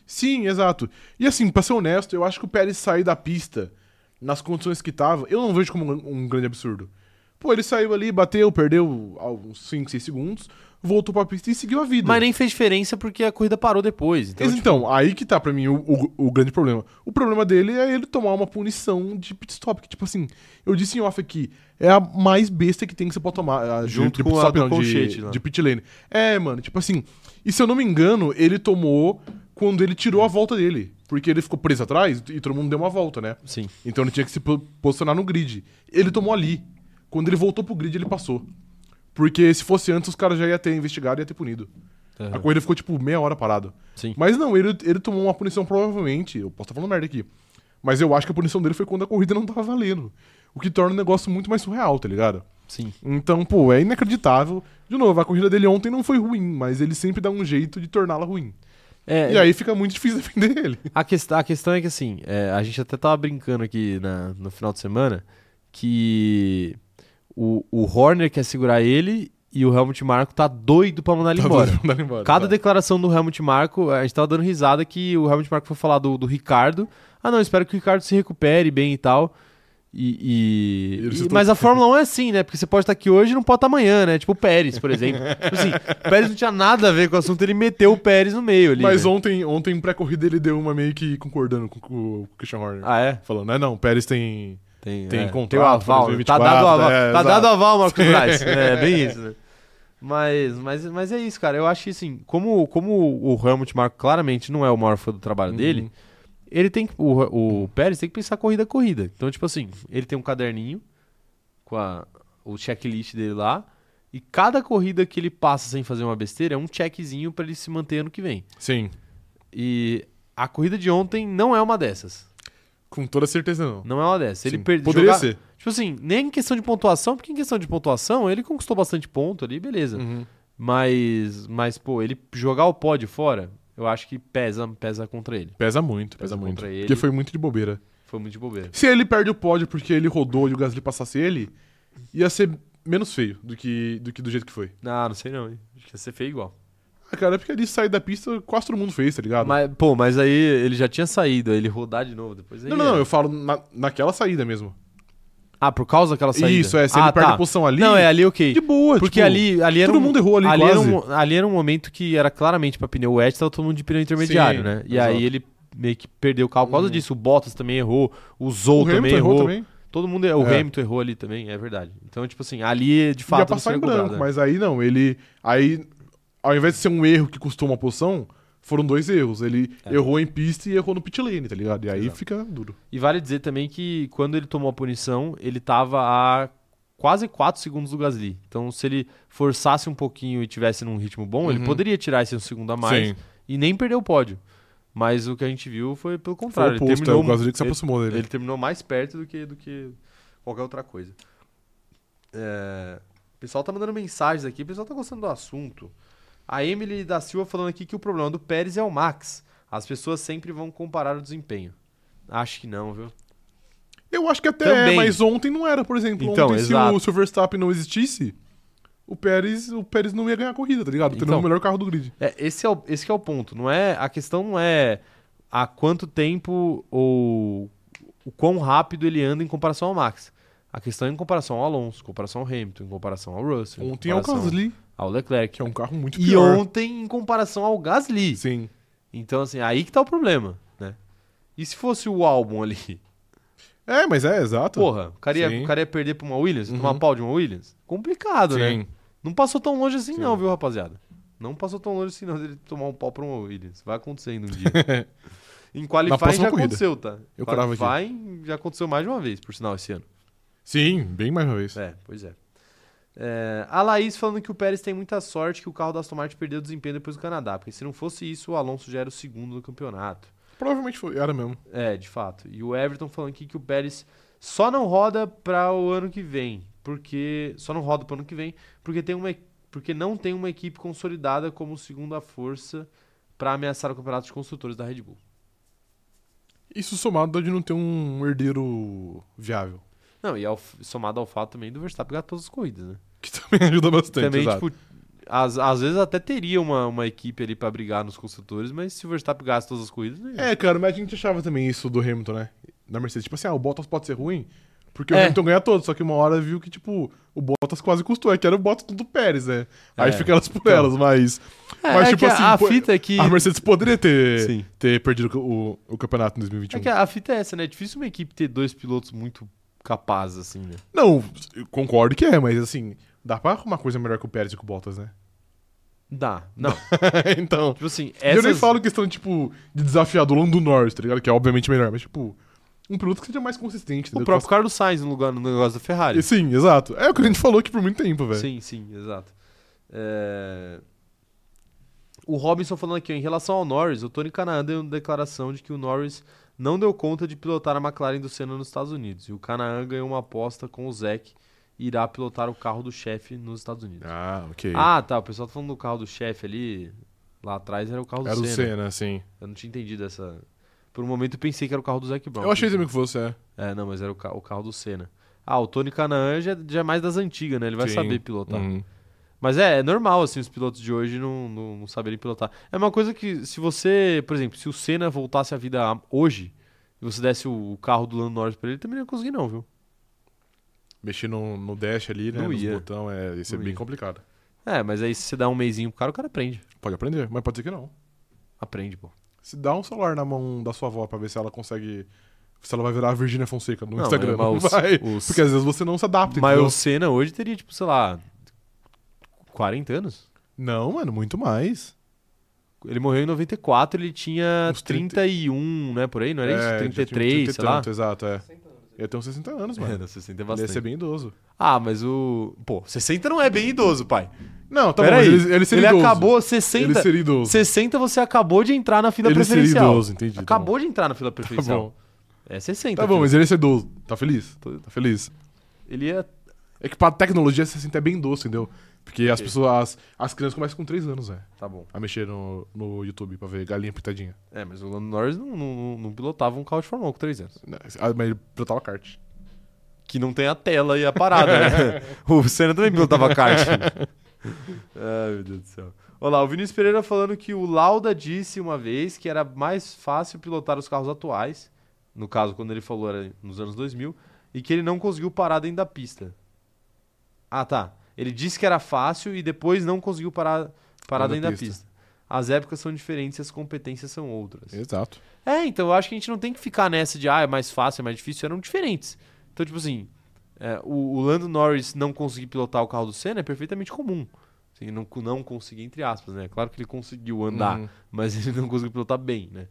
Sim, exato. E assim, pra ser honesto, eu acho que o Pérez sair da pista nas condições que tava, eu não vejo como um, um grande absurdo. Pô, ele saiu ali, bateu, perdeu ah, uns 5, 6 segundos, voltou pra pista e seguiu a vida. Mas nem fez diferença porque a corrida parou depois. Então, Mas tipo, então, aí que tá pra mim o, o- o grande problema. O problema dele é ele tomar uma punição de pit stop, que tipo assim, eu disse em off aqui, é a mais besta que tem que você pode tomar. a- de- Junto de com pit a stop, do não, colchete lá. de, de pit lane. É, mano, tipo assim, e se eu não me engano, ele tomou quando ele tirou a volta dele, porque ele ficou preso atrás e todo mundo deu uma volta, né? Sim. Então ele tinha que se po- posicionar no grid. Ele tomou ali. Quando ele voltou pro grid, ele passou. Porque se fosse antes, os caras já ia ter investigado e ia ter punido. Aham. A corrida ficou, tipo, meia hora parado. Sim. Mas não, ele, ele tomou uma punição provavelmente. Eu posso estar falando merda aqui. Mas eu acho que a punição dele foi quando a corrida não tava valendo. O que torna o negócio muito mais surreal, tá ligado? Sim. Então, pô, é inacreditável. De novo, a corrida dele ontem não foi ruim, mas ele sempre dá um jeito de torná-la ruim. É, E aí fica muito difícil defender ele. A, quest- a questão é que, assim, é, a gente até tava brincando aqui na- no final de semana que o, o Horner quer segurar ele e o Helmut Marko tá doido pra mandar ele embora. Tá dando embora, Cada tá. declaração do Helmut Marko, a gente tava dando risada que o Helmut Marko foi falar do, do Ricardo. Ah, não, espero que o Ricardo se recupere bem e tal. E, e- Ele e- citou- mas a Fórmula 1 é assim, né? Porque você pode estar aqui hoje e não pode estar amanhã, né? Tipo o Pérez, por exemplo. Tipo assim, o Pérez não tinha nada a ver com o assunto, ele meteu o Pérez no meio ali. Mas né? ontem, ontem pré-corrida, ele deu uma meio que concordando com, com o Christian Horner. Ah, é? Falando, é não, o Pérez tem. Tem, Tem é, contrato tem o aval. pra né? tá dado o 2024, aval, é, tá exato. dado o aval Marcos Braz. É, bem isso, né? Mas, mas, mas é isso, cara. Eu acho que, assim, como, como o Helmut Marko claramente não é o maior fã do trabalho Uhum. dele, ele tem que, o, o Pérez tem que pensar corrida a corrida. Então, tipo assim, ele tem um caderninho com a, o checklist dele lá. E cada corrida que ele passa sem fazer uma besteira é um checkzinho pra ele se manter ano que vem. Sim, E a corrida de ontem não é uma dessas. com toda certeza não. Não é uma dessas. Ele Sim. perdeu. Poderia ser. Tipo assim, nem em questão de pontuação, porque em questão de pontuação ele conquistou bastante ponto ali, beleza. Uhum. Mas, mas pô, ele jogar o pódio fora, eu acho que pesa, pesa contra ele. Pesa muito, Pesa pesa, muito. contra ele. Porque foi muito de bobeira. Foi muito de bobeira. Se ele perde o pódio porque ele rodou e o Gasly passasse ele, ia ser menos feio do que do, que do jeito que foi. Ah, não sei não, hein? Acho que ia ser feio igual. Ah, cara, é porque ele sair da pista quase todo mundo fez, tá ligado? Mas, pô, mas aí ele já tinha saído, aí ele rodar de novo depois. aí Não, não, não, é. eu falo na- naquela saída mesmo. Ah, por causa daquela saída. Isso, é, se ah, ele perde tá. a posição ali, Não, é ali ok. de boa. Porque tipo, ali, ali era todo um, mundo errou ali, era quase. um, ali era um momento que era claramente pra pneu wet, tava todo mundo de pneu intermediário, Sim, né? E exato. Uhum. aí ele meio que perdeu o carro por causa disso. O Bottas também errou, o Zou Hamilton também errou. errou também. Todo mundo errou. O É. Hamilton errou ali também, é verdade. Então, tipo assim, ali de ia fato não passar seria em branco, cobrado. né? mas aí não, ele. Aí, ao invés de ser um erro que custou uma posição, foram dois erros. Ele errou em pista e errou no pit lane, tá ligado? E aí É. Exato. fica duro. E vale dizer também que quando ele tomou a punição, ele tava a quase 4 segundos do Gasly. Então, se ele forçasse um pouquinho e tivesse num ritmo bom, ele Uhum. poderia tirar esse um segundo a mais e nem perder o pódio. Mas o que a gente viu foi pelo Foi contrário. o Ele oposto, é terminou, o Gasly que se ele- aproximou dele. ele terminou mais perto do que, do que qualquer outra coisa. É, O pessoal tá mandando mensagens aqui, o pessoal tá gostando do assunto. A Emily da Silva falando aqui que o problema do Pérez é o Max. As pessoas sempre vão comparar o desempenho. Acho que não, viu? Eu acho que até é, Também. mas ontem não era, por exemplo. Então, ontem, se exato. o, se o Verstappen não existisse, o Pérez, o Pérez não ia ganhar a corrida, tá ligado? Tendo Então. o melhor carro do grid. É, esse, é o, esse que é o ponto. Não é A questão não é há quanto tempo ou o quão rápido ele anda em comparação ao Max. A questão é em comparação ao Alonso, em comparação ao Hamilton, em comparação ao Russell. em Ontem é o comparação Gasly, Ao Leclerc. que é um carro muito E pior. ontem em comparação ao Gasly. Sim. Então, assim, aí que tá o problema, né? E se fosse o álbum ali? É, mas é, exato. Porra, o cara ia, Sim. o cara ia perder pra uma Williams? Uhum. Tomar pau de uma Williams? Complicado, né? Sim. Não passou tão longe assim, Sim. não, viu, rapaziada? Não passou tão longe assim, não, dele tomar um pau pra uma Williams. Vai acontecendo um dia. em qualifying próxima já corrida. aconteceu, tá? Eu cravo aqui. qualifying já aconteceu mais de uma vez, por sinal, esse ano. Sim, bem mais uma vez. É, pois é. É, a Laís falando que o Pérez tem muita sorte que o carro da Aston Martin perdeu desempenho depois do Canadá, porque se não fosse isso, o Alonso já era o segundo no campeonato. Provavelmente foi, era mesmo. É, de fato. E o Everton falando aqui que o Pérez só não roda para o ano que vem, porque só não roda para o ano que vem, porque tem uma e- porque não tem uma equipe consolidada como segunda força para ameaçar o campeonato de construtores da Red Bull. Isso somado de não ter um herdeiro viável. Não, e ao f- somado ao fato também do Verstappen ganhar todas as corridas, né? Que também ajuda bastante. também, exato. tipo, às, às vezes até teria uma, uma equipe ali pra brigar nos construtores, mas se o Verstappen gasta todas as corridas, né? É, cara, mas a gente achava também isso do Hamilton, né? Na Mercedes. Tipo assim, ah, o Bottas pode ser ruim, porque o É. Hamilton ganha todo. Só que uma hora viu que, tipo, o Bottas quase custou. É que era o Bottas do Pérez, né? Aí É. fica elas por Então. elas, mas. É, mas, é tipo que a- assim, a pô- fita é que. A Mercedes poderia ter, Sim. ter perdido o, o campeonato em 2021. É que a a fita é essa, né? É difícil uma equipe ter dois pilotos muito capazes, assim, né? Não, eu concordo que é, mas assim, dá pra arrumar coisa melhor que o Pérez e que o Bottas, né? Dá. Não. então. tipo assim, E Eu nem essas... falo questão, tipo, de desafiar do Lando Norris, tá ligado? Que é obviamente melhor, mas, tipo, um piloto que seja mais O consistente, entendeu? próprio Carlos Sainz no, lugar, no negócio da Ferrari. E Sim, exato. É o que a gente falou aqui por muito tempo, velho. Sim, sim, exato. É, O Robinson falando aqui, ó, em relação ao Norris, o Tony Canaan deu uma declaração de que o Norris não deu conta de pilotar a McLaren do Senna nos Estados Unidos. E o Canaan ganhou uma aposta com o Zach e irá pilotar o carro do chefe nos Estados Unidos. Ah, ok. Ah, tá. O pessoal tá falando do carro do chefe ali. Lá atrás era o carro do Era o Senna. Senna, sim. Eu não tinha entendido essa. Por um momento eu pensei que era o carro do Zac Brown. Eu achei também que fosse, é. É, não, mas era o, ca- o carro do Senna. Ah, o Tony Canaan já, já é mais das antigas, né? Ele vai Sim. saber pilotar. Uhum. Mas é, é normal, assim, os pilotos de hoje não, não, não saberem pilotar. É uma coisa que, se você, por exemplo, se o Senna voltasse à vida a- hoje, e você desse o o carro do Lando Norris pra ele, também não ia conseguir, não, viu? Mexer no, no dash ali, né? Não Nos ia. botão, é, ia ser Não bem ia. complicado. É, mas aí se você dá um meizinho pro cara, o cara aprende. Pode aprender, mas pode ser que não. Aprende, pô. Se dá um celular na mão da sua avó pra ver se ela consegue... Se ela vai virar a Virginia Fonseca no Não, Instagram. mas- mas os- vai. os- Porque é às vezes você não se adapta, Mas entendeu? o Senna hoje teria, tipo, sei lá, 40 anos? Não, mano, muito mais. Ele morreu em 94, ele tinha Uns 30. 31, né, por aí, não era isso? É, já tinha 33, 30 e sei lá. tanto, Exato, é. 60 anos. Ia ter uns 60 anos, mano. Mano, 60 é Ele ia bastante. ser bem idoso. Ah, mas o. Pô, 60 não é bem idoso, pai. Não, tá bom, Peraí. mas ele, ele seria idoso. acabou 60. Ele seria idoso. 60 você acabou de entrar na fila Ele seria preferencial. idoso, entendi, tá Acabou de entrar na fila Tá preferencial. bom. é 60. Tá bom, filho. mas ele ia ser idoso. Tá feliz? Tá feliz. Ele é. É que pra tecnologia 60 é bem doce, entendeu? Porque as pessoas. As, as crianças começam com 3 anos, né? Tá bom. A mexer no, no YouTube pra ver galinha pitadinha. É, mas o Lando Norris não, não- não pilotava um carro de Fórmula 1 com 3 anos. Né? Ah, Mas ele pilotava kart. Que não tem a tela e a parada, né? o Senna também pilotava kart. Ai, meu Deus do céu. Olha lá, o Vinícius Pereira falando que o Lauda disse uma vez que era mais fácil pilotar os carros atuais. No caso, quando ele falou, era nos anos 2000. E que ele não conseguiu parar dentro da pista. Ah, tá. Ele disse que era fácil e depois não conseguiu parar, parar Dentro da dentro da pista. pista. As épocas são diferentes e as competências são outras. Exato. É, então eu acho que a gente não tem que ficar nessa de ah, é mais fácil, é mais difícil, eram diferentes. Então, tipo assim, é, o, o Lando Norris não conseguir pilotar o carro do Senna é perfeitamente comum. Assim, não, não conseguir, entre aspas, né? Claro que ele conseguiu andar, Uhum. mas ele não conseguiu pilotar bem, né?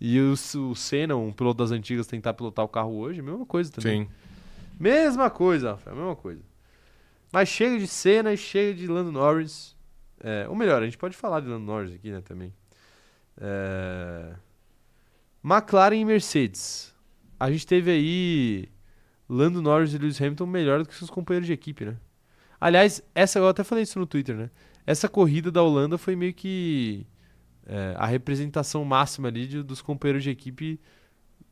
E o, S- o Senna, um piloto das antigas, tentar pilotar o carro hoje, mesma coisa também. Sim. Mesma coisa, Rafael, mesma coisa. Mas chega de Senna e chega de Lando Norris. É, ou melhor, a gente pode falar de Lando Norris aqui, né, também. É, McLaren e Mercedes. A gente teve aí Lando Norris e Lewis Hamilton melhor do que seus companheiros de equipe, né? Aliás, essa eu até falei isso no Twitter, né? Essa corrida da Holanda foi meio que é, a representação máxima ali de- dos companheiros de equipe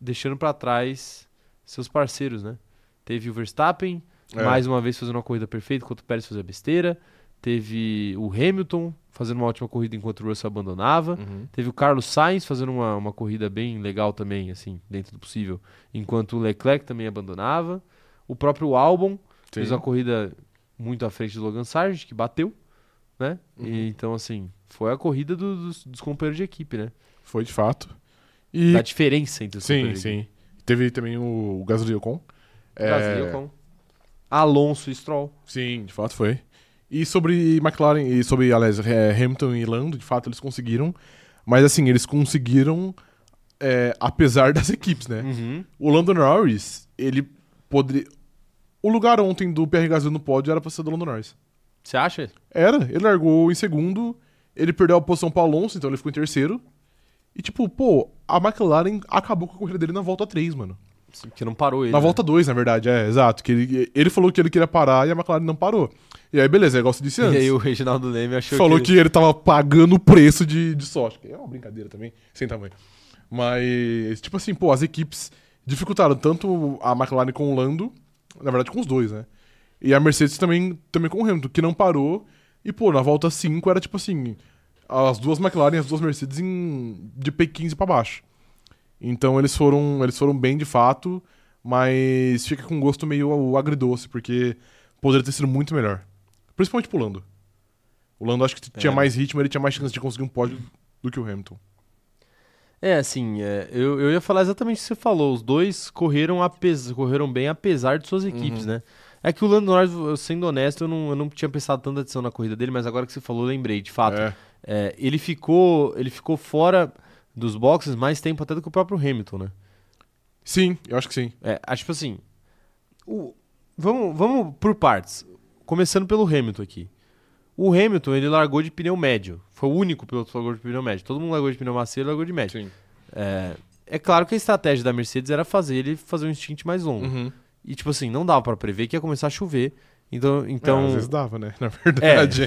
deixando pra trás seus parceiros, né? Teve o Verstappen, É. mais uma vez fazendo uma corrida perfeita enquanto o Pérez fazia besteira. Teve o Hamilton fazendo uma ótima corrida enquanto o Russell abandonava. Uhum. Teve o Carlos Sainz fazendo uma, uma corrida bem legal também, assim, dentro do possível, enquanto o Leclerc também abandonava. O próprio Albon Sim. fez uma corrida muito à frente do Logan Sargent, que bateu, né? Uhum. E, então, assim, foi a corrida do- dos, dos companheiros de equipe, né? Foi de fato. E. Da diferença entre os Sim, companheiros de sim. Teve também o, o Gasly Ocon. É, equipe. Gasly, Ocon, Alonso e Stroll. Sim, de fato foi. E sobre McLaren, e sobre, aliás, é, Hamilton e Lando, de fato eles conseguiram. Mas assim, eles conseguiram é, apesar das equipes, né? Uhum. O Lando Norris, ele poderia. O lugar ontem do PR Gasly no pódio era pra ser do Lando Norris. Você acha? Era, ele largou em segundo, ele perdeu a posição pro Alonso, então ele ficou em terceiro. E tipo, pô, a McLaren acabou com a corrida dele na volta 3, mano. Que não parou ele. Na né? volta 2, na verdade, é, exato. Que ele, ele falou que ele queria parar e a McLaren não parou. E aí, beleza, é igual você disse antes. E aí o Reginaldo Leme achou falou que... que... ele tava pagando o preço de, de sorte. que É uma brincadeira também, sem tamanho. Mas, tipo assim, pô, as equipes dificultaram tanto a McLaren com o Lando, na verdade com os dois, né? E a Mercedes também, também com o Hamilton, que não parou. E, pô, na volta 5 era tipo assim: as duas McLaren e as duas Mercedes em, de P15 pra baixo. Então eles foram, eles foram bem de fato, mas fica com um gosto meio agridoce, porque poderia ter sido muito melhor. Principalmente pro Lando. O Lando acho que tinha É. mais ritmo, ele tinha mais chance de conseguir um pódio do que o Hamilton. É, assim, é, eu, eu ia falar exatamente o que você falou. Os dois correram, apes, correram bem apesar de suas equipes, né? É que o Lando Norris, eu- sendo honesto, eu não, eu não tinha pensado tanta adição na corrida dele, mas agora que você falou, eu lembrei, de fato. É, É, ele, ficou, ele ficou fora dos boxes mais tempo até do que o próprio Hamilton, né? Sim, eu acho que sim. É, acho tipo assim. o- vamos, vamos por partes. Começando pelo Hamilton aqui. O Hamilton, ele largou de pneu médio. Foi o único piloto que largou de pneu médio. Todo mundo largou de pneu macio, ele largou de médio. Sim. É, é claro que a estratégia da Mercedes era fazer ele fazer um stint mais longo. Uhum. E, tipo assim, não dava pra prever que ia começar a chover. Então. Então... então É. às vezes dava, né? Na verdade.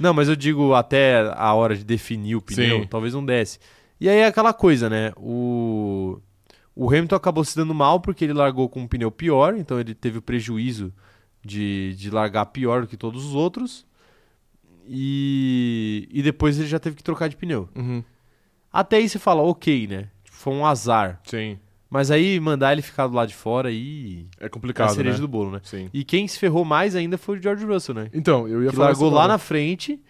Não, mas eu digo até a hora de definir o pneu, Sim. talvez não desse. E aí é aquela coisa, né? O. O Hamilton acabou se dando mal porque ele largou com um pneu pior, então ele teve o prejuízo de, de largar pior do que todos os outros. E, e depois ele já teve que trocar de pneu. Uhum. Até aí você fala, ok, né? Tipo, Foi um azar. Sim. Mas aí mandar ele ficar do lado de fora e. É a complicado, cereja né? do bolo, né? Sim. E quem se ferrou mais ainda foi o George Russell, né? Então, eu ia que falar... largou essa lá palavra. na frente.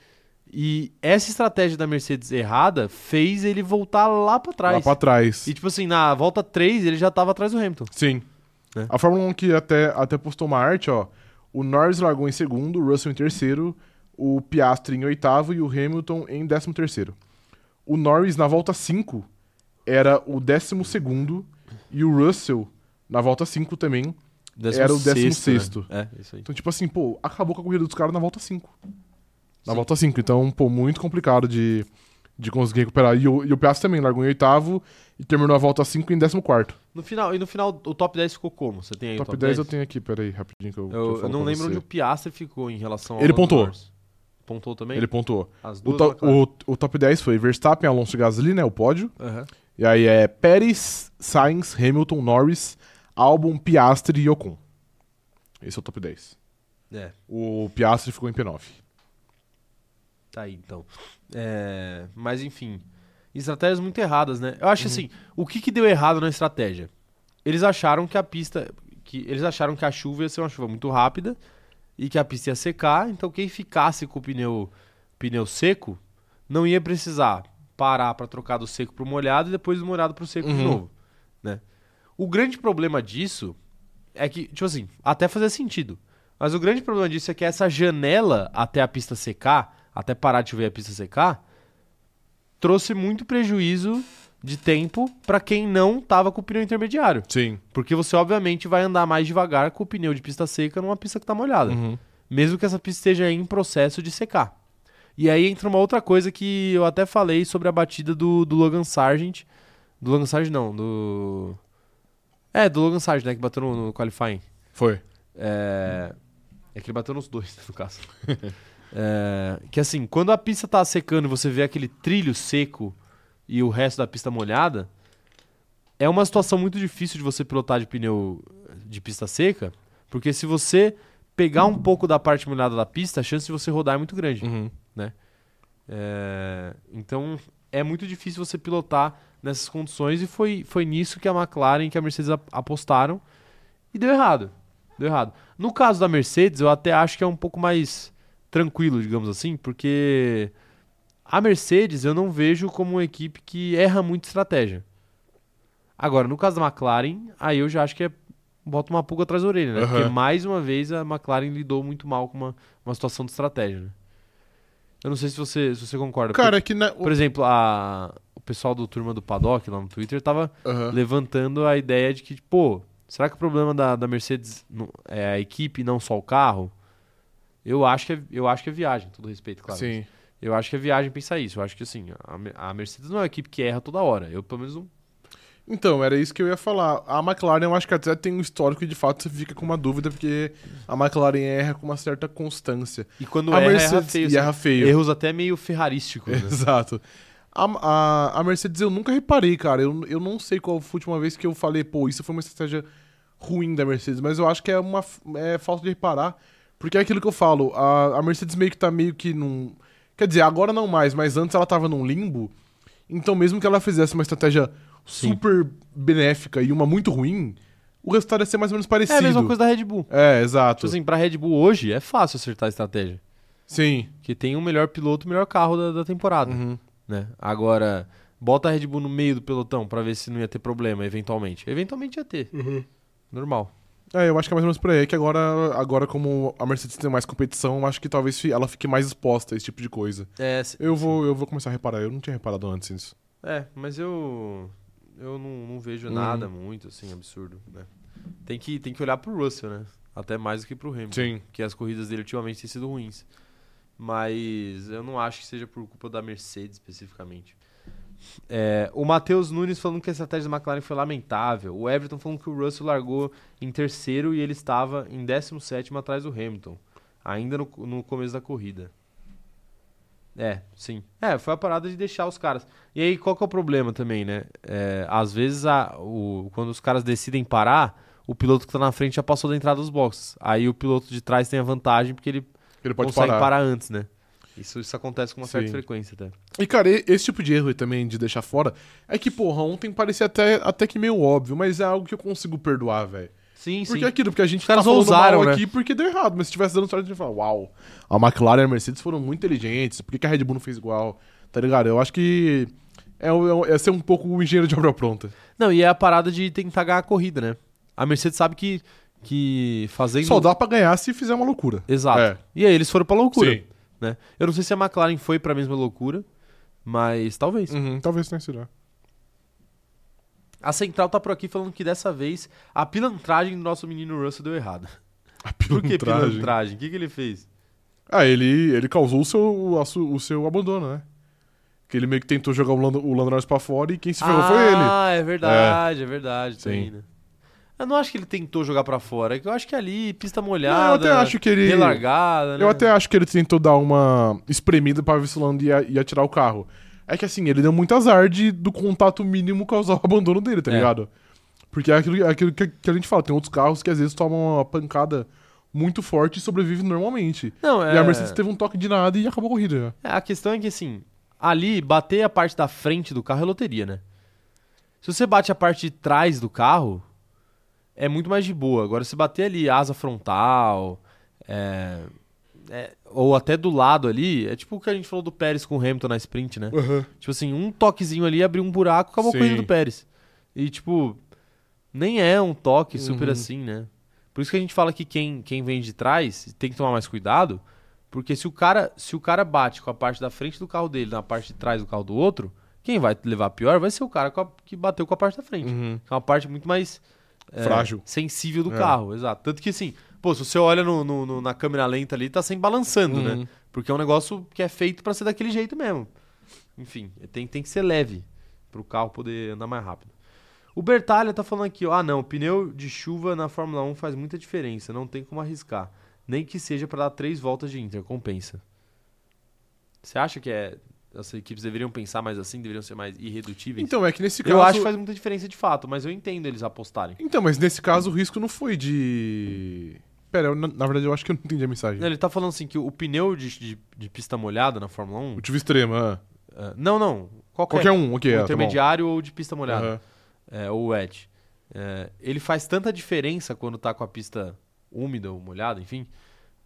E essa estratégia da Mercedes errada fez ele voltar lá pra trás. Lá pra trás. E tipo assim, na volta 3 ele já tava atrás do Hamilton. Sim. Né? A Fórmula 1 que até, até postou uma arte, ó. O Norris largou em segundo, o Russell em terceiro, o Piastri em oitavo e o Hamilton em décimo terceiro. O Norris na volta 5 era o décimo segundo e o Russell Na volta 5 também. Décimo Era o décimo né? sexto. É, isso aí. Então, tipo assim, pô, acabou com a corrida dos caras na volta 5. Na volta 5. Então, pô, muito complicado de, de conseguir recuperar. E o, e o Piastri também largou em oitavo e terminou a volta 5 em décimo quarto. No final, e no final, o top 10 ficou como? Você tem aí o Top 10 eu tenho aqui, peraí, rapidinho que eu, que Eu, falo eu não pra lembro você. onde o Piastri ficou em relação ao Ele Lando pontuou. Norris. Pontou também? Ele pontuou. As O, duas to- McLaren. o- o top 10 foi Verstappen, Alonso e Gasly, né? O pódio. Aham. E aí é Pérez, Sainz, Hamilton, Norris, Albon, Piastri e Ocon. Esse é o top 10. É, O Piastri ficou em P9. tá aí então. É, mas enfim, estratégias muito erradas, né? Eu acho assim, o que, que deu errado na estratégia? Eles acharam que a pista... Que, eles acharam que a chuva ia ser uma chuva muito rápida e que a pista ia secar, então quem ficasse com o pneu, pneu seco não ia precisar parar pra trocar do seco pro molhado e depois do molhado pro seco de Uhum. novo, né? O grande problema disso é que, tipo assim, até fazer sentido. Mas o grande problema disso é que essa janela até a pista secar, até parar de chover e a pista secar, trouxe muito prejuízo de tempo pra quem não tava com o pneu intermediário. Sim. Porque você, obviamente, vai andar mais devagar com o pneu de pista seca numa pista que tá molhada. Uhum. Mesmo que essa pista esteja em processo de secar. E aí entra uma outra coisa que eu até falei sobre a batida do, do Logan Sargent. Do Logan Sargent, não, do. É, do Logan Sargent, né? Que bateu no, no qualifying. Foi. É... é que ele bateu nos dois, no caso. É, Que assim, quando a pista tá secando e você vê aquele trilho seco e o resto da pista molhada, é uma situação muito difícil de você pilotar de pneu de pista seca, porque se você pegar um pouco da parte molhada da pista, a chance de você rodar é muito grande. Uhum. É, Então é muito difícil você pilotar nessas condições e foi, foi nisso que a McLaren e que a Mercedes ap- apostaram e deu errado. Deu errado. No caso da Mercedes, eu até acho que é um pouco mais tranquilo, digamos assim, porque a Mercedes eu não vejo como uma equipe que erra muito estratégia. Agora, no caso da McLaren, aí eu já acho que é bota uma pulga atrás da orelha, né? Aham. Porque mais uma vez a McLaren lidou muito mal com uma, uma situação de estratégia, né? Eu não sei se você, se você concorda. Cara, é que na. Por exemplo, a- o pessoal do Turma do Paddock lá no Twitter tava Aham. levantando a ideia de que, pô, será que o problema da, da Mercedes não- é a equipe e não só o carro? Eu acho que é, eu acho que é viagem, todo respeito, claro. Sim. Eu acho que é viagem pensar isso. Eu acho que assim, a, Me- a Mercedes não é uma equipe que erra toda hora. Eu pelo menos não. Então, era isso que eu ia falar. A McLaren, eu acho que até tem um histórico e de fato você fica com uma dúvida, porque a McLaren erra com uma certa constância. E quando a erra, Mercedes erra feio. e assim. erra feio. Erros até meio ferrarísticos, né? Exato. A, a, a Mercedes eu nunca reparei, cara. Eu, eu não sei qual foi a última vez que eu falei, pô, isso foi uma estratégia ruim da Mercedes, mas eu acho que é uma f- é falta de reparar. Porque é aquilo que eu falo, a, a Mercedes meio que tá meio que num. Quer dizer, agora não mais, mas antes ela tava num limbo. Então, mesmo que ela fizesse uma estratégia super benéfica e uma muito ruim, o resultado ia ser mais ou menos É parecido. a mesma coisa da Red Bull. É, exato. Tipo assim, pra Red Bull hoje é fácil acertar a estratégia. Sim. Que tem o melhor piloto, o melhor carro da, da temporada. Uhum. né? Agora, bota a Red Bull no meio do pelotão pra ver se não ia ter problema, eventualmente. Eventualmente ia ter. Normal. É, eu acho que é mais ou menos por aí. É que agora, agora como a Mercedes tem mais competição, eu acho que talvez fi- ela fique mais exposta a esse tipo de coisa. É, se- Eu vou, eu vou começar a reparar. Eu não tinha reparado antes nisso. é, mas eu eu não, não vejo Uhum. nada muito assim absurdo, né? Tem que tem que olhar pro Russell, né? Até mais do que pro Hamilton, Sim. que as corridas dele ultimamente têm sido ruins. Mas eu não acho que seja por culpa da Mercedes especificamente. É, o Matheus Nunes falando que a estratégia da McLaren foi lamentável. O Everton falando que o Russell largou em terceiro e ele estava em 17 atrás do Hamilton, ainda no, no começo da corrida. É, sim. É, foi a parada de deixar os caras. E aí, qual que é o problema também, né? É, às vezes, a- o, quando os caras decidem parar, o piloto que tá na frente já passou da entrada dos boxes. Aí o piloto de trás tem a vantagem porque ele Ele pode consegue parar. parar. antes, né? Isso, isso acontece com uma certa Sim. frequência até. E, cara, e- esse tipo de erro aí também de deixar fora é que, porra, ontem parecia até, até que meio óbvio, mas é algo que eu consigo perdoar, velho. Sim, Porque sim. é aquilo, porque a gente Os caras falando ousaram, mal né? aqui porque deu errado, mas se tivesse dando certo, a gente ia falar, uau, a McLaren e a Mercedes foram muito inteligentes, por que, que a Red Bull não fez igual? Tá ligado? Eu acho que é, o- é ser um pouco o engenheiro de obra pronta. Não, e é a parada de tentar ganhar a corrida, né? A Mercedes sabe que, que fazendo. Só dá pra ganhar se fizer uma loucura. Exato. É. E aí eles foram pra loucura. Sim. né? Eu não sei se a McLaren foi pra mesma loucura, mas talvez. né? Uhum, talvez tenha sido. é. A Central tá por aqui falando que dessa vez a pilantragem do nosso menino Russell deu errado. A Por que pilantragem. pilantragem? O que, que ele fez? Ah, ele, ele causou o seu, a su- o seu abandono, né? Que ele meio que tentou jogar o Lando, o Lando Norris pra fora e quem se ferrou ah, foi ele. é verdade, é, verdade. tá Sim. aí, né? Eu não acho que ele tentou jogar pra fora. é que Eu acho que ali, pista molhada, Não, eu até acho que ele. relargada, né? Eu até acho que ele tentou dar uma espremida pra ver se o Lando ia, ia tirar o carro. É que assim, ele deu muito azar de, do contato mínimo causar o abandono dele, tá É. ligado? Porque é aquilo, é aquilo que, que a gente fala, tem outros carros que às vezes tomam uma pancada muito forte e sobrevivem normalmente. Não, é... E a Mercedes teve um toque de nada e acabou a corrida. né? É, A questão é que, assim, ali bater a parte da frente do carro é loteria, né? Se você bate a parte de trás do carro, é muito mais de boa. Agora, se bater ali asa frontal, é, é, ou até do lado ali, é tipo o que a gente falou do Pérez com o Hamilton na sprint, né? Tipo assim, um toquezinho ali, abriu um buraco, acabou a corrida Sim. do Pérez. E, tipo, nem é um toque super Uhum. assim, né? Por isso que a gente fala que quem, quem vem de trás tem que tomar mais cuidado, porque se o, cara, se o cara bate com a parte da frente do carro dele na parte de trás do carro do outro, quem vai levar pior vai ser o cara com a- que bateu com a parte da frente. Uhum. É uma parte muito mais é, Frágil. sensível do É. carro, exato. Tanto que assim, pô, se você olha no- no- no- na câmera lenta ali, tá sempre balançando, Uhum. né? Porque é um negócio que é feito pra ser daquele jeito mesmo. Enfim, é, tem, tem que ser leve pro carro poder andar mais rápido. O Bertalha tá falando aqui, ó, ah não, pneu de chuva na Fórmula 1 faz muita diferença, não tem como arriscar. Nem que seja pra dar três voltas de Inter, compensa. Você acha que é, as equipes deveriam pensar mais assim, deveriam ser mais irredutíveis? Então, é que nesse caso. Eu acho que faz muita diferença de fato, mas eu entendo eles apostarem. Então, mas nesse caso o risco não foi de. Pera, eu, na, na verdade eu acho que eu não entendi a mensagem. Não, ele tá falando assim que o pneu de, de- de pista molhada na Fórmula 1. Motivo extremo, ah. eh, não, não. Qualquer, Qualquer um, ok. ou é, tá bom. intermediário ou de pista molhada. Aham. eh, ou wet. Eh, ele faz tanta diferença quando tá com a pista úmida ou molhada, enfim,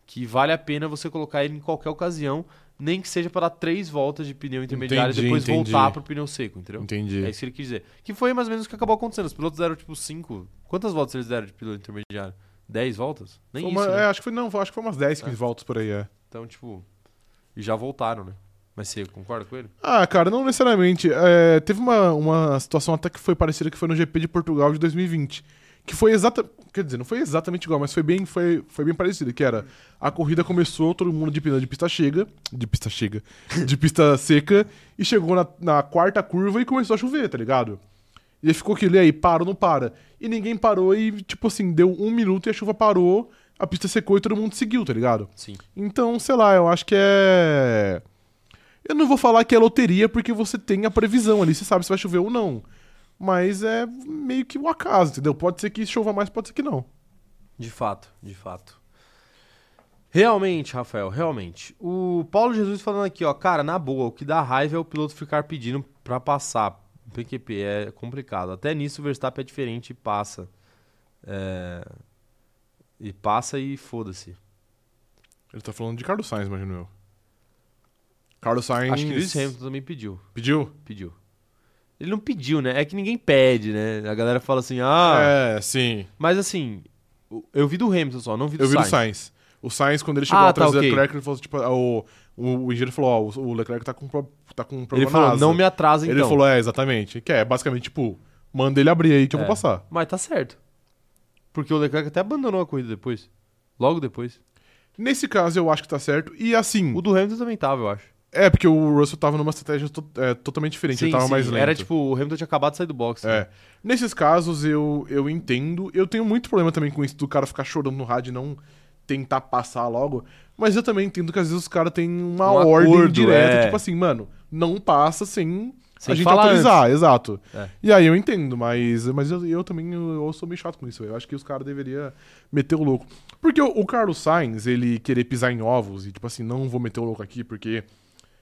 que vale a pena você colocar ele em qualquer ocasião, nem que seja para dar três voltas de pneu intermediário e Entendi, depois entendi. voltar pro pneu seco, entendeu? Entendi. É isso que ele quis dizer. Que foi mais ou menos o que acabou acontecando. Os pilotos deram tipo cinco. Quantas voltas eles deram de piloto intermediário? 10 voltas? Nem Foi isso. uma- né? é, acho que foi, não, foi- acho que foi umas 10, 15 voltas por aí, é. Então, tipo. E já voltaram, né? Mas você concorda com ele? Ah, cara, não necessariamente. É, teve uma, uma situação até que foi parecida que foi no GP de Portugal de 2020. Que foi exata. Quer dizer, não foi exatamente igual, mas foi bem, foi, foi bem parecido. Que era. A corrida começou, todo mundo de pneu de pista chega. De pista chega. De pista seca. E chegou na, na quarta curva e começou a chover, tá ligado? E aí ficou aquilo, e aí, para ou não para? E ninguém parou e, tipo assim, deu um minuto e a chuva parou, a pista secou e todo mundo seguiu, tá ligado? Sim. Então, sei lá, eu acho que é. Eu não vou falar que é loteria porque você tem a previsão ali, você sabe se vai chover ou não. Mas é meio que o acaso, entendeu? Pode ser que chova mais, pode ser que não. De fato, de fato. Realmente, Rafael, realmente. O Paulo Jesus falando aqui, ó, cara, na boa, o que dá raiva é o piloto ficar pedindo pra passar. PQP é complicado. Até nisso o Verstappen é diferente e passa. É... E passa e foda-se. Ele tá falando de Carlos Sainz, imagino eu. Carlos Sainz. Acho que o Lewis Hamilton também pediu. Pediu? Pediu. Ele não pediu, né? É que ninguém pede, né? A galera fala assim, ah. É, sim. Mas assim, o- eu vi do Hamilton só, não vi do Eu vi do Sainz. Sainz. O Sainz, quando ele chegou Ah, atrás tá, do ok. Leclerc, ele falou tipo. ah, O, o, o engenheiro falou: Ó, o- o Leclerc tá com, pro- tá com um problema Ele falou, na asa. não me atrasa então. Ele falou: É, exatamente. Que é basicamente tipo: Manda ele abrir aí que eu É. vou passar. Mas tá certo. Porque o Leclerc até abandonou a corrida depois. Logo depois. Nesse caso, eu acho que tá certo. E assim, O do Hamilton também tava, eu acho. é porque o Russell tava numa estratégia to- é, totalmente diferente. ele tava mais lento. Era tipo, o Hamilton tinha acabado de sair do boxe. né? É. Nesses casos, eu, eu entendo. Eu tenho muito problema também com isso do cara ficar chorando no rádio e não tentar passar logo. Mas eu também entendo que às vezes os caras têm uma Um ordem acordo, direta, é. tipo assim, mano, não passa sem, Sem a gente falar autorizar, exato. É. E aí eu entendo, mas, mas eu, eu também eu, eu sou meio chato com isso. Eu acho que os caras deveriam meter o louco. Porque o, o Carlos Sainz, ele querer pisar em ovos e, tipo assim, não vou meter o louco aqui porque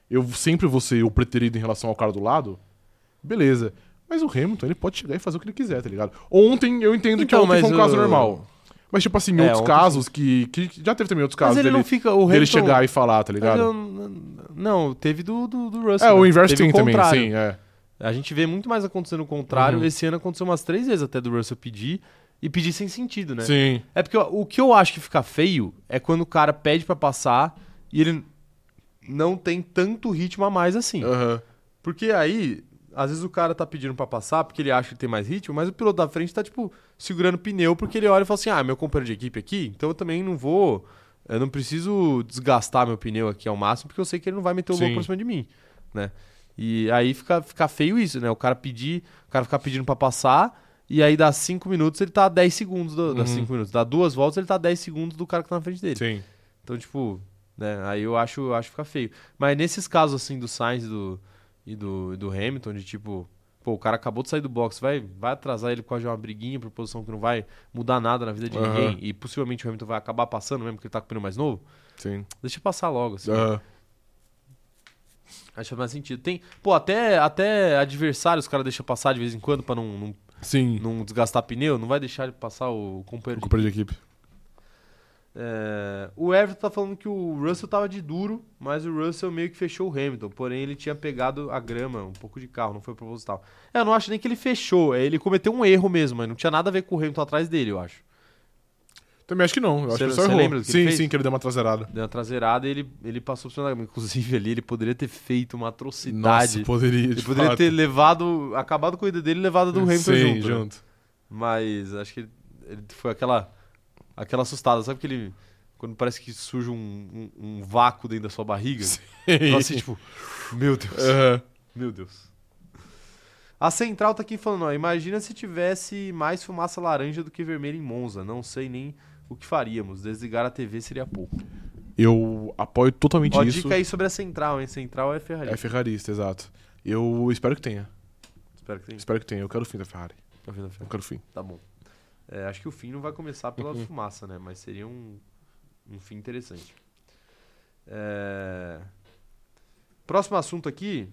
eu sempre vou ser o preterido em relação ao cara do lado, beleza. Mas o Hamilton, ele pode chegar e fazer o que ele quiser, tá ligado? Ontem eu entendo que Então, ontem foi um mas caso o- normal. Mas, tipo assim, em É, outros ontem- casos que, que. Já teve também outros Mas casos ele dele, não fica. O dele Hamilton, chegar e falar, tá Mas ligado? eu- não, teve do, do, do Russell. É, o né? inverso Teve tem o também, contrário. sim, é. A gente vê muito mais acontecendo o contrário. Uhum. Esse ano aconteceu umas três vezes até do Russell pedir. E pedir sem sentido, né? Sim. É porque ó, o que eu acho que fica feio é quando o cara pede pra passar e ele não tem tanto ritmo a mais assim. Aham. Porque aí Às vezes o cara tá pedindo pra passar porque ele acha que tem mais ritmo, mas o piloto da frente tá, tipo, segurando o pneu porque ele olha e fala assim: ah, meu companheiro de equipe aqui, então eu também não vou. Eu não preciso desgastar meu pneu aqui ao máximo porque eu sei que ele não vai meter o louco Sim. pra cima de mim, né? E aí fica, fica feio isso, né? O cara pedir, o cara ficar pedindo pra passar e aí dá 5 minutos, ele tá a 10 segundos do, dá Uhum. cinco minutos, dá duas voltas, ele tá a 10 segundos do cara que tá na frente dele. Sim. Então, tipo, né, aí eu acho, eu acho que fica feio. Mas nesses casos, assim, do Sainz e do, e do, e do Hamilton, de tipo, pô, o cara acabou de sair do box, vai, vai atrasar ele por causa de uma briguinha por posição que não vai mudar nada na vida de Aham. ninguém, e possivelmente o Hamilton vai acabar passando mesmo, porque ele tá com o pneu mais novo, Sim. deixa passar logo, assim. Ah, Acho que faz mais sentido. Tem, pô, até, até adversário os caras deixam passar de vez em quando pra não, não, sim. não desgastar pneu, não vai deixar de passar o companheiro de Companheiro de equipe. É, o Everton tá falando que o Russell tava de duro, mas o Russell meio que fechou o Hamilton. Porém, ele tinha pegado a grama, um pouco de carro, não foi proposital. É, eu não acho nem que ele fechou. é, Ele cometeu um erro mesmo, mas não tinha nada a ver com o Hamilton atrás dele, eu acho. Também acho que não. Eu acho Você- que ele só você errou. lembra do que sim, ele fez? sim, que ele deu uma traseirada. Deu uma traseirada e ele, ele passou por cima da grama. Inclusive, ali ele poderia ter feito uma atrocidade. Nossa, poderia. ele de poderia fato. ter levado, acabado a corrida dele e levado a do Hamilton Sim, junto. né? Mas acho que ele, ele foi aquela aquela assustada, sabe aquele quando parece que surge um, um, um vácuo dentro da sua barriga? Então, assim, tipo, meu Deus, Aham. meu Deus. É. A Central tá aqui falando, ó, imagina se tivesse mais fumaça laranja do que vermelha em Monza, não sei nem o que faríamos, desligar a TV seria pouco. Eu apoio totalmente Ó, isso. dica aí sobre a Central, hein? Central é Ferrari. É ferrarista, exato. Eu espero que tenha. Espero que tenha. Espero que tenha. Eu quero o fim da Ferrari. É Tá vendo a Ferrari? Eu quero o fim. Tá bom. É, acho que o fim não vai começar pela Uhum. fumaça, né? Mas seria um, um fim interessante. É, Próximo assunto aqui.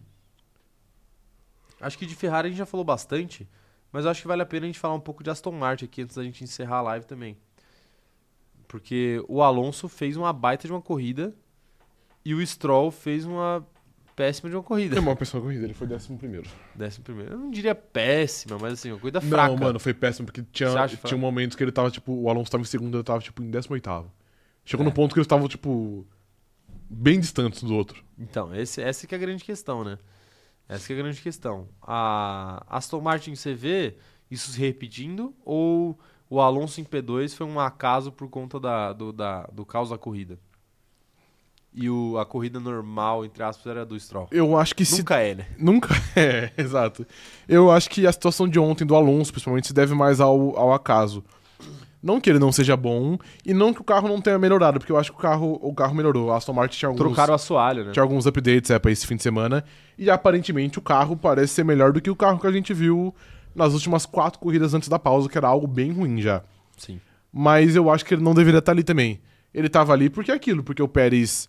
Acho que de Ferrari a gente já falou bastante, mas eu acho que vale a pena a gente falar um pouco de Aston Martin aqui antes da gente encerrar a live também. Porque o Alonso fez uma baita de uma corrida e o Stroll fez uma péssima de uma corrida. É uma pessoa corrida, ele foi décimo primeiro. Décimo primeiro. Eu não diria péssima, mas assim, uma corrida fraca. Não, mano, foi péssimo, porque Você tinha, acha tinha fraco? momentos que ele tava, tipo, o Alonso tava em segundo, ele tava, tipo, em décimo oitavo. Chegou É. no ponto que eles estavam, tipo, bem distantes um do outro. Então, esse- essa que é a grande questão, né? Essa que é a grande questão. A Aston Martin, você vê isso se repetindo ou o Alonso em P2 foi um acaso por conta da- do, da- do caos da corrida? E o- a corrida normal, entre aspas, era do Stroll. Eu acho que se Nunca é, né? Nunca. É, exato. Eu acho que a situação de ontem do Alonso, principalmente, se deve mais ao, ao acaso. Não que ele não seja bom e não que o carro não tenha melhorado, porque eu acho que o carro, o carro melhorou. A Aston Martin tinha alguns, Trocaram o assoalho, né? tinha alguns updates é, pra esse fim de semana e aparentemente o carro parece ser melhor do que o carro que a gente viu nas últimas quatro corridas antes da pausa, que era algo bem ruim já. Sim. Mas eu acho que ele não deveria estar ali também. Ele tava ali porque é aquilo, porque o Pérez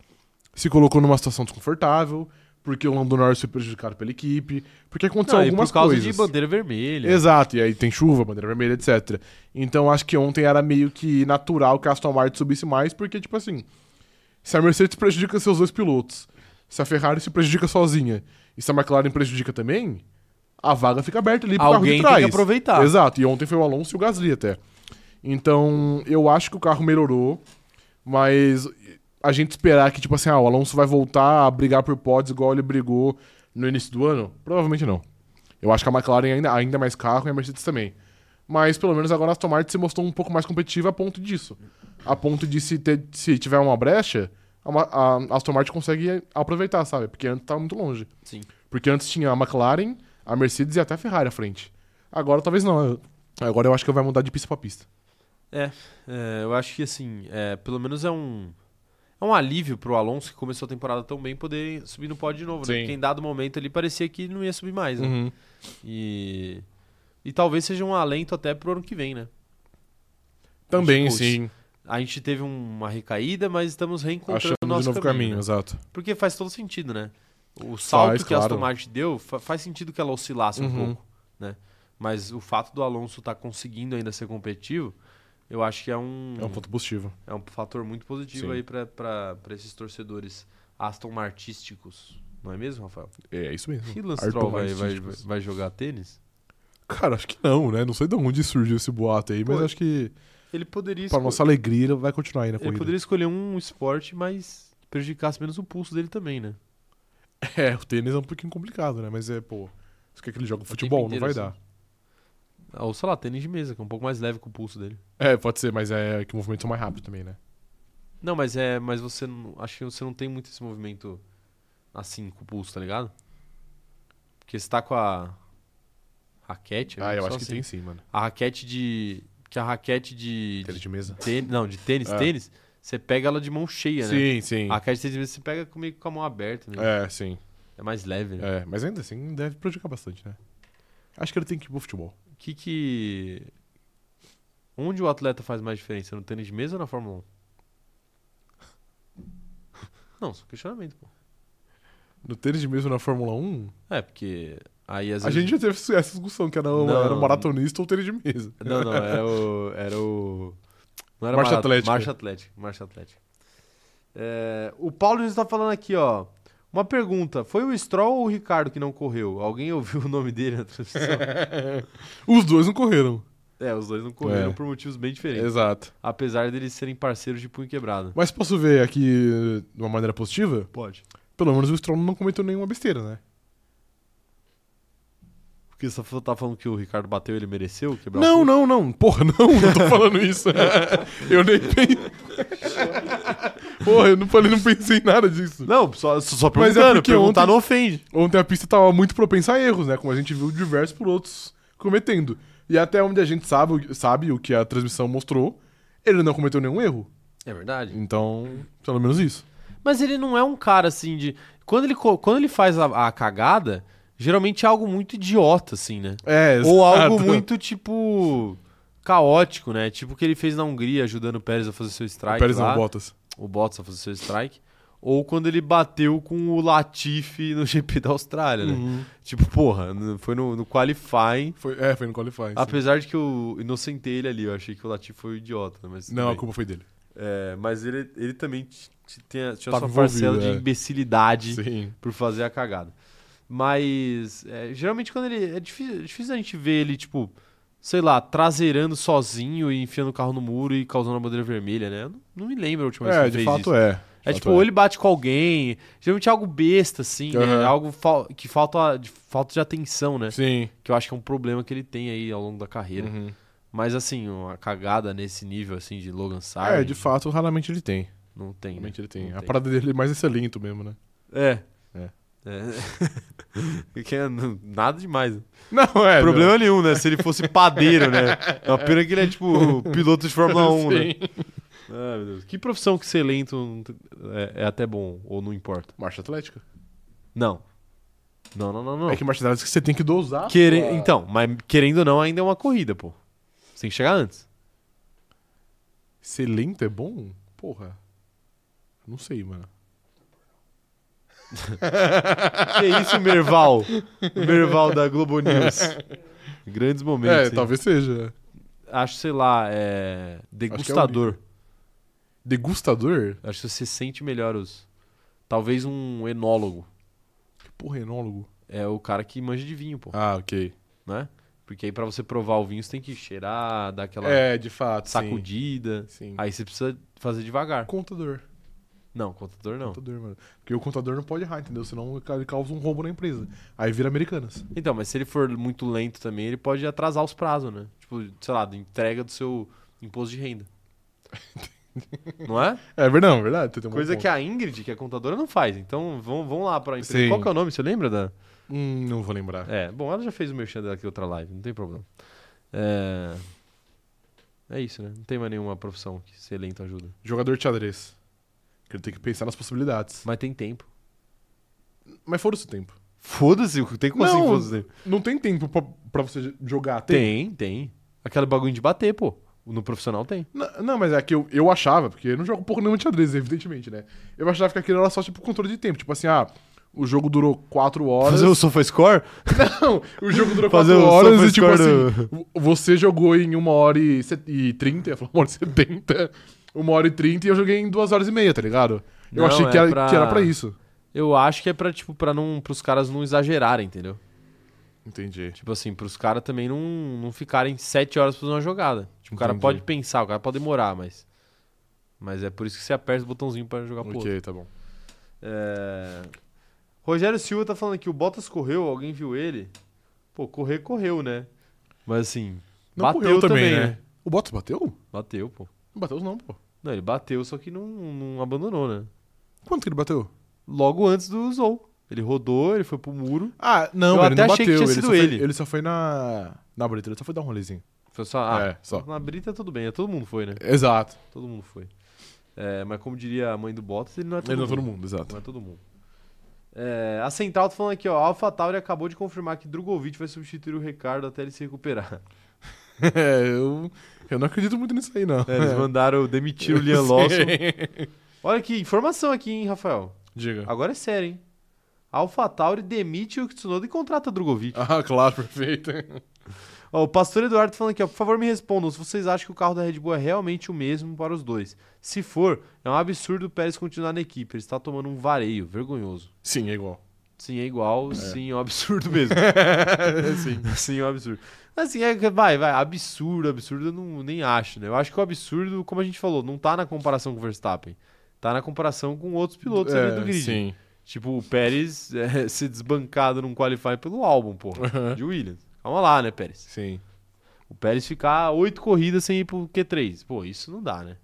se colocou numa situação desconfortável, porque o Lando Norris foi prejudicado pela equipe, porque aconteceu Não, e algumas por causa coisas. de bandeira vermelha. Exato, e aí tem chuva, bandeira vermelha, etc. Então acho que ontem era meio que natural que a Aston Martin subisse mais, porque, tipo assim, se a Mercedes prejudica seus dois pilotos, se a Ferrari se prejudica sozinha e se a McLaren prejudica também, a vaga fica aberta ali pro Alguém tem que carro de trás. aproveitar. Exato, e ontem foi o Alonso e o Gasly até. Então eu acho que o carro melhorou, mas a gente esperar que, tipo assim, ah, o Alonso vai voltar a brigar por pods igual ele brigou no início do ano? Provavelmente não. Eu acho que a McLaren ainda, ainda é mais carro e a Mercedes também. Mas pelo menos agora a Aston Martin se mostrou um pouco mais competitiva a ponto disso. A ponto de se, ter- se tiver uma brecha, a, Ma- a Aston Martin consegue aproveitar, sabe? Porque antes tava muito longe. Sim. Porque antes tinha a McLaren, a Mercedes e até a Ferrari à frente. Agora talvez não. Eu- Agora eu acho que vai mudar de pista pra pista. É, eu acho que assim, é, pelo menos é um. É um alívio pro Alonso que começou a temporada tão bem poder subir no pódio de novo, né? Sim. Uhum. Porque em dado momento ele parecia que não ia subir mais, né? E. E talvez seja um alento até pro ano que vem, né? Também, Tipo, sim. A gente teve um, uma recaída, mas estamos reencontrando Achando o de nosso novo caminho. caminho, né? exato. Porque faz todo sentido, né? O salto que a Aston claro. Martin deu fa- faz sentido que ela oscilasse um Uhum. pouco, né? Mas o fato do Alonso estar conseguindo ainda ser competitivo, eu acho que é um. É um ponto positivo. É um fator muito positivo Sim. aí pra- pra pra esses torcedores Aston Martísticos. Não é mesmo, Rafael? É isso mesmo. E Lance Arthur Stroll vai, Martins, vai, tipo, vai- vai jogar tênis? Cara, acho que não, né? Não sei de onde surgiu esse boato aí, mas Pô, acho que, Ele poderia, pra nossa alegria, ele vai continuar aí na ele corrida. poderia escolher um esporte, mas prejudicasse menos o pulso dele também, né? É, o tênis é um pouquinho complicado, né? Mas é, pô, Você quer que ele jogue futebol? Não inteiro, vai assim. dar. Ah, Ou sei lá, tênis de mesa, que é um pouco mais leve que o pulso dele. É, pode ser, mas é que o movimento é mais rápido também, né? Não, mas é. Mas você não. Acho que você não tem muito esse movimento assim com o pulso, tá ligado? Porque você tá com a. Raquete? ah, né? eu Só acho que assim. tem sim, mano. A raquete de. Que a raquete de. Tênis de de mesa. tênis, não, de tênis, É. tênis, você pega ela de mão cheia, né? Sim, sim. A raquete de tênis você pega meio que com a mão aberta, né? É, sim. É, mais leve, né? É, mas ainda assim deve prejudicar bastante, né? Acho que ele tem que ir pro futebol. O que que. Onde o atleta faz mais diferença? No tênis de mesa ou na Fórmula 1? Não, só questionamento, pô. No tênis de mesa na Fórmula 1, É, porque aí às a vezes. gente já teve essa discussão, que era, o- Não. era o maratonista ou tênis de mesa. Não, não, era o. Era o. Não Marcha marat- atlética. Marcha Atlética. Marcha Atlética. É, o Paulo Jesus tá falando aqui, ó. Uma pergunta: foi o Stroll ou o Ricardo que não correu? Alguém ouviu o nome dele na transmissão? Os dois não correram. é, os dois não correram É. por motivos bem diferentes. Exato. Apesar deles serem parceiros de punho quebrado. Mas posso ver aqui de uma maneira positiva? Pode. Pelo menos o Stroll não cometeu nenhuma besteira, né? Porque você tá falando que o Ricardo bateu ele mereceu quebrar o Não, punho? não, não. Porra, não, não tô falando isso. eu nem pensei. Porra, eu não falei, não pensei em nada disso. Não, só, só só Mas é perguntando. porque perguntar ontem- não ofende. Ontem a pista tava muito propensa a erros, né? Como a gente viu diversos pilotos cometendo. E até onde a gente sabe, sabe o que a transmissão mostrou, ele não cometeu nenhum erro. É verdade. Então, pelo menos isso. Mas ele não é um cara assim de. Quando ele, co- quando ele faz a, a cagada, geralmente é algo muito idiota, assim, né? É, Ou exato. algo muito, tipo, caótico, né? Tipo o que ele fez na Hungria, ajudando o Pérez a fazer seu strike. O Pérez é um lá, não, Bottas. o Bottas a fazer seu strike. Ou quando ele bateu com o Latifi no GP da Austrália, né? Uhum. Tipo, porra, no- foi no, no qualifying. Foi, é, foi no Qualify. sim. Apesar de que eu inocentei ele ali, eu achei que o Latifi foi o idiota, né? Mas, tudo Não, bem. a culpa foi dele. É, mas ele, ele também t- t- tinha, tinha Tava sua envolvido, parcela de é. imbecilidade Sim. por fazer a cagada. Mas é, geralmente quando ele. É difícil, é difícil a gente ver ele, tipo, sei lá, traseirando sozinho e enfiando o carro no muro e causando a bandeira vermelha, né? Eu não, não me lembro a última vez que É, ele de assim fez fato isso. é. De É fato tipo, ou ele bate com alguém, geralmente é algo besta, assim, né? Aham. Algo fal- que falta de, falta de atenção, né? Sim. Que eu acho que é um problema que ele tem aí ao longo da carreira. Uhum. Mas assim, uma cagada nesse nível, assim, de Logan Sargent, É, de fato, raramente ele tem. não tem, né? Realmente ele tem. Não A tem. parada dele é mais excelente mesmo, né? É. É. É. Que é n- nada demais. Não, é. Problema nenhum, né? Se ele fosse padeiro, né? É uma pena que ele é tipo piloto de Fórmula 1, né? Ah, meu Deus. Que profissão que ser lento não t- é, é até bom, ou não importa. Marcha Atlética. Não. Não, não, não, não. É que marcha atlética você tem que dosar. Quere- sua- Então, mas querendo ou não, ainda é uma corrida, pô. Você tem que chegar antes. Ser lento é bom? Porra. Não sei, mano. Que isso, Merval? O Merval da Globo News. Grandes momentos. é, hein? talvez seja. Acho, sei lá, é. Degustador. Degustador? Acho que você sente melhor os. Talvez um enólogo. Que porra, enólogo. É o cara que manja de vinho, pô. Ah, ok. Né? Porque aí pra você provar o vinho, você tem que cheirar, dar aquela É, de fato. Sacudir. sacudida. Sim. É Aí você precisa fazer devagar. Contador. Não, contador não. Contador, mano. Porque o contador não pode errar, entendeu? Senão ele causa um roubo na empresa. Aí vira americanas. Então, mas se ele for muito lento também, ele pode atrasar os prazos, né? Tipo, sei lá, da entrega do seu imposto de renda. não é? É verdade, verdade. Tem um bom Coisa ponto. que a Ingrid, que é contadora, não faz. Então, vão, vão lá pra empresa. Sim. Qual que é o nome? Você lembra da... Hum, não vou lembrar. É, bom, ela já fez o merchan dela aqui outra live, não tem problema. É... é isso, né? Não tem mais nenhuma profissão que ser lento ajuda. Jogador de xadrez. Que ele tem que pensar nas possibilidades. Mas tem tempo. Mas fora o tempo. Foda-se, tem como assim Não, foda-se tempo? Não tem tempo pra, pra você jogar. Tem, tem. Aquele bagulho de bater, pô. No profissional tem. Não, não, mas é que eu, eu achava, porque eu não jogo porra nenhuma de xadrez, evidentemente, né? Eu achava que aquilo era só tipo controle de tempo. Tipo assim, ah, o jogo durou 4 horas. Fazer o SofaScore? Não, o jogo durou Fazer 4 o horas sopa e tipo escorda- assim, vo- você jogou em 1 hora e set- e 30, eu ia falar 1 hora e 70, 1 hora e 30 e eu joguei em 2 horas e meia, tá ligado? Eu Não, achei que, é era, pra- que era pra isso. Eu acho que é pra, tipo, pra não, pros caras não exagerarem, entendeu? Entendi. Tipo assim, pros caras também não, não ficarem sete horas pra fazer uma jogada. Tipo, o cara Entendi. pode pensar, o cara pode demorar, mas... Mas é por isso que você aperta o botãozinho pra jogar pro outro. Ok, tá bom. É, Rogério Silva tá falando que o Bottas correu, alguém viu ele? Pô, correr, correu, né? Mas assim. Não bateu correu também, também, né? né? O Bottas bateu? Não Bateu, pô. bateu não, pô. Não, ele bateu, só que não, não abandonou, né? Quanto que ele bateu? Logo antes do Zou. Ele rodou, ele foi pro muro. Ah, não, Eu ele até não achei que bateu. tinha ele, sido só foi, ele. ele só foi na. Na brita, ele só foi dar um rolezinho. Foi só. Ah, é, só. na brita tudo bem, é, todo mundo foi, né? Exato. Todo mundo foi. É, mas como diria a mãe do Bottas, ele não é todo Ele não é mundo. todo mundo, exato. Não é todo mundo. É, a Central tá falando aqui, ó. A AlphaTauri acabou de confirmar que Drogovic vai substituir o Ricardo até ele se recuperar. É, eu, eu não acredito muito nisso aí, não. É, eles mandaram demitir o Liam Lawson. Olha que informação aqui, hein, Rafael. Diga. Agora é sério, hein? A AlphaTauri demite o Tsunoda e contrata Drogovic. Ah, claro, perfeito. Ó, o pastor Eduardo falando aqui, ó. Por favor, me respondam se vocês acham que o carro da Red Bull é realmente o mesmo para os dois. Se for, é um absurdo o Pérez continuar na equipe. Ele está tomando um vareio, vergonhoso. Sim, é igual. Sim, é igual, sim, é um absurdo mesmo. Sim. Sim, é um absurdo. Assim, é, que vai, vai, absurdo, absurdo eu não, nem acho, né? Eu acho que o absurdo, como a gente falou, não tá na comparação com o Verstappen. Tá na comparação com outros pilotos ali É, do grid. Sim. Tipo, o Pérez é, ser desbancado num qualify pelo álbum, porra, de Williams. Calma lá, né, Pérez? Sim. O Pérez ficar oito corridas sem ir pro Q3. Pô, isso não dá, né?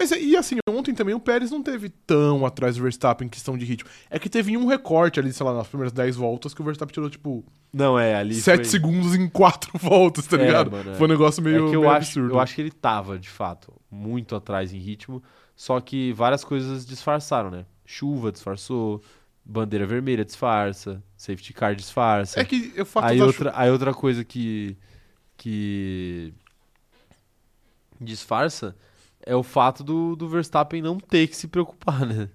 Mas e assim, ontem também o Pérez não teve tão atrás do Verstappen em questão de ritmo. É que teve um recorte ali, sei lá, nas primeiras 10 voltas que o Verstappen tirou, tipo, Não, é, ali 7 foi... segundos em 4 voltas, tá É, ligado? mano, é. Foi um negócio meio, é que eu meio acho, absurdo. Eu acho que ele tava, de fato, muito atrás em ritmo. Só que várias coisas disfarçaram, né? Chuva disfarçou, bandeira vermelha disfarça, safety car disfarça. É que eu fato aí, da outra, aí outra coisa que. que. disfarça é o fato do, do Verstappen não ter que se preocupar, né?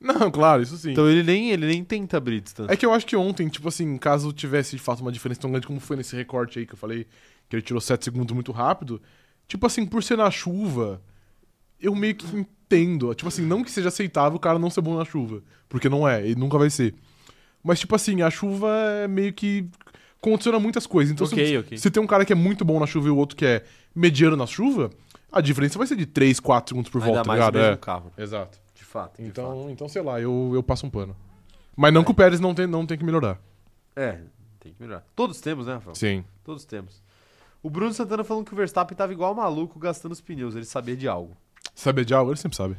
Não, claro, isso sim. Então ele nem, ele nem tenta abrir distância. É que eu acho que ontem, tipo assim, caso tivesse de fato uma diferença tão grande como foi nesse recorte aí que eu falei, que ele tirou 7 segundos muito rápido, tipo assim, por ser na chuva, eu meio que entendo. Tipo assim, não que seja aceitável o cara não ser bom na chuva, porque não é, ele nunca vai ser. Mas tipo assim, a chuva é meio que condiciona muitas coisas. Então Ok, se, ok. se tem um cara que é muito bom na chuva e o outro que é mediano na chuva, a diferença vai ser de 3, 4 segundos por Ainda volta, mais o ligado? mesmo É. carro, Exato. de fato. de fato. Então, então sei lá, eu, eu passo um pano. Mas não que o Pérez não tem, não tem que melhorar. É, tem que melhorar. Todos temos, né, Rafael? Sim. Todos temos. O Bruno Santana falando que o Verstappen tava igual maluco gastando os pneus, ele sabia de algo. Saber de algo, ele sempre sabe.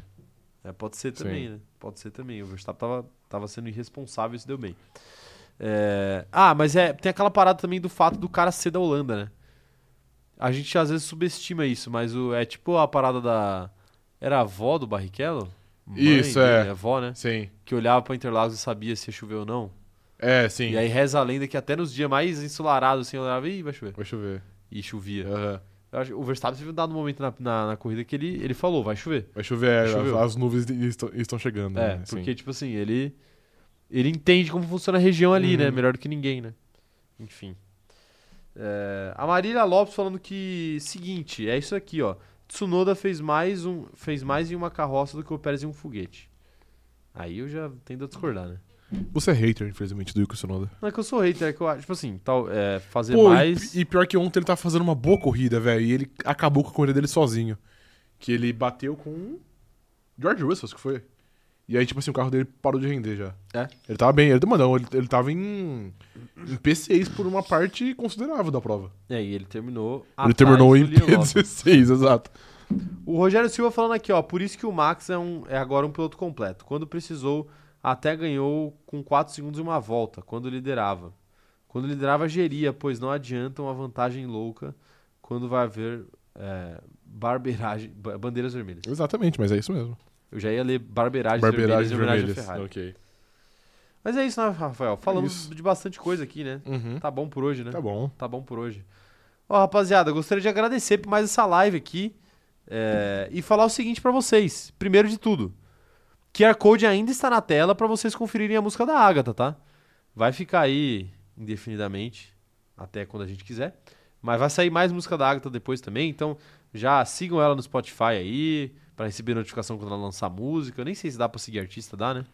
É, pode ser Sim. também, né? Pode ser também. O Verstappen tava, tava sendo irresponsável e isso deu bem. É, Ah, mas é, tem aquela parada também do fato do cara ser da Holanda, né? A gente às vezes subestima isso, mas o... é tipo a parada da. Era a avó do Barrichello? Mãe Isso, dele, é. avó, né? Sim. Que olhava pra Interlagos e sabia se ia chover ou não. É, sim. E aí reza a lenda que até nos dias mais ensolarados, assim, olhava e vai chover. Vai chover. E chovia. Aham. Eu acho- O Verstappen teve um dado momento na, na, na corrida que ele, ele falou, vai chover. Vai chover, Vai chover. as, as nuvens estão, estão chegando. É, né? Sim. porque, tipo assim, ele, ele entende como funciona a região ali, né? Uhum. Melhor do que ninguém, né? Enfim. É, a Marília Lopes falando que, seguinte, é isso aqui, ó. Tsunoda fez mais, um, fez mais em uma carroça do que o Pérez em um foguete. Aí eu já tendo a discordar, né? Você é hater, infelizmente, do Yuki Tsunoda. Não é que eu sou hater, é que eu acho, tipo assim, tal, é, fazer Pô, e- mais... e, pior que ontem ele tava fazendo uma boa corrida, velho. E ele acabou com a corrida dele sozinho. Que ele bateu com. George Russell, acho que foi. E aí, tipo assim, o carro dele parou de render já. É? Ele tava bem, ele, mano, ele, ele tava em, em P6 por uma parte considerável da prova. É, e ele terminou ele atrás terminou do em Liam Lawson. P16, exato. O Rogério Silva falando aqui, ó, por isso que o Max é, um, é agora um piloto completo. Quando precisou, até ganhou com 4 segundos e uma volta, quando liderava. Quando liderava, geria, pois não adianta uma vantagem louca quando vai haver é, barbeiragem, ba- bandeiras vermelhas. Exatamente, mas é isso mesmo. Eu já ia ler barbeiragens, vermelhas Barbeiragens e homenagem à vermelhas. Ferrari. Ok. Mas é isso, né, Rafael? Falamos isso. de bastante coisa aqui, né? Uhum. Tá bom por hoje, né? Tá bom. Tá bom por hoje. Ó, rapaziada, gostaria de agradecer por mais essa live aqui é, e falar o seguinte pra vocês. Primeiro de tudo, QR Code ainda está na tela pra vocês conferirem a música da Agatha, tá? Vai ficar aí indefinidamente, até quando a gente quiser. Mas vai sair mais música da Agatha depois também, então já sigam ela no Spotify aí, pra receber notificação quando ela lançar música. Eu nem sei se dá pra seguir artista, dá, né?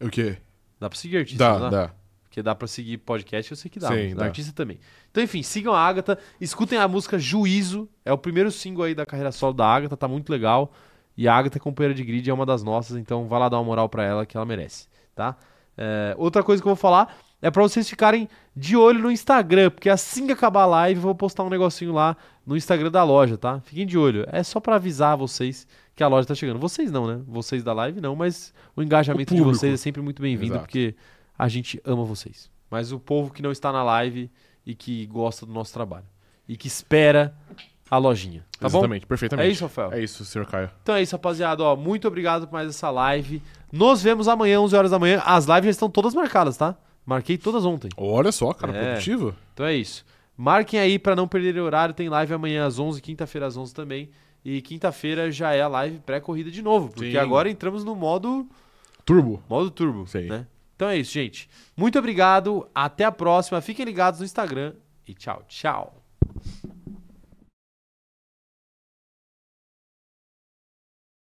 O quê? Dá pra seguir artista, não Dá, dá. porque dá pra seguir podcast, eu sei que dá. Sim, mas dá. Artista também. Então, enfim, sigam a Agatha, escutem a música Juízo, é o primeiro single aí da carreira solo da Agatha, tá muito legal. E a Agatha é companheira de grid, é uma das nossas, então vai lá dar uma moral pra ela que ela merece, tá? É, outra coisa que eu vou falar é pra vocês ficarem de olho no Instagram, porque assim que acabar a live eu vou postar um negocinho lá no Instagram da loja, tá? Fiquem de olho. É só pra avisar vocês que a loja tá chegando. Vocês não, né? Vocês da live não, mas o engajamento O de público. vocês é sempre muito bem-vindo, Exato. porque a gente ama vocês. Mas o povo que não está na live e que gosta do nosso trabalho e que espera a lojinha, tá bom? Exatamente, perfeitamente. É isso, Rafael. É isso, senhor Caio. Então é isso, rapaziada. Ó, muito obrigado por mais essa live. Nos vemos amanhã, 11 horas da manhã. As lives já estão todas marcadas, tá? Marquei todas ontem. Olha só, cara, É. produtivo. Então é isso. Marquem aí pra não perder horário. Tem live amanhã às 11, quinta-feira às 11 também. E quinta-feira já é a live pré-corrida de novo, porque Sim. agora entramos no modo Turbo. modo turbo, Sim. né? Então é isso, gente. Muito obrigado. Até a próxima. Fiquem ligados no Instagram e tchau, tchau.